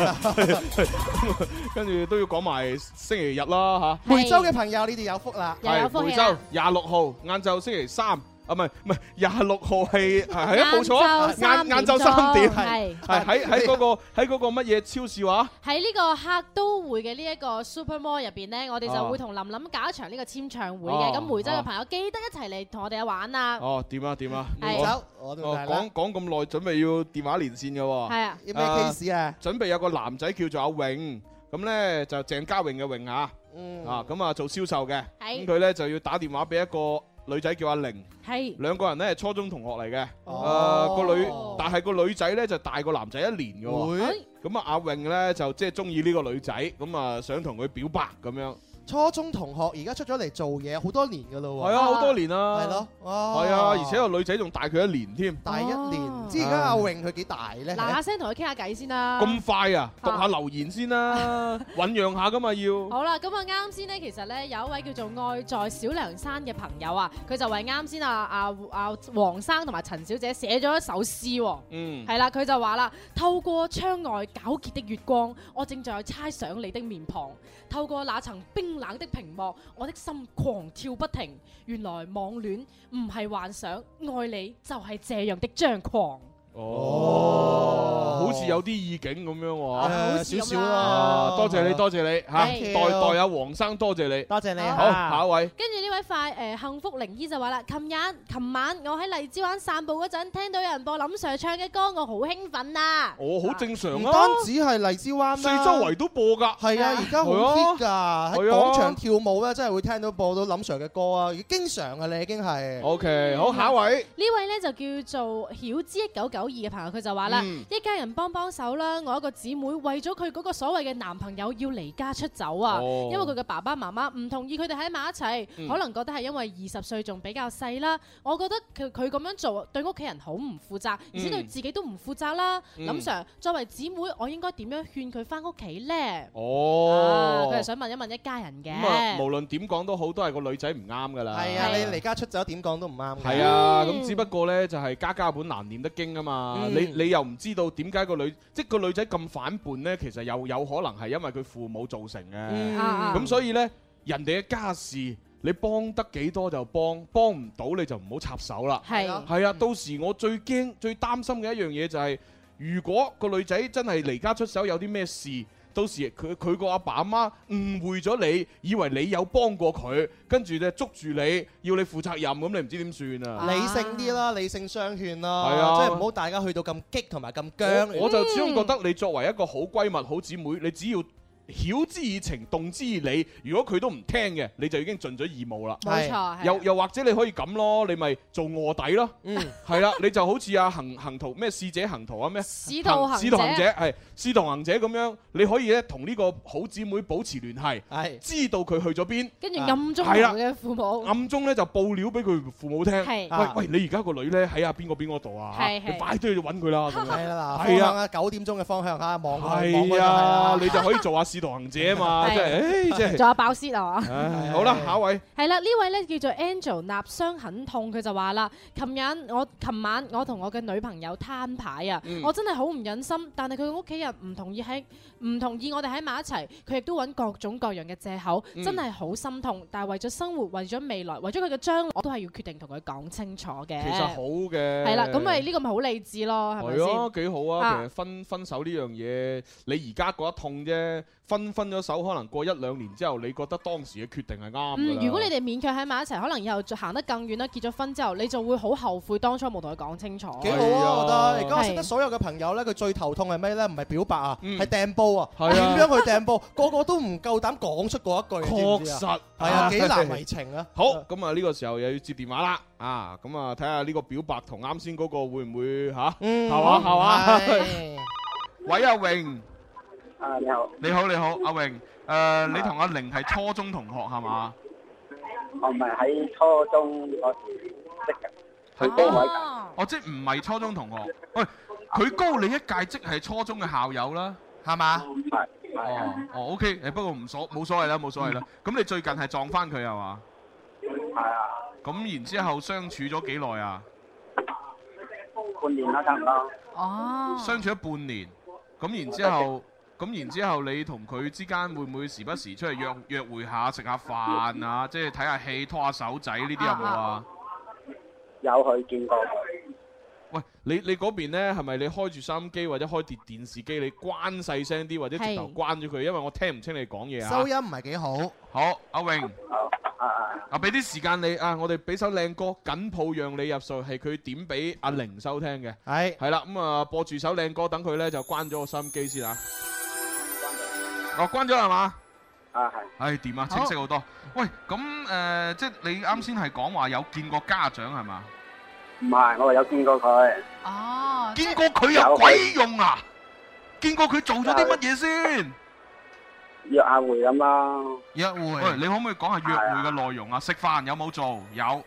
[SPEAKER 2] 跟住都要講埋星期日啦嚇。
[SPEAKER 5] 梅州嘅朋友，你哋有啊福啦！
[SPEAKER 2] 係梅州廿六號晏晝星期三啊，唔係唔係廿六號係係係啊冇錯啊，
[SPEAKER 6] 晏晝三
[SPEAKER 2] 晏晏晝
[SPEAKER 6] 點鐘
[SPEAKER 2] 三點
[SPEAKER 6] 係
[SPEAKER 2] 係喺喺嗰個喺嗰個乜嘢超市話？
[SPEAKER 6] 喺呢個客都會嘅呢一個 Super Mall 入邊呢，我哋
[SPEAKER 2] 啊
[SPEAKER 6] 就會同林林搞一場呢個簽唱會
[SPEAKER 2] 哦
[SPEAKER 6] 嘅。咁梅州
[SPEAKER 2] 哦
[SPEAKER 6] 嘅朋友記得一齊嚟同我哋玩啊！
[SPEAKER 2] 哦，點啊點啊，
[SPEAKER 6] 係
[SPEAKER 2] 我
[SPEAKER 6] 走
[SPEAKER 5] 我都
[SPEAKER 2] 哦
[SPEAKER 5] 嚟啦
[SPEAKER 2] 講講咁耐，準備要電話連線嘅喎。
[SPEAKER 6] 係啊
[SPEAKER 5] 要咩 case 啊？
[SPEAKER 2] 準備有個男仔叫做阿榮，咁咧就鄭嘉穎嘅榮啊，
[SPEAKER 5] 嗯
[SPEAKER 2] 啊咁啊做銷售嘅，咁
[SPEAKER 6] 係
[SPEAKER 2] 佢咧就要打電話俾一個女仔叫阿玲，
[SPEAKER 6] 係
[SPEAKER 2] 兩個人咧係初中同學嚟嘅，
[SPEAKER 5] 哦
[SPEAKER 2] 啊誒個女，但係個女仔咧就大個男仔一年嘅喎
[SPEAKER 5] 會，
[SPEAKER 2] 咁啊阿榮咧就即係中意呢個女仔，咁啊想同佢表白咁樣，
[SPEAKER 5] 初中同學而家出咗嚟做嘢好多年㗎咯喎。
[SPEAKER 2] 係啊好多年啦，
[SPEAKER 5] 係咯，哦
[SPEAKER 2] 係啊，而且個女仔仲大佢一年添，
[SPEAKER 5] 大一年，唔知而家阿榮佢幾大咧？
[SPEAKER 6] 嗱嗱聲同佢傾下偈先啦。
[SPEAKER 2] 咁快啊，讀下留言 先啦，醖釀下噶嘛要。
[SPEAKER 6] 好啦，咁啊啱先呢，其實呢，有一位叫做愛在小涼山嘅朋友啊，佢就為啱先啊啊啊黃生同埋陳小姐寫咗一首詩喎。
[SPEAKER 2] 嗯
[SPEAKER 6] 係啦，佢就話啦，透過窗外皎潔的月光，我正在猜想你的面龐。透過那層冰冷的屏幕，我的心狂跳不停。原來網戀唔係幻想，愛你就係這樣的張狂。
[SPEAKER 2] 哦，好似有啲意境咁樣
[SPEAKER 5] 誒
[SPEAKER 2] 喎，
[SPEAKER 5] 好似咁啦少少
[SPEAKER 2] 啊
[SPEAKER 5] 啦
[SPEAKER 2] 多謝你，多謝你嚇，
[SPEAKER 6] Thank
[SPEAKER 2] 代
[SPEAKER 6] you
[SPEAKER 2] 代阿黃生多謝你，
[SPEAKER 5] 多謝你啊
[SPEAKER 2] 好，下一位，
[SPEAKER 6] 跟住呢位快誒、呃幸福靈醫就話啦，琴日琴晚我喺荔枝灣散步嗰陣，聽到有人播林 Sir 唱嘅歌，我好興奮啊！
[SPEAKER 2] 我好正常
[SPEAKER 5] 唔
[SPEAKER 2] 啊，
[SPEAKER 5] 單止啊係荔枝灣啦，
[SPEAKER 2] 四周圍都播㗎，
[SPEAKER 5] 係啊，而家好
[SPEAKER 2] 係
[SPEAKER 5] hit
[SPEAKER 2] 啊
[SPEAKER 5] 㗎，喺廣場。跳舞咧，真係會聽到播到林 Sir 嘅歌啊，經常啊，你已經係。
[SPEAKER 2] OK，好下一位。
[SPEAKER 6] 呢位呢就叫做曉之一九九二嘅朋友，佢就話啦：
[SPEAKER 2] 嗯
[SPEAKER 6] 一家人幫幫手啦，我一個姊妹為咗佢嗰個所謂嘅男朋友要離家出走啊，
[SPEAKER 7] 哦
[SPEAKER 6] 因為佢嘅爸爸媽媽唔同意佢哋喺埋一齊，
[SPEAKER 7] 嗯
[SPEAKER 6] 可能覺得係因為二十歲仲比較細啦。我覺得佢佢咁樣做對屋企人好唔負責，而且對自己都唔負責啦。
[SPEAKER 2] 嗯
[SPEAKER 6] 林 Sir 作為姊妹，我應該點樣勸佢翻屋企呢？啊
[SPEAKER 2] 哦，
[SPEAKER 6] 佢係想問一問一家人嘅。
[SPEAKER 2] 咁啊，無論點講都好，都係個女仔唔啱㗎啦。
[SPEAKER 5] 係啊，你離家出走點講都唔啱嘅。
[SPEAKER 2] 係啊，咁只不過呢，就係家家本難念得經啊嘛。
[SPEAKER 5] 嗯
[SPEAKER 2] 你你又唔知道點解個女，即係個女仔咁反叛呢，其實又有可能係因為佢父母造成嘅。
[SPEAKER 5] 嗯
[SPEAKER 2] 咁、所以呢，人哋嘅家事。你幫得幾多就幫，幫唔到你就唔好插手啦。
[SPEAKER 6] 係啊
[SPEAKER 2] 係啊，到時我最驚、最擔心嘅一樣嘢就係、如果個女仔真係離家出走，有啲咩事，到時佢佢個阿爸阿媽誤會咗你，以為你有幫過佢，跟住咧捉住你，要你負責任，咁你唔知點算啊！
[SPEAKER 5] 理性啲啦，理性相勸
[SPEAKER 2] 係
[SPEAKER 5] 啦，
[SPEAKER 2] 啊
[SPEAKER 5] 即係唔好大家去到咁激同埋咁僵。
[SPEAKER 2] 我我就始終覺得你作為一個好閨蜜、好姊妹，你只要曉之以情，動之以理。如果佢都唔聽嘅，你就已經盡咗義務啦。
[SPEAKER 5] 冇錯係
[SPEAKER 6] 啊
[SPEAKER 5] 係
[SPEAKER 2] 又又或者你可以咁咯，你咪做卧底咯。
[SPEAKER 5] 嗯，
[SPEAKER 2] 係啦，你就好似啊行行徒咩使者行徒啊咩？
[SPEAKER 6] 使徒行者
[SPEAKER 2] 使徒行者係使徒行者咁樣，你可以咧同呢個好姊妹保持聯繫，知道佢去咗邊，
[SPEAKER 6] 跟住暗中同
[SPEAKER 2] 啊係啦啊
[SPEAKER 6] 佢嘅父母。
[SPEAKER 2] 暗中咧就報料俾佢父母聽。
[SPEAKER 6] 係啊
[SPEAKER 2] 喂喂，你而家個女咧喺阿邊個邊個度啊？
[SPEAKER 5] 係
[SPEAKER 2] 你
[SPEAKER 5] 係
[SPEAKER 2] 快啲去揾佢 啦！咁樣
[SPEAKER 5] 係啦，嗱，
[SPEAKER 2] 係
[SPEAKER 5] 方
[SPEAKER 2] 啊
[SPEAKER 5] 向啊，九點鐘嘅方向嚇，望佢望佢就係
[SPEAKER 2] 係
[SPEAKER 5] 啦
[SPEAKER 2] 啊，你就可以做下使徒行者啊 嘛！
[SPEAKER 5] 係
[SPEAKER 2] 真係，誒真係。
[SPEAKER 6] 仲有爆泄啊！
[SPEAKER 2] 唉，好啦，下一位。
[SPEAKER 6] 係啦，呢位咧叫做 Angel 納傷很痛，佢就話啦：，琴日我琴晚我同我嘅女朋友攤牌啊，
[SPEAKER 7] 嗯
[SPEAKER 6] 我真係好唔忍心，但係佢屋企人唔同意喺唔同意我哋喺埋一齊，佢亦都揾各種各樣嘅借口，
[SPEAKER 7] 嗯
[SPEAKER 6] 真係好心痛。但係為咗生活，為咗未來，為咗佢嘅將來，我都係要決定同佢講清楚嘅。
[SPEAKER 2] 其實好嘅。
[SPEAKER 6] 係啦，咁咪呢個咪好理智咯，係咪
[SPEAKER 2] 係
[SPEAKER 6] 先？
[SPEAKER 2] 啊，幾好啊！
[SPEAKER 6] 啊
[SPEAKER 2] 其實分分手呢樣嘢，你而家覺得痛啫，分分咗手，可能過一兩年之後，你覺得當時嘅決定係啱㗎
[SPEAKER 6] 嗯，
[SPEAKER 2] 啦
[SPEAKER 6] 如果你哋勉強喺埋一齊，可能以後就行得更遠啦。結咗婚之後，你就會好後悔當初冇同佢講清楚。
[SPEAKER 5] 幾好啊！我覺得而家我識得
[SPEAKER 6] 係
[SPEAKER 5] 所有嘅朋友咧，佢最頭痛係咩咧？唔係表白啊，係掟煲啊！
[SPEAKER 2] 嗯係啊
[SPEAKER 5] 點樣去掟煲？ 個個都唔夠膽講出嗰一句，你知唔
[SPEAKER 2] 確
[SPEAKER 5] 知啊
[SPEAKER 2] 實
[SPEAKER 5] 係啊，幾難為情啊！
[SPEAKER 2] 好，咁啊呢個時候又要接電話啦，啊，咁啊睇下呢個表白同啱先嗰個會唔會吓，係
[SPEAKER 5] 嗯
[SPEAKER 2] 嘛係嘛？喂，阿榮，
[SPEAKER 8] 啊你好，
[SPEAKER 2] 你好你好，阿榮，誒你同阿玲係初中同學係嘛？
[SPEAKER 8] 我唔係喺初中嗰時識嘅，佢高位㗎，
[SPEAKER 2] 哦，即係唔係初中同學？喂，佢高你一屆，即係初中嘅校友啦，係嘛？
[SPEAKER 8] 係係
[SPEAKER 2] 哦
[SPEAKER 8] 啊，
[SPEAKER 2] 哦，OK，誒不過唔所冇所謂啦，冇所謂啦。咁你最近係撞翻佢係嘛？
[SPEAKER 8] 係啊，
[SPEAKER 2] 咁然之後相處咗幾耐啊？
[SPEAKER 8] 半年啦差唔多，
[SPEAKER 9] 哦
[SPEAKER 2] 相處咗半年，咁然之後，咁然之後你同佢之間會唔會時不時出去約約會下、食下飯啊，即係睇下戲、拖下手仔呢啲有冇啊？
[SPEAKER 8] 有去見過佢，
[SPEAKER 2] 喂，你你嗰邊呢？係咪你開住收音機或者開電電視機，你關細聲啲或者直頭
[SPEAKER 5] 係
[SPEAKER 2] 關咗佢，因為我聽唔清你講嘢啊。
[SPEAKER 5] 收音唔係幾好。
[SPEAKER 2] 好，阿榮，啊，俾啲時間你啊，我哋俾首靚歌，緊抱讓你入睡，係佢點俾阿玲收聽嘅，
[SPEAKER 5] 係
[SPEAKER 2] 係啦，咁啊播住首靚歌，等佢咧就關咗個收音機先啊，哦，關咗係嘛？
[SPEAKER 8] 啊係，
[SPEAKER 2] 唉，掂啊，
[SPEAKER 8] 好
[SPEAKER 2] 清晰好多。喂，咁誒、呃即係你啱先係講話有見過家長係嘛？
[SPEAKER 8] 唔係我話有見過佢，
[SPEAKER 9] 哦，
[SPEAKER 2] 見過佢有鬼用啊！見過佢做咗啲乜嘢先？
[SPEAKER 8] 約下會咁咯，
[SPEAKER 2] 約會。喂，你可唔可以講下約會嘅內容啊？食飯有冇做？有。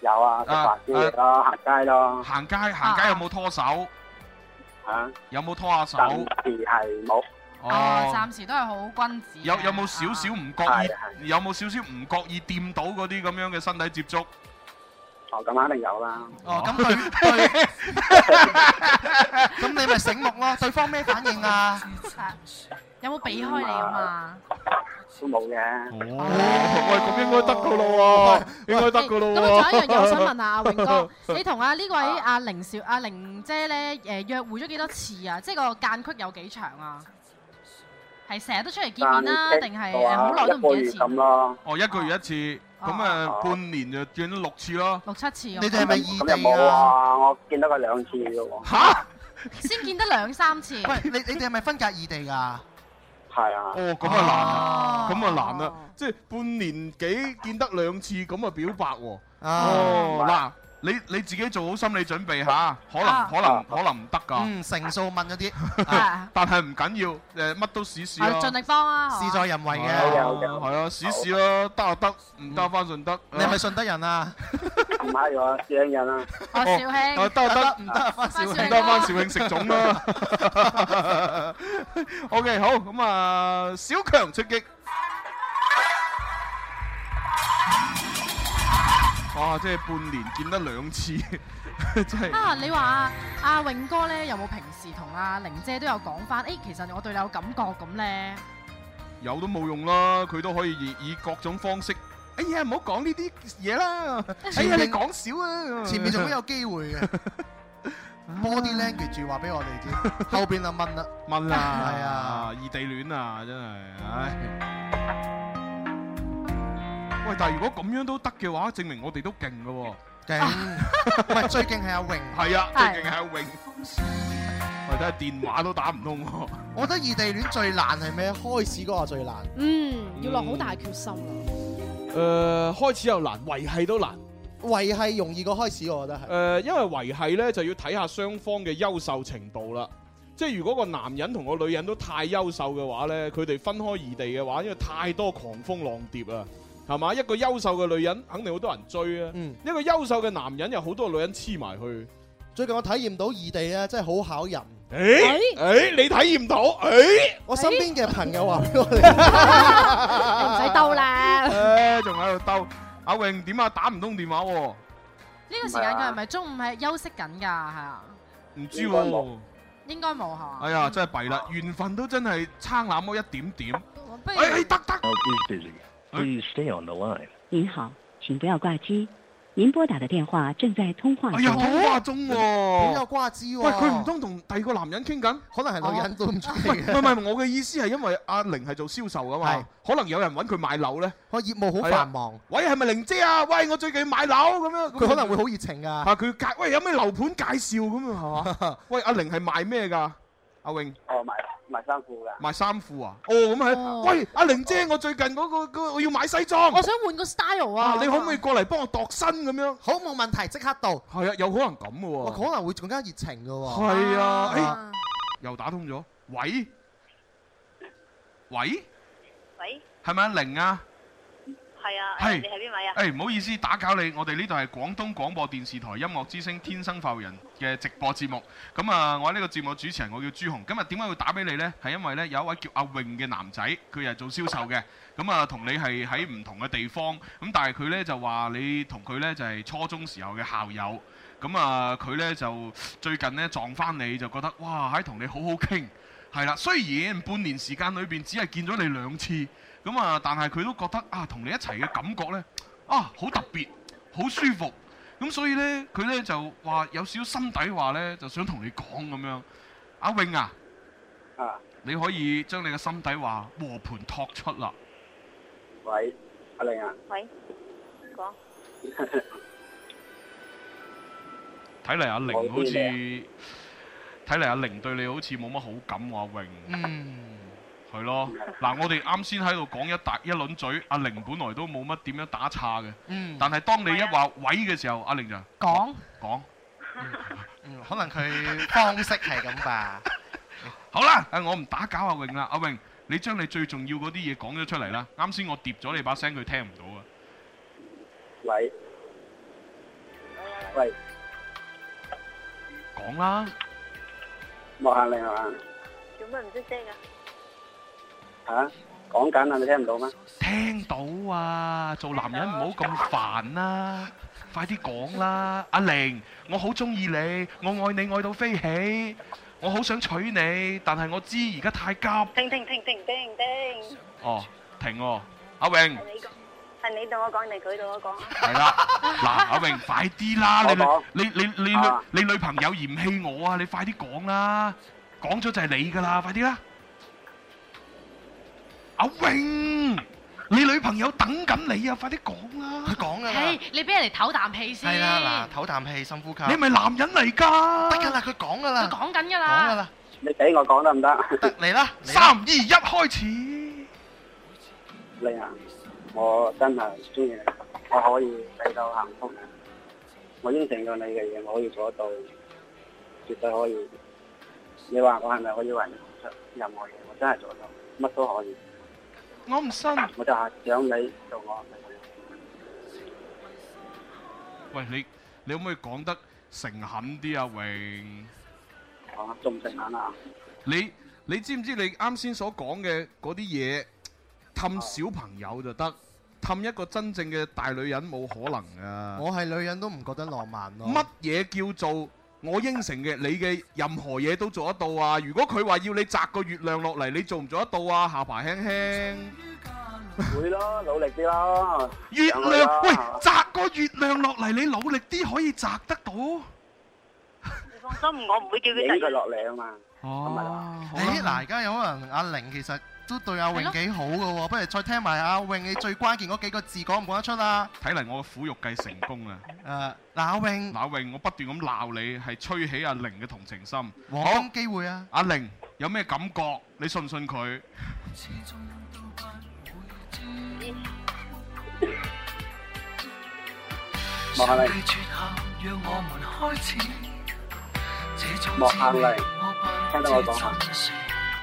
[SPEAKER 8] 有啊，食飯啲嘢咯，行街咯，
[SPEAKER 2] 行街行街有冇拖手？
[SPEAKER 8] 啊，
[SPEAKER 2] 有冇拖下手？
[SPEAKER 8] 暫時係冇，
[SPEAKER 9] 哦，暫時都係好君子嘅。啊
[SPEAKER 2] 有有冇少少唔覺意？有冇少少唔覺意掂到嗰啲咁樣嘅身體接觸？
[SPEAKER 8] 哦咁肯定有啦，
[SPEAKER 2] 哦，咁
[SPEAKER 5] 咁你咪醒目咯，對方咩反應啊？
[SPEAKER 9] 有冇避開你啊嘛？
[SPEAKER 8] 都冇嘅，
[SPEAKER 2] 喂，咁應該得噶咯喎，應該得噶咯喎。
[SPEAKER 9] 咁啊，仲有一樣 嘢，我想問下阿榮哥，你同啊呢位阿玲少阿玲姐咧誒約會咗幾多次啊？即係個間距有幾長啊？係成日都出嚟見面啦，
[SPEAKER 8] 但
[SPEAKER 9] 定係
[SPEAKER 8] 嘅
[SPEAKER 9] 誒
[SPEAKER 8] 話
[SPEAKER 9] 好耐都
[SPEAKER 8] 一個
[SPEAKER 9] 唔見
[SPEAKER 8] 月
[SPEAKER 9] 一次？
[SPEAKER 8] 咁咯，
[SPEAKER 2] 哦，一個月一次，咁誒半年就見咗六次咯。
[SPEAKER 9] 六七次啊咁。
[SPEAKER 8] 咁又冇啊，我見到佢兩次嘅喎，
[SPEAKER 2] 嚇，
[SPEAKER 9] 先見得兩三次？喂，
[SPEAKER 5] 你你哋係咪分隔異地㗎？
[SPEAKER 8] 係啊，
[SPEAKER 2] 哦，咁啊難啊，咁啊難啦，即係半年幾見得兩次，咁啊表白喎。
[SPEAKER 5] 啊
[SPEAKER 2] 哦，嗱，你你自己做好心理準備嚇，可能
[SPEAKER 5] 啊
[SPEAKER 2] 可能可能唔得
[SPEAKER 5] 嗯，
[SPEAKER 2] 㗎，
[SPEAKER 5] 成數問嗰啲，
[SPEAKER 2] 但係唔緊要，誒乜都試啊試
[SPEAKER 9] 啊係盡
[SPEAKER 2] 咯。
[SPEAKER 9] 力幫啊！
[SPEAKER 5] 事在人為嘅。
[SPEAKER 2] 係啊，試試咯，得就得，唔得翻順德。
[SPEAKER 5] 你係咪順德人啊？
[SPEAKER 8] 唔係我攝影人啊，
[SPEAKER 9] 我肇慶
[SPEAKER 2] 哦得就得，
[SPEAKER 5] 唔得翻肇慶
[SPEAKER 2] 得翻肇慶食粽啦。OK，好 咁啊，小強出擊。哇！即係半年見得兩次， 真係。
[SPEAKER 9] 啊！你話啊阿榮哥咧，有冇平時同阿玲姐都有講翻？誒，其實我對你有感覺咁咧。
[SPEAKER 2] 有都冇用啦，佢都可以以以各種方式。哎呀，唔好講呢啲嘢啦。哎呀，你講少
[SPEAKER 20] 嗯
[SPEAKER 2] 啊。
[SPEAKER 5] 前面仲會有機會嘅。Body language 話俾我哋
[SPEAKER 20] 啊
[SPEAKER 5] 知，後邊就 問啦，
[SPEAKER 2] 問啦，
[SPEAKER 5] 係啊，
[SPEAKER 2] 異地戀啊，真係，唉。喂，但係如果咁樣都得嘅話，證明我哋都勁嘅喎。
[SPEAKER 5] 勁，唔係最勁係阿榮，
[SPEAKER 2] 係啊，最勁係阿榮。喂，睇下電話都打唔通喎。
[SPEAKER 5] 我覺得異地戀最難係咩？開始嗰個最難，
[SPEAKER 6] 嗯，要落好大決心啊！
[SPEAKER 2] 誒、開嗯呃始又難，維係都難。
[SPEAKER 5] 維係容易過開始，我覺得係
[SPEAKER 20] 嗯
[SPEAKER 2] 誒、。因為維係呢，就要睇下雙方嘅優秀程度啦。即係如果個男人同個女人都太優秀嘅話呢，佢哋分開異地嘅話，因為太多狂風浪蝶啊，係嘛？一個優秀嘅女人肯定好多人追啊，
[SPEAKER 5] 嗯
[SPEAKER 2] 一個優秀嘅男人有好多女人黐埋去。
[SPEAKER 5] 最近我體驗到異地咧，真係好考人。
[SPEAKER 2] 誒誒，你體驗到誒？
[SPEAKER 5] 我身邊嘅朋友話俾我
[SPEAKER 20] 哦
[SPEAKER 6] 唔使兜啦。
[SPEAKER 2] 誒，哎仲喺度兜。阿榮點啊？打唔通電話喎，
[SPEAKER 9] 呢個時間佢係咪中午係休息緊㗎？係啊，
[SPEAKER 2] 唔知喎。
[SPEAKER 9] 應該冇係嘛？
[SPEAKER 2] 哎呀，真係弊啦，緣分都真係差那麼一點點。
[SPEAKER 6] 哎
[SPEAKER 9] 不
[SPEAKER 4] 哎
[SPEAKER 9] 如
[SPEAKER 2] 得得。
[SPEAKER 21] Is busy. Please stay on the line. 您好，请不要挂机。
[SPEAKER 7] 您拨打的电话正在通话
[SPEAKER 4] 哎呀，
[SPEAKER 7] 中。
[SPEAKER 4] 通話中喎，
[SPEAKER 20] 好有瓜子喎
[SPEAKER 4] 喂，佢唔通同第二個男人傾緊？可能
[SPEAKER 20] 係女人都唔出奇嘅
[SPEAKER 4] 唔係唔係，我嘅意思係因為阿玲係做銷售噶嘛，可能有人揾佢買樓咧。
[SPEAKER 20] 個業務好繁忙。
[SPEAKER 4] 喂，係咪玲姐啊？喂，我最近買樓咁樣。
[SPEAKER 20] 佢可能會好熱情㗎
[SPEAKER 4] 啊，佢介喂有咩樓盤介紹咁啊？係 嘛？喂，阿玲係賣咩㗎？阿榮。
[SPEAKER 8] 哦，賣賣衫褲㗎。
[SPEAKER 4] 賣衫褲啊？哦，咁係。喂，阿玲姐，我最近嗰個嗰個我要買西裝。
[SPEAKER 22] 我想換個 style 啊！
[SPEAKER 4] 啊你可唔可以過嚟幫我度身咁
[SPEAKER 5] 啊
[SPEAKER 4] 樣？
[SPEAKER 20] 好，冇問題，即刻到。
[SPEAKER 4] 係啊，有可能咁嘅
[SPEAKER 20] 哇
[SPEAKER 4] 喎。
[SPEAKER 20] 可能會更加熱情㗎喎。
[SPEAKER 4] 係啊，誒，又打通咗。喂，喂，
[SPEAKER 10] 喂，
[SPEAKER 2] 係咪阿玲啊？
[SPEAKER 10] 系啊，
[SPEAKER 2] 係
[SPEAKER 10] 你喺邊位啊？
[SPEAKER 2] 誒唔好意思，打攪你，我哋呢度係廣東廣播電視台音樂之聲《天生快活人》嘅直播節目。咁啊，我係呢個節目主持人，我叫朱紅。今日點解會打俾你呢？係因為呢，有一位叫阿穎嘅男仔，佢係做銷售嘅。咁啊，同你係喺唔同嘅地方。咁但係佢呢，就話你同佢呢，就係初中時候嘅校友。咁啊，佢呢，就最近呢，撞翻你，就覺得哇，喺同你好好傾。係啦，雖然半年時間裏邊只係見咗你兩次，咁啊，但係佢都覺得啊，同你一齊嘅感覺呢，啊，好特別，好舒服。咁所以呢，佢呢就話有少少心底話呢，就想同你講咁樣。阿永啊，
[SPEAKER 8] 啊，
[SPEAKER 2] 你可以將你嘅心底話和盤托出啦。
[SPEAKER 8] 喂，阿玲啊，
[SPEAKER 10] 喂，講
[SPEAKER 2] 睇嚟阿玲
[SPEAKER 8] 我
[SPEAKER 2] 好
[SPEAKER 8] 知
[SPEAKER 2] 似，
[SPEAKER 8] 你
[SPEAKER 2] 睇嚟阿玲對你好似冇乜好感喎，阿永。
[SPEAKER 20] 嗯，
[SPEAKER 2] 係咯，嗱，我哋啱先喺度講一大一輪嘴，阿玲本來都冇乜點樣打岔嘅，
[SPEAKER 6] 嗯
[SPEAKER 2] 但係當你一話位嘅時候，阿玲就
[SPEAKER 6] 講
[SPEAKER 2] 講，
[SPEAKER 6] 嗯
[SPEAKER 2] 可能佢方式係 咁吧。好啦，誒我唔打攪阿榮啦，阿榮，你將你最重要嗰啲嘢講咗出嚟啦。啱先我疊咗你把聲，佢聽唔到啊。
[SPEAKER 8] 喂，喂，
[SPEAKER 2] 講啦，
[SPEAKER 8] 莫行玲係嘛？
[SPEAKER 10] 做乜唔出聲啊？
[SPEAKER 8] 嚇，講緊啊，你聽唔到咩？
[SPEAKER 2] 聽到啊，做男人唔好咁煩啦，快啲講啦，阿玲，我好中意你，我愛你愛到飛起，我好想娶你，但係我知而家太急。
[SPEAKER 10] 停停停停停停，
[SPEAKER 2] 哦，停喎，阿榮，
[SPEAKER 10] 係你講，係你同我講定佢同我講啊？
[SPEAKER 2] 係啦，嗱，阿榮，快啲啦，你女你你你女你女朋友嫌棄我啊，你快啲講啦，講咗就係你噶啦，快啲啦，阿榮，你女朋友等緊你啊，快啲講啦，佢講
[SPEAKER 4] 哎
[SPEAKER 2] 噶
[SPEAKER 6] 係你俾人哋唞啖氣先。
[SPEAKER 5] 係啦，嗱，唞啖氣，深呼吸。
[SPEAKER 2] 啊你係咪男人嚟㗎？
[SPEAKER 5] 得㗎啊啦，佢講㗎啦。
[SPEAKER 6] 佢講緊
[SPEAKER 5] 講
[SPEAKER 6] 㗎
[SPEAKER 5] 㗎
[SPEAKER 6] 啦。
[SPEAKER 5] 啦。
[SPEAKER 8] 你俾我講得唔得？
[SPEAKER 5] 得嚟啦。
[SPEAKER 2] 三二一，開始。
[SPEAKER 8] 玲啊，我真係中意你，我可以俾到幸福你。我應承咗你嘅嘢，我可以做得到，絕對可以。你話我係咪可以為你付出任何嘢？我真係做得到，乜都可以。
[SPEAKER 2] 我唔信。
[SPEAKER 8] 我就係想你做我女朋友。
[SPEAKER 2] 喂，你你可唔可以講得誠懇啲啊，榮？
[SPEAKER 8] 啊，仲唔誠懇啊？
[SPEAKER 2] 你你知唔知你啱先所講嘅嗰啲嘢，氹小朋友就得，氹一個真正嘅大女人冇可能噶。
[SPEAKER 20] 我係女人都唔覺得浪漫咯。
[SPEAKER 2] 乜嘢叫做我應承嘅？你嘅任何嘢都做得到啊！如果佢話要你摘個月亮落嚟，你做唔做得到啊？下巴輕輕。
[SPEAKER 8] 會咯，努力啲咯。
[SPEAKER 2] 月
[SPEAKER 8] 上去
[SPEAKER 2] 亮
[SPEAKER 8] 啦
[SPEAKER 2] 喂，摘個月亮落嚟，你努力啲可以摘得到。
[SPEAKER 10] 你放心，我唔會叫佢
[SPEAKER 8] 影佢落嚟啊嘛。
[SPEAKER 2] 哦，
[SPEAKER 20] 誒
[SPEAKER 5] 嗱，而家有可能阿玲其實都對阿榮幾好嘅喎，不如再聽埋阿榮你最關鍵嗰幾個字講唔講得出啊？
[SPEAKER 2] 睇嚟我嘅苦肉計成功啦！
[SPEAKER 5] 誒，嗱，阿榮，
[SPEAKER 2] 嗱，榮，我不斷咁鬧你，係吹起阿玲嘅同情心。
[SPEAKER 5] 黃金機會啊！
[SPEAKER 2] 阿玲有咩感覺？你信唔信佢？
[SPEAKER 8] 莫行玲，莫行玲，聽到我講啊？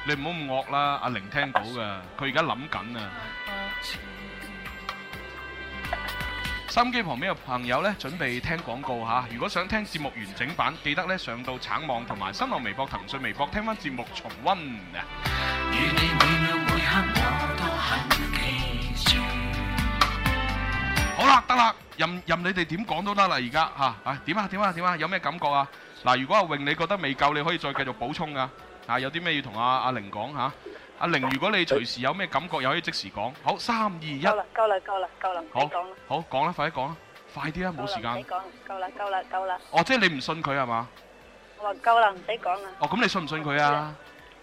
[SPEAKER 2] 你唔好咁惡啦，阿玲聽到噶，佢而家諗緊啊。收音機旁邊嘅朋友呢，準備聽廣告嚇。如果想聽節目完整版，記得呢上到橙網同埋新浪微博、騰訊微博聽翻節目重温啊。好啦，得啦，任任你哋點講都得啦，而家嚇啊點啊點啊點啊，有咩感覺啊？嗱，如果阿榮你覺得未夠，你可以再繼續補充噶。啊，有啲咩要同阿阿玲講嚇？阿玲，如果你隨時有咩感覺，又可以即時講。好，三二一，
[SPEAKER 10] 夠啦，夠啦，夠啦，夠啦，唔
[SPEAKER 2] 好
[SPEAKER 10] 使講啦。，
[SPEAKER 2] 好講啦，快啲講啦，快啲啊，冇時間。
[SPEAKER 10] 夠啦，夠啦，夠啦！
[SPEAKER 2] 哦，即係你唔信佢係嘛？
[SPEAKER 10] 我話夠啦，唔使講啦，
[SPEAKER 2] 哦，咁你信唔信佢啊？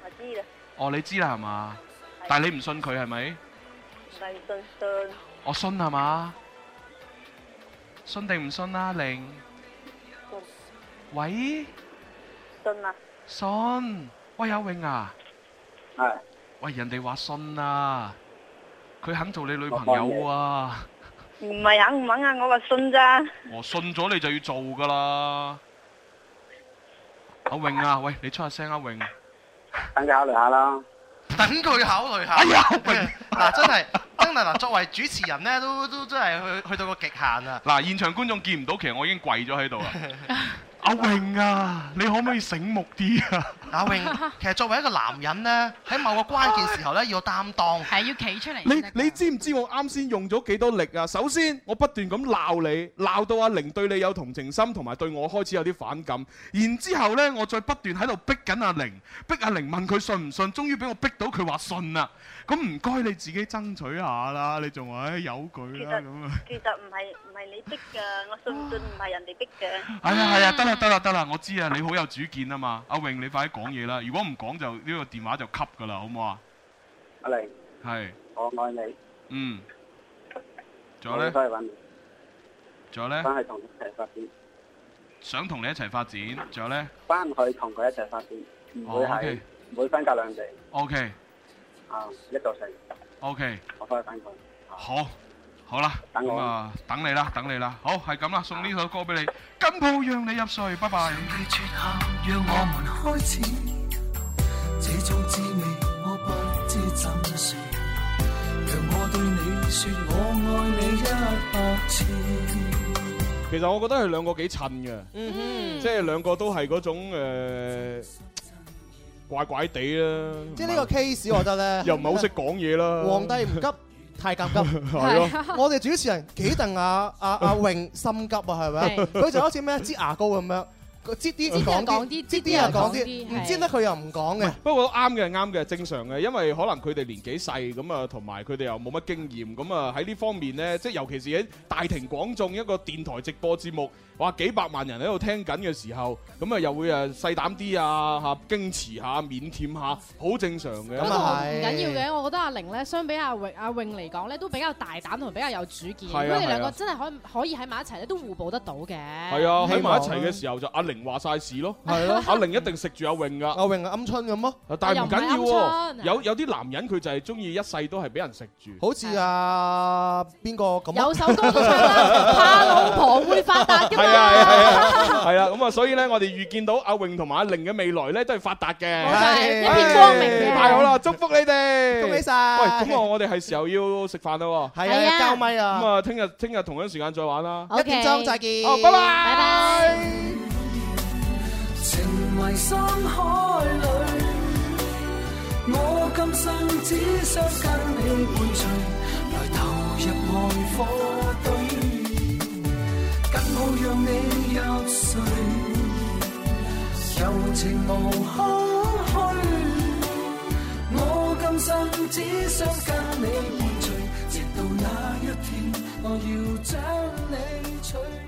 [SPEAKER 10] 我知啦，
[SPEAKER 2] 哦，你知啦係嘛？但係你唔信佢係咪？
[SPEAKER 10] 唔係信信，
[SPEAKER 2] 我信係嘛？信定唔信啊？玲，喂，
[SPEAKER 10] 信啊啦，
[SPEAKER 2] 信，喂，有永啊，
[SPEAKER 10] 係，
[SPEAKER 2] 喂，人哋話信啊，佢肯做你女朋友啊，
[SPEAKER 10] 唔係肯唔肯啊？我話信咋，
[SPEAKER 2] 我信咗你就要做噶啦。阿永啊，喂，你出下聲啊，永。
[SPEAKER 10] 等佢考慮下啦。
[SPEAKER 8] 等佢考慮
[SPEAKER 5] 哎
[SPEAKER 8] 下。 嗱，真係真係嗱，作為主持人咧，都都真係去去到個極限啊！
[SPEAKER 2] 嗱，現場觀眾見唔到，其實我已經跪咗喺度啦。阿榮啊，你可唔可以醒目啲啊？
[SPEAKER 8] 阿 榮，其實作為一個男人咧，喺某個關鍵時候咧，要有擔當。
[SPEAKER 6] 係要企出嚟先
[SPEAKER 4] 你
[SPEAKER 6] 得。
[SPEAKER 4] 你知啊唔知我啱先用咗幾多力啊？首先，我不斷咁鬧你，鬧到阿玲對你有同情心，同埋對我開始有啲反感。然之後呢，我再不斷喺度逼緊阿玲，逼阿玲問佢信唔信，終於俾我逼到佢話信啦。咁唔該你自己爭取下啦，你仲話唉哎有佢啦咁啊？
[SPEAKER 10] 其實唔係唔係你逼㗎，我信唔信唔係人哋逼嘅。
[SPEAKER 2] 係啊係啊，得啦得啦得啦，我知啊，你好有主見啊嘛。阿榮，你快啲講嘢啦，如果唔講就呢個電話就吸㗎啦，好唔好啊？
[SPEAKER 10] 阿玲，
[SPEAKER 2] 係，
[SPEAKER 10] 我愛你，
[SPEAKER 2] 嗯，仲有
[SPEAKER 10] 我
[SPEAKER 2] 呢？
[SPEAKER 10] 都係揾你，
[SPEAKER 2] 仲有呢？
[SPEAKER 10] 翻去同佢一齊發展，
[SPEAKER 2] 想同你一齊發展，仲有呢
[SPEAKER 10] 翻去同佢一齊發展，唔會
[SPEAKER 2] 哦
[SPEAKER 10] 係
[SPEAKER 2] ，OK
[SPEAKER 10] 唔會分隔兩地
[SPEAKER 2] o k
[SPEAKER 10] 啊！一個成，
[SPEAKER 2] O K，
[SPEAKER 10] 我翻去返工。
[SPEAKER 2] 好，好啦，咁啊，等你啦，等你啦，好，係咁啦，送呢首歌俾你，金鋪讓你入睡，拜拜。
[SPEAKER 1] 让我们开始，这种滋味我不知怎说。让我对你说我爱你一百次。
[SPEAKER 4] 其實我覺得佢兩個幾襯嘅，即係兩個都係嗰種誒怪怪地啦。
[SPEAKER 5] 即係呢個 case，我覺得咧，
[SPEAKER 4] 又唔係好識講嘢啦。
[SPEAKER 5] 皇帝唔急，太監急。
[SPEAKER 4] 係咯
[SPEAKER 5] 我哋主持人幾鄧阿 阿阿榮心急啊，係咪？
[SPEAKER 4] 係
[SPEAKER 5] 佢就好似咩擠牙膏咁樣，佢擠啲
[SPEAKER 4] 擠啲
[SPEAKER 5] 講
[SPEAKER 4] 又講
[SPEAKER 5] 啲，擠啲又講啲，唔擠得佢又唔講嘅。
[SPEAKER 4] 不過啱嘅，啱嘅，正常嘅，因為可能佢哋年紀細咁啊，同埋佢哋又冇乜經驗，咁啊喺呢方面呢，即係尤其是喺大庭廣眾一個電台直播節目，哇幾百萬人喺度聽緊嘅時候，咁啊又會誒細膽啲啊嚇，矜持下、腼腆下，好正常嘅。
[SPEAKER 5] 咁啊
[SPEAKER 6] 唔緊要嘅，我覺得阿玲咧，相比阿榮阿榮嚟講咧，都比較大膽同比較有主見。
[SPEAKER 4] 係啊
[SPEAKER 6] 如果你
[SPEAKER 4] 係啊
[SPEAKER 6] 兩個真係可以可以喺埋一齊咧，都互補得到嘅。
[SPEAKER 4] 係啊，喺埋一齊嘅時候就阿玲話晒事咯，
[SPEAKER 5] 係咯
[SPEAKER 4] 阿玲一定食住阿榮噶，
[SPEAKER 5] 阿榮啊鵪鶉咁咯，
[SPEAKER 4] 但係唔緊
[SPEAKER 5] 又
[SPEAKER 4] 要
[SPEAKER 5] 唔係鵪
[SPEAKER 4] 喎，
[SPEAKER 5] 鶉
[SPEAKER 4] 有有啲男人佢就係中意一世都係俾人食住。
[SPEAKER 5] 好似啊邊個咁啊？
[SPEAKER 6] 有首歌都唱啦， 怕老婆會發達㗎
[SPEAKER 4] 係
[SPEAKER 6] 嘛。
[SPEAKER 4] 啊係啊係啊，係啦，咁啊，所以咧，我哋預見到阿榮同埋阿玲嘅未來咧，都係發達 嘅，
[SPEAKER 5] 錯一片
[SPEAKER 6] 光明嘅
[SPEAKER 4] 唉哎太好啦，祝福你哋，
[SPEAKER 5] 恭喜晒
[SPEAKER 4] 喂，咁啊，我哋係時候要食飯啦喎，
[SPEAKER 5] 係啊係啊交咪啊
[SPEAKER 4] 咁啊，聽日聽日同樣時間再玩啦，
[SPEAKER 5] 一點鐘再見，
[SPEAKER 4] 好，拜拜。
[SPEAKER 5] 拜拜。
[SPEAKER 1] 情迷深海里，我今生只想跟你伴隨，來投入愛火堆，更好讓你入睡，柔情無空虛。我今生只想跟你伴隨，直到那一天，我要將你娶。